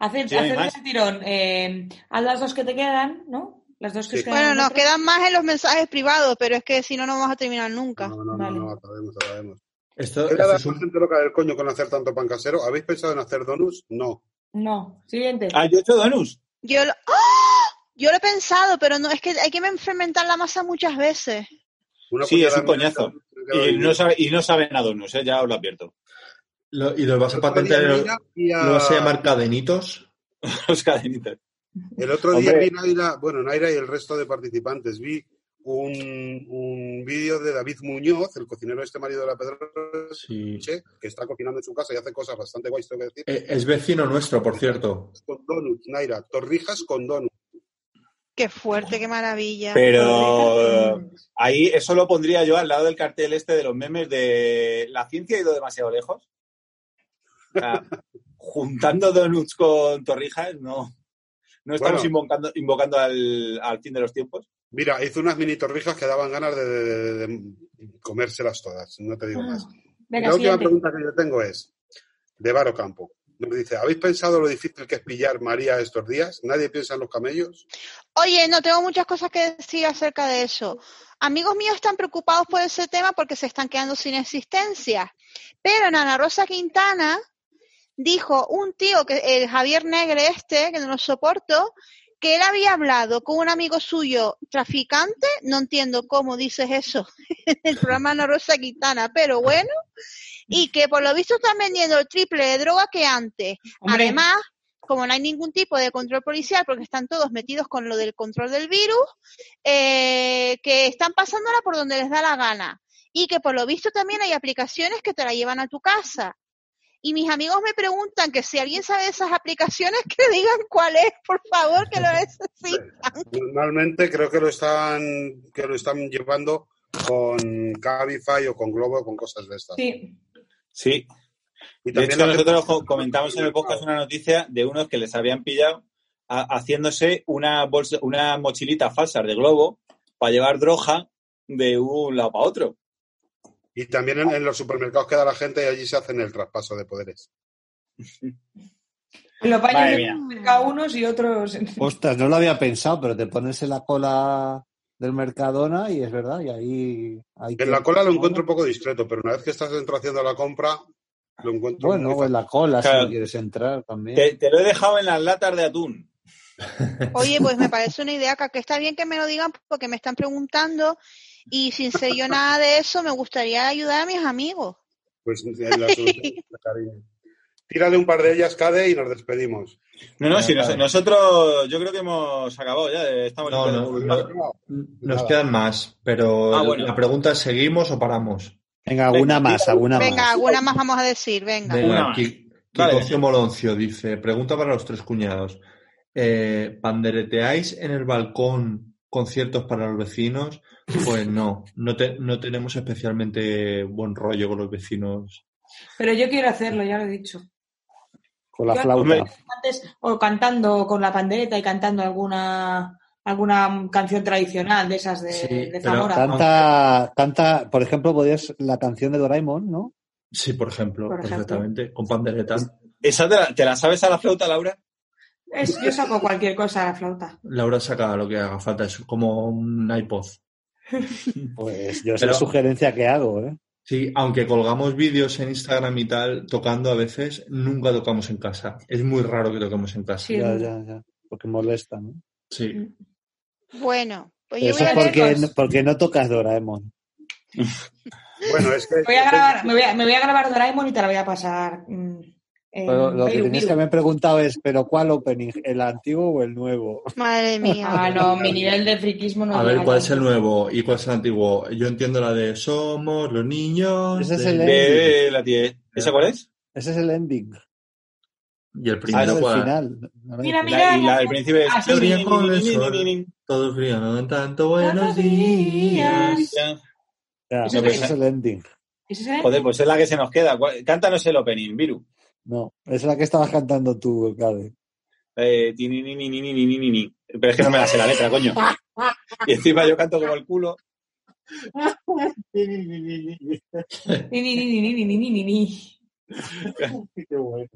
Speaker 1: Haced,
Speaker 3: Sí, hay
Speaker 1: haced
Speaker 3: más.
Speaker 1: el tirón. eh, haz las dos que te quedan, ¿no? Las dos que os
Speaker 4: Sí.
Speaker 1: quedan.
Speaker 6: bueno, nos
Speaker 1: otras.
Speaker 6: quedan más en los mensajes privados, pero es que si no, no vamos a terminar nunca.
Speaker 4: No, no,
Speaker 1: Vale.
Speaker 4: no, no, acabemos, acabemos.
Speaker 2: Esto,
Speaker 4: ¿Qué
Speaker 2: esto
Speaker 4: le da
Speaker 2: es un-
Speaker 4: la gente loca del coño con hacer tanto pan casero? ¿Habéis pensado en hacer donuts? No.
Speaker 1: No, siguiente.
Speaker 3: ¡Ah, yo he hecho donuts!
Speaker 6: Yo lo, ¡Ah! yo lo he pensado, pero no es que hay que fermentar la masa muchas veces.
Speaker 4: Una
Speaker 3: Sí, es un
Speaker 4: puñalada en
Speaker 3: coñazo.
Speaker 4: el donuts, creo que
Speaker 3: Y
Speaker 4: lo
Speaker 3: no,
Speaker 4: diría.
Speaker 3: sabe, y no saben a donuts, ¿eh? ya os lo advierto.
Speaker 2: lo- y lo vas a
Speaker 4: El otro día
Speaker 2: patentar, lo,
Speaker 4: Lina y a-
Speaker 2: lo vas a llamar cadenitos.
Speaker 3: Los cadenitas.
Speaker 4: El otro día
Speaker 3: Hombre.
Speaker 4: vi Naira, bueno, Naira y el resto de participantes, vi un, un vídeo de David Muñoz, el cocinero este marido de la Pedroche,
Speaker 2: Sí.
Speaker 4: que está cocinando en su casa y hace cosas bastante guays, tengo que decir,
Speaker 2: Eh, Es vecino nuestro, por cierto.
Speaker 4: con donuts, Naira, torrijas con donuts.
Speaker 6: Qué fuerte, qué maravilla.
Speaker 3: Pero ahí eso lo pondría yo al lado del cartel este de los memes de la ciencia ha ido demasiado lejos. O sea, juntando donuts con torrijas, no, no estamos
Speaker 4: Bueno.
Speaker 3: invocando, invocando al, al fin de los tiempos.
Speaker 4: Mira, hizo unas mini torrijas que daban ganas de, de- de- de comérselas todas, no te digo más.
Speaker 1: Ah, Venga,
Speaker 4: la última
Speaker 1: siguiente.
Speaker 4: pregunta que yo tengo es, de Varo Campo. Nos dice, ¿habéis pensado lo difícil que es pillar María estos días? ¿Nadie piensa en los camellos?
Speaker 6: Oye, no tengo muchas cosas que decir acerca de eso. Amigos míos están preocupados por ese tema porque se están quedando sin existencia. Pero Nana Rosa Quintana dijo un tío, que el Javier Negre este, que no lo soporto, que él había hablado con un amigo suyo traficante, no entiendo cómo dices eso en el programa Ana Rosa Quintana, pero bueno, y que por lo visto están vendiendo el triple de droga que antes.
Speaker 1: Hombre,
Speaker 6: Además, como no hay ningún tipo de control policial, porque están todos metidos con lo del control del virus, eh, que están pasándola por donde les da la gana. Y que por lo visto también hay aplicaciones que te la llevan a tu casa. Y mis amigos me preguntan que si alguien sabe de esas aplicaciones, que digan cuál es, por favor, que lo necesito.
Speaker 4: Normalmente creo que lo están que lo están llevando con Cabify o con Globo o con cosas de estas.
Speaker 1: sí.
Speaker 3: Sí,
Speaker 4: Y
Speaker 3: de
Speaker 4: también
Speaker 3: hecho
Speaker 4: la gente-
Speaker 3: nosotros co- comentamos en el podcast una noticia de unos que les habían pillado a- haciéndose una, bolsa, una mochilita falsa de globo para llevar droga de un lado para otro.
Speaker 4: y también en, en los supermercados queda la gente y allí se hacen el traspaso de poderes.
Speaker 1: Los baños
Speaker 3: Madre
Speaker 1: de
Speaker 3: mía.
Speaker 1: mercado unos y otros.
Speaker 5: Ostras, no lo había pensado, pero te pones en la cola del Mercadona y es verdad, y ahí hay
Speaker 4: En la cola lo encuentro un poco discreto, pero una vez que estás dentro haciendo la compra, lo encuentro
Speaker 5: Bueno, o
Speaker 4: muy
Speaker 5: en
Speaker 7: pues
Speaker 4: fácil.
Speaker 5: la cola
Speaker 3: Claro.
Speaker 5: si no quieres entrar también.
Speaker 3: Te, te lo he dejado en las latas de atún.
Speaker 6: Oye, pues me parece una idea, que está bien que me lo digan porque me están preguntando y sin ser yo nada de eso, me gustaría ayudar a mis amigos.
Speaker 4: Pues en la solución, cariño. Tírale un par de ellas, Cade, y nos despedimos.
Speaker 3: No, no,
Speaker 2: Ya,
Speaker 3: sí, nos-
Speaker 2: claro.
Speaker 3: nosotros yo creo que hemos acabado ya, eh, estamos
Speaker 2: No,
Speaker 3: limpiando
Speaker 2: no,
Speaker 3: por-
Speaker 2: no. Nos
Speaker 4: Nada.
Speaker 2: quedan más, pero
Speaker 3: Ah, bueno.
Speaker 2: la pregunta es, ¿seguimos o paramos?
Speaker 5: Venga, alguna
Speaker 3: Venga,
Speaker 5: más,
Speaker 3: tira
Speaker 5: alguna más.
Speaker 6: Venga, alguna más vamos a decir, venga.
Speaker 3: Una
Speaker 2: Venga,
Speaker 3: más.
Speaker 2: Ki-
Speaker 3: Vale.
Speaker 2: Kikocio Moloncio dice, pregunta para los tres cuñados. Eh, ¿Pandereteáis en el balcón conciertos para los vecinos? Pues no, no, te- no tenemos especialmente buen rollo con los vecinos.
Speaker 1: Pero yo quiero hacerlo, ya lo he dicho.
Speaker 5: Con la
Speaker 1: Yo-
Speaker 5: flauta.
Speaker 3: Hombre,
Speaker 1: Antes, o cantando con la pandereta y cantando alguna alguna canción tradicional de esas de,
Speaker 2: Sí,
Speaker 1: de
Speaker 2: pero
Speaker 1: Zamora.
Speaker 2: tan-
Speaker 5: Canta, canta, por ejemplo, podías la canción de Doraemon, ¿no?
Speaker 2: Sí, por ejemplo,
Speaker 1: Por ejemplo.
Speaker 2: perfectamente, con pandereta.
Speaker 3: ¿esa te la, te la sabes a la flauta, Laura?
Speaker 1: Es- yo saco cualquier cosa a la flauta.
Speaker 2: Laura saca lo que haga falta, es como un iPod.
Speaker 5: Pues yo es
Speaker 2: Pero-
Speaker 5: la sugerencia que hago, ¿eh?
Speaker 2: Sí, aunque colgamos vídeos en Instagram y tal, tocando a veces, nunca tocamos en casa. Es muy raro que toquemos en casa.
Speaker 1: Sí,
Speaker 5: Ya,
Speaker 1: es
Speaker 5: ya, ya. Porque molesta, ¿no?
Speaker 2: Sí.
Speaker 6: Bueno, pues
Speaker 5: Pero
Speaker 6: yo
Speaker 5: eso
Speaker 6: voy a
Speaker 5: es
Speaker 1: Venga,
Speaker 5: porque,
Speaker 1: chicos.
Speaker 5: porque no tocas Doraemon.
Speaker 4: Bueno, es que...
Speaker 1: Voy a grabar, me, voy a, me voy a grabar Doraemon y te la voy a pasar. mm. en
Speaker 5: Pero lo que
Speaker 1: Pale
Speaker 5: tenías que
Speaker 1: Blue.
Speaker 5: haber preguntado es, ¿pero cuál opening? ¿El antiguo o el nuevo?
Speaker 6: Madre mía.
Speaker 1: Ah, no, mi nivel de friquismo no
Speaker 2: A ver,
Speaker 1: llega
Speaker 2: ¿cuál es el
Speaker 1: tanto.
Speaker 2: nuevo y cuál es el antiguo? Yo entiendo la de Somos los niños.
Speaker 5: Ese es
Speaker 2: del-
Speaker 5: el
Speaker 3: De la tía. ¿Esa cuál es?
Speaker 5: Ese es el ending.
Speaker 2: Y
Speaker 5: Ah, Ese
Speaker 2: el
Speaker 5: es
Speaker 2: primero,
Speaker 5: el
Speaker 2: ¿cuál?
Speaker 5: final. No me
Speaker 1: Mira,
Speaker 5: acuerdo.
Speaker 3: La, y la del
Speaker 1: la-
Speaker 3: príncipe es.
Speaker 1: Ah, sí,
Speaker 2: Yo brilla con el sol. Todos brillan tanto buenos
Speaker 1: Buenos días.
Speaker 2: días.
Speaker 5: Ya,
Speaker 1: Ese
Speaker 3: es
Speaker 5: ese
Speaker 3: el-
Speaker 5: es el ending.
Speaker 1: ¿Ese es el?
Speaker 3: Joder, pues es la que se nos queda. ¿Cuál- Cántanos el opening, Viru.
Speaker 5: No, es la que estabas cantando tú, Cade.
Speaker 3: Eh, ti, ni, ni, ni, ni, ni, ni, ni, ni. Pero es que no me la sé la letra, coño. Y encima yo canto como el culo.
Speaker 1: Ni, ni, ni, ni, ni, ni, ni, ni, ni.
Speaker 5: Qué bueno.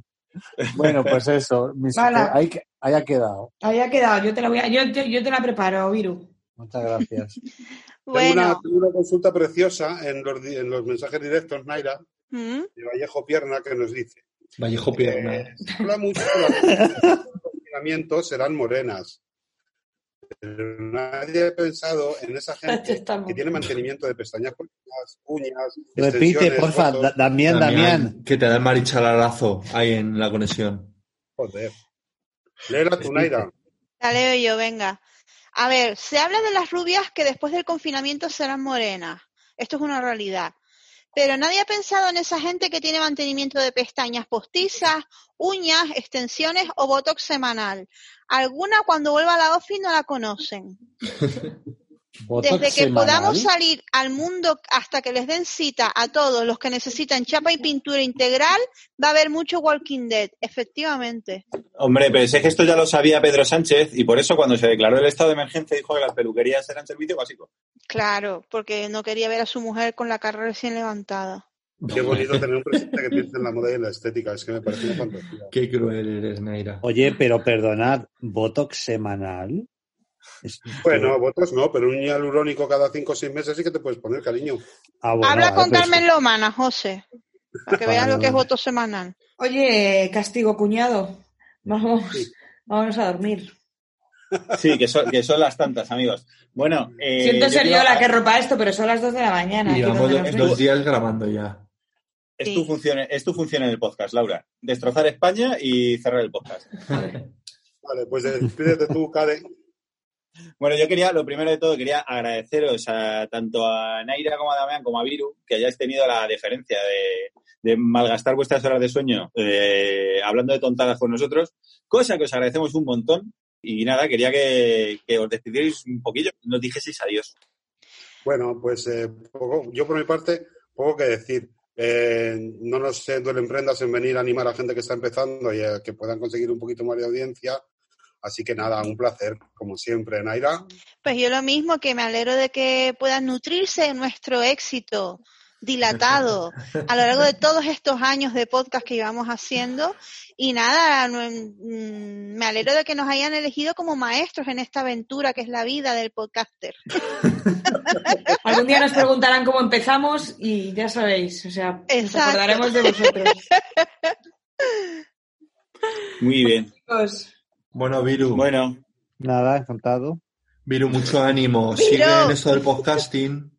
Speaker 5: Bueno, pues eso. mis-
Speaker 1: Vale.
Speaker 5: ahí, que- ahí ha quedado.
Speaker 1: Ahí ha quedado, yo te la voy a, yo, yo, yo te la preparo, Viru.
Speaker 5: Muchas gracias.
Speaker 4: Tengo una,
Speaker 6: Bueno.
Speaker 4: tengo una consulta preciosa en los, di- en los mensajes directos, Naira,
Speaker 6: ¿Mm?
Speaker 4: de Vallejo Pierna, que nos dice.
Speaker 2: Vallejo Pierna.
Speaker 4: Eh, se habla mucho que las mujeres en el confinamiento serán morenas. Pero nadie ha pensado en esa gente
Speaker 1: Estamos.
Speaker 4: que tiene mantenimiento de pestañas cortinas, uñas,
Speaker 5: Repite,
Speaker 4: extensiones,
Speaker 5: porfa,
Speaker 4: fotos.
Speaker 5: Da- Damián, Damián.
Speaker 2: Que te da el marichalarazo ahí en la conexión.
Speaker 4: Joder. Léela tú, Naira.
Speaker 6: La leo yo, venga. A ver, se habla de las rubias que después del confinamiento serán morenas. Esto es una realidad. Pero nadie ha pensado en esa gente que tiene mantenimiento de pestañas postizas, uñas, extensiones o botox semanal. Alguna cuando vuelva a la ofi no la conocen.
Speaker 5: Botox
Speaker 6: Desde que
Speaker 5: semanal.
Speaker 6: podamos salir al mundo hasta que les den cita a todos los que necesitan chapa y pintura integral, va a haber mucho Walking Dead, efectivamente.
Speaker 3: Hombre, pero es que esto ya lo sabía Pedro Sánchez y por eso cuando se declaró el estado de emergencia dijo que las peluquerías eran servicio básico.
Speaker 6: Claro, porque no quería ver a su mujer con la cara recién levantada.
Speaker 4: Qué bonito tener un presidente que piensa en la moda y en la estética. Es que me parece una fantasía.
Speaker 2: Qué cruel eres, Naira.
Speaker 5: Oye, pero perdonad, ¿Botox semanal? Es-
Speaker 4: Bueno, votos no, pero un hialurónico cada cinco o seis meses sí que te puedes poner, cariño.
Speaker 5: ah, bueno,
Speaker 6: Habla
Speaker 5: vale,
Speaker 6: con
Speaker 4: pues
Speaker 5: pero es-
Speaker 6: Carmen Lomana, José, para que veas lo que es voto semanal.
Speaker 1: Oye, castigo cuñado, vamos,
Speaker 4: Sí.
Speaker 1: vámonos a dormir.
Speaker 3: Sí, que son, que son las tantas, amigos. Bueno, eh,
Speaker 1: Siento
Speaker 3: yo
Speaker 1: ser
Speaker 3: quiero-
Speaker 1: yo la que ropa esto, pero son las 2 de la mañana.
Speaker 2: Y
Speaker 1: aquí
Speaker 2: llevamos
Speaker 1: donde
Speaker 2: do-
Speaker 1: nos ven.
Speaker 2: dos días grabando ya.
Speaker 3: es, tu
Speaker 6: Sí.
Speaker 3: función, es tu función en el podcast, Laura. Destrozar España y cerrar el podcast.
Speaker 4: Vale, pues despídete tú, Cade.
Speaker 3: Bueno, yo quería, lo primero de todo, quería agradeceros a, tanto a Naira como a Damián como a Viru que hayáis tenido la deferencia de, de malgastar vuestras horas de sueño eh, hablando de tontadas con nosotros, cosa que os agradecemos un montón. Y nada, quería que, que os despidierais un poquillo, nos dijeseis adiós.
Speaker 4: Bueno, pues eh, poco- yo por mi parte, poco que decir. Eh, no nos eh, duelen prendas en venir a animar a gente que está empezando y a que puedan conseguir un poquito más de audiencia. Así que nada, un placer, como siempre, Naira.
Speaker 6: Pues yo lo mismo, que me alegro de que puedan nutrirse de nuestro éxito dilatado a lo largo de todos estos años de podcast que llevamos haciendo. Y nada, no- mm, me alegro de que nos hayan elegido como maestros en esta aventura que es la vida del podcaster.
Speaker 1: Algún día nos preguntarán cómo empezamos y ya sabéis, o sea, nos
Speaker 6: Exacto.
Speaker 1: acordaremos de vosotros.
Speaker 3: Muy bien.
Speaker 1: Chicos,
Speaker 2: Bueno, Viru,
Speaker 3: Bueno,
Speaker 5: Nada, encantado.
Speaker 2: Viru, mucho ánimo. Sigue en esto del podcasting.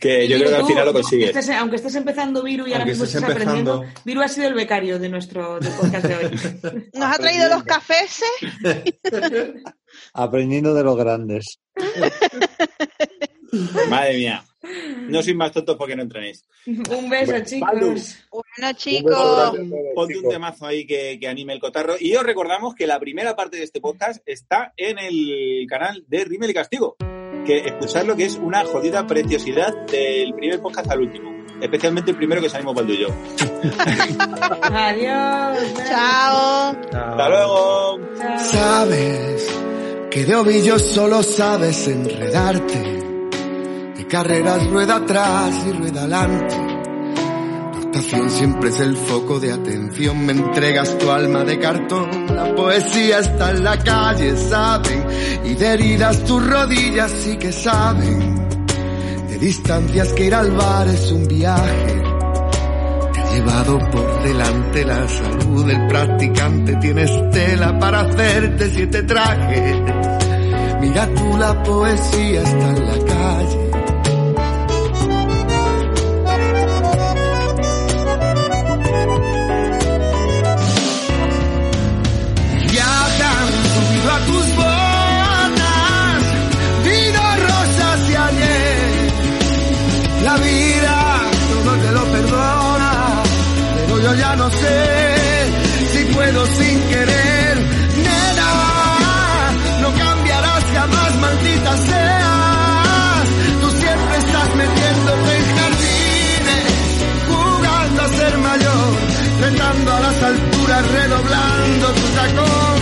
Speaker 3: que Eh, yo
Speaker 1: Viru,
Speaker 3: creo que al
Speaker 1: tú,
Speaker 3: final lo
Speaker 1: tú,
Speaker 3: consigues.
Speaker 1: estés- aunque estés empezando Viru y ahora
Speaker 2: Aunque
Speaker 1: mismo
Speaker 2: estés
Speaker 1: estés aprendiendo,
Speaker 2: empezando.
Speaker 1: Viru ha sido el becario de nuestro del podcast de hoy.
Speaker 6: Nos ha traído los
Speaker 4: Aprendiendo.
Speaker 6: cafés.
Speaker 5: Aprendiendo de los grandes.
Speaker 3: Madre mía. No sois más tontos porque no entrenéis.
Speaker 1: Un beso,
Speaker 4: Bueno, Manu.
Speaker 1: chicos.
Speaker 6: Bueno,
Speaker 4: Un beso
Speaker 6: chicos,
Speaker 4: grande a todos,
Speaker 3: Ponte un
Speaker 4: chicos.
Speaker 3: temazo ahí que, que anime el cotarro. Y os recordamos que la primera parte de este podcast está en el canal de Rimel y Castigo. Que escucharlo que es una jodida preciosidad del primer podcast al último. Especialmente el primero que salimos Baldu y yo.
Speaker 1: Adiós.
Speaker 6: chao.
Speaker 3: ¡Hasta luego!
Speaker 1: Chao.
Speaker 8: Sabes que de ovillos solo sabes enredarte. De carreras rueda atrás y rueda adelante. Tu actuación siempre es el foco de atención. Me entregas tu alma de cartón. La poesía está en la calle, saben. Y de heridas tus rodillas sí que saben. De distancias que ir al bar es un viaje. Te ha llevado por delante la salud del practicante. Tienes tela para hacerte siete trajes. Mira tú la poesía está en la calle.
Speaker 9: no sé si puedo sin querer. Nena, no cambiarás jamás, maldita seas. Tú siempre estás metiéndote en jardines, jugando a ser mayor, retando a las alturas, redoblando tu tacón.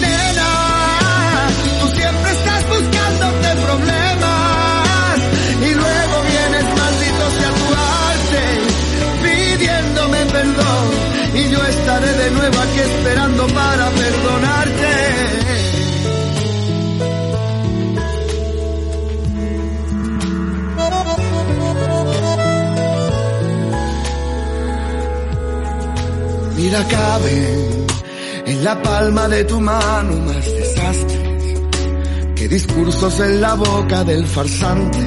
Speaker 9: Nena, tú siempre estás buscándote problemas y luego vienes maldito sea tu arte pidiéndome perdón y yo estaré de nuevo aquí esperando para perdonarte. Mira, cabe en la palma de tu mano más desastres que discursos en la boca del farsante.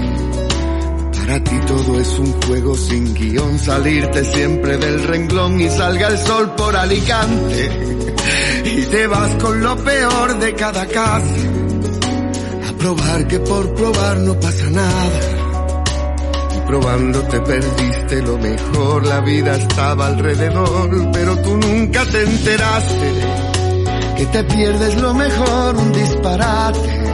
Speaker 9: Para ti todo es un juego sin guión, salirte siempre del renglón y salga el sol por Alicante. Y te vas con lo peor de cada casa, a probar que por probar no pasa nada probando te perdiste lo mejor, la vida estaba alrededor, pero tú nunca te enteraste que te pierdes lo mejor, un disparate. Oh.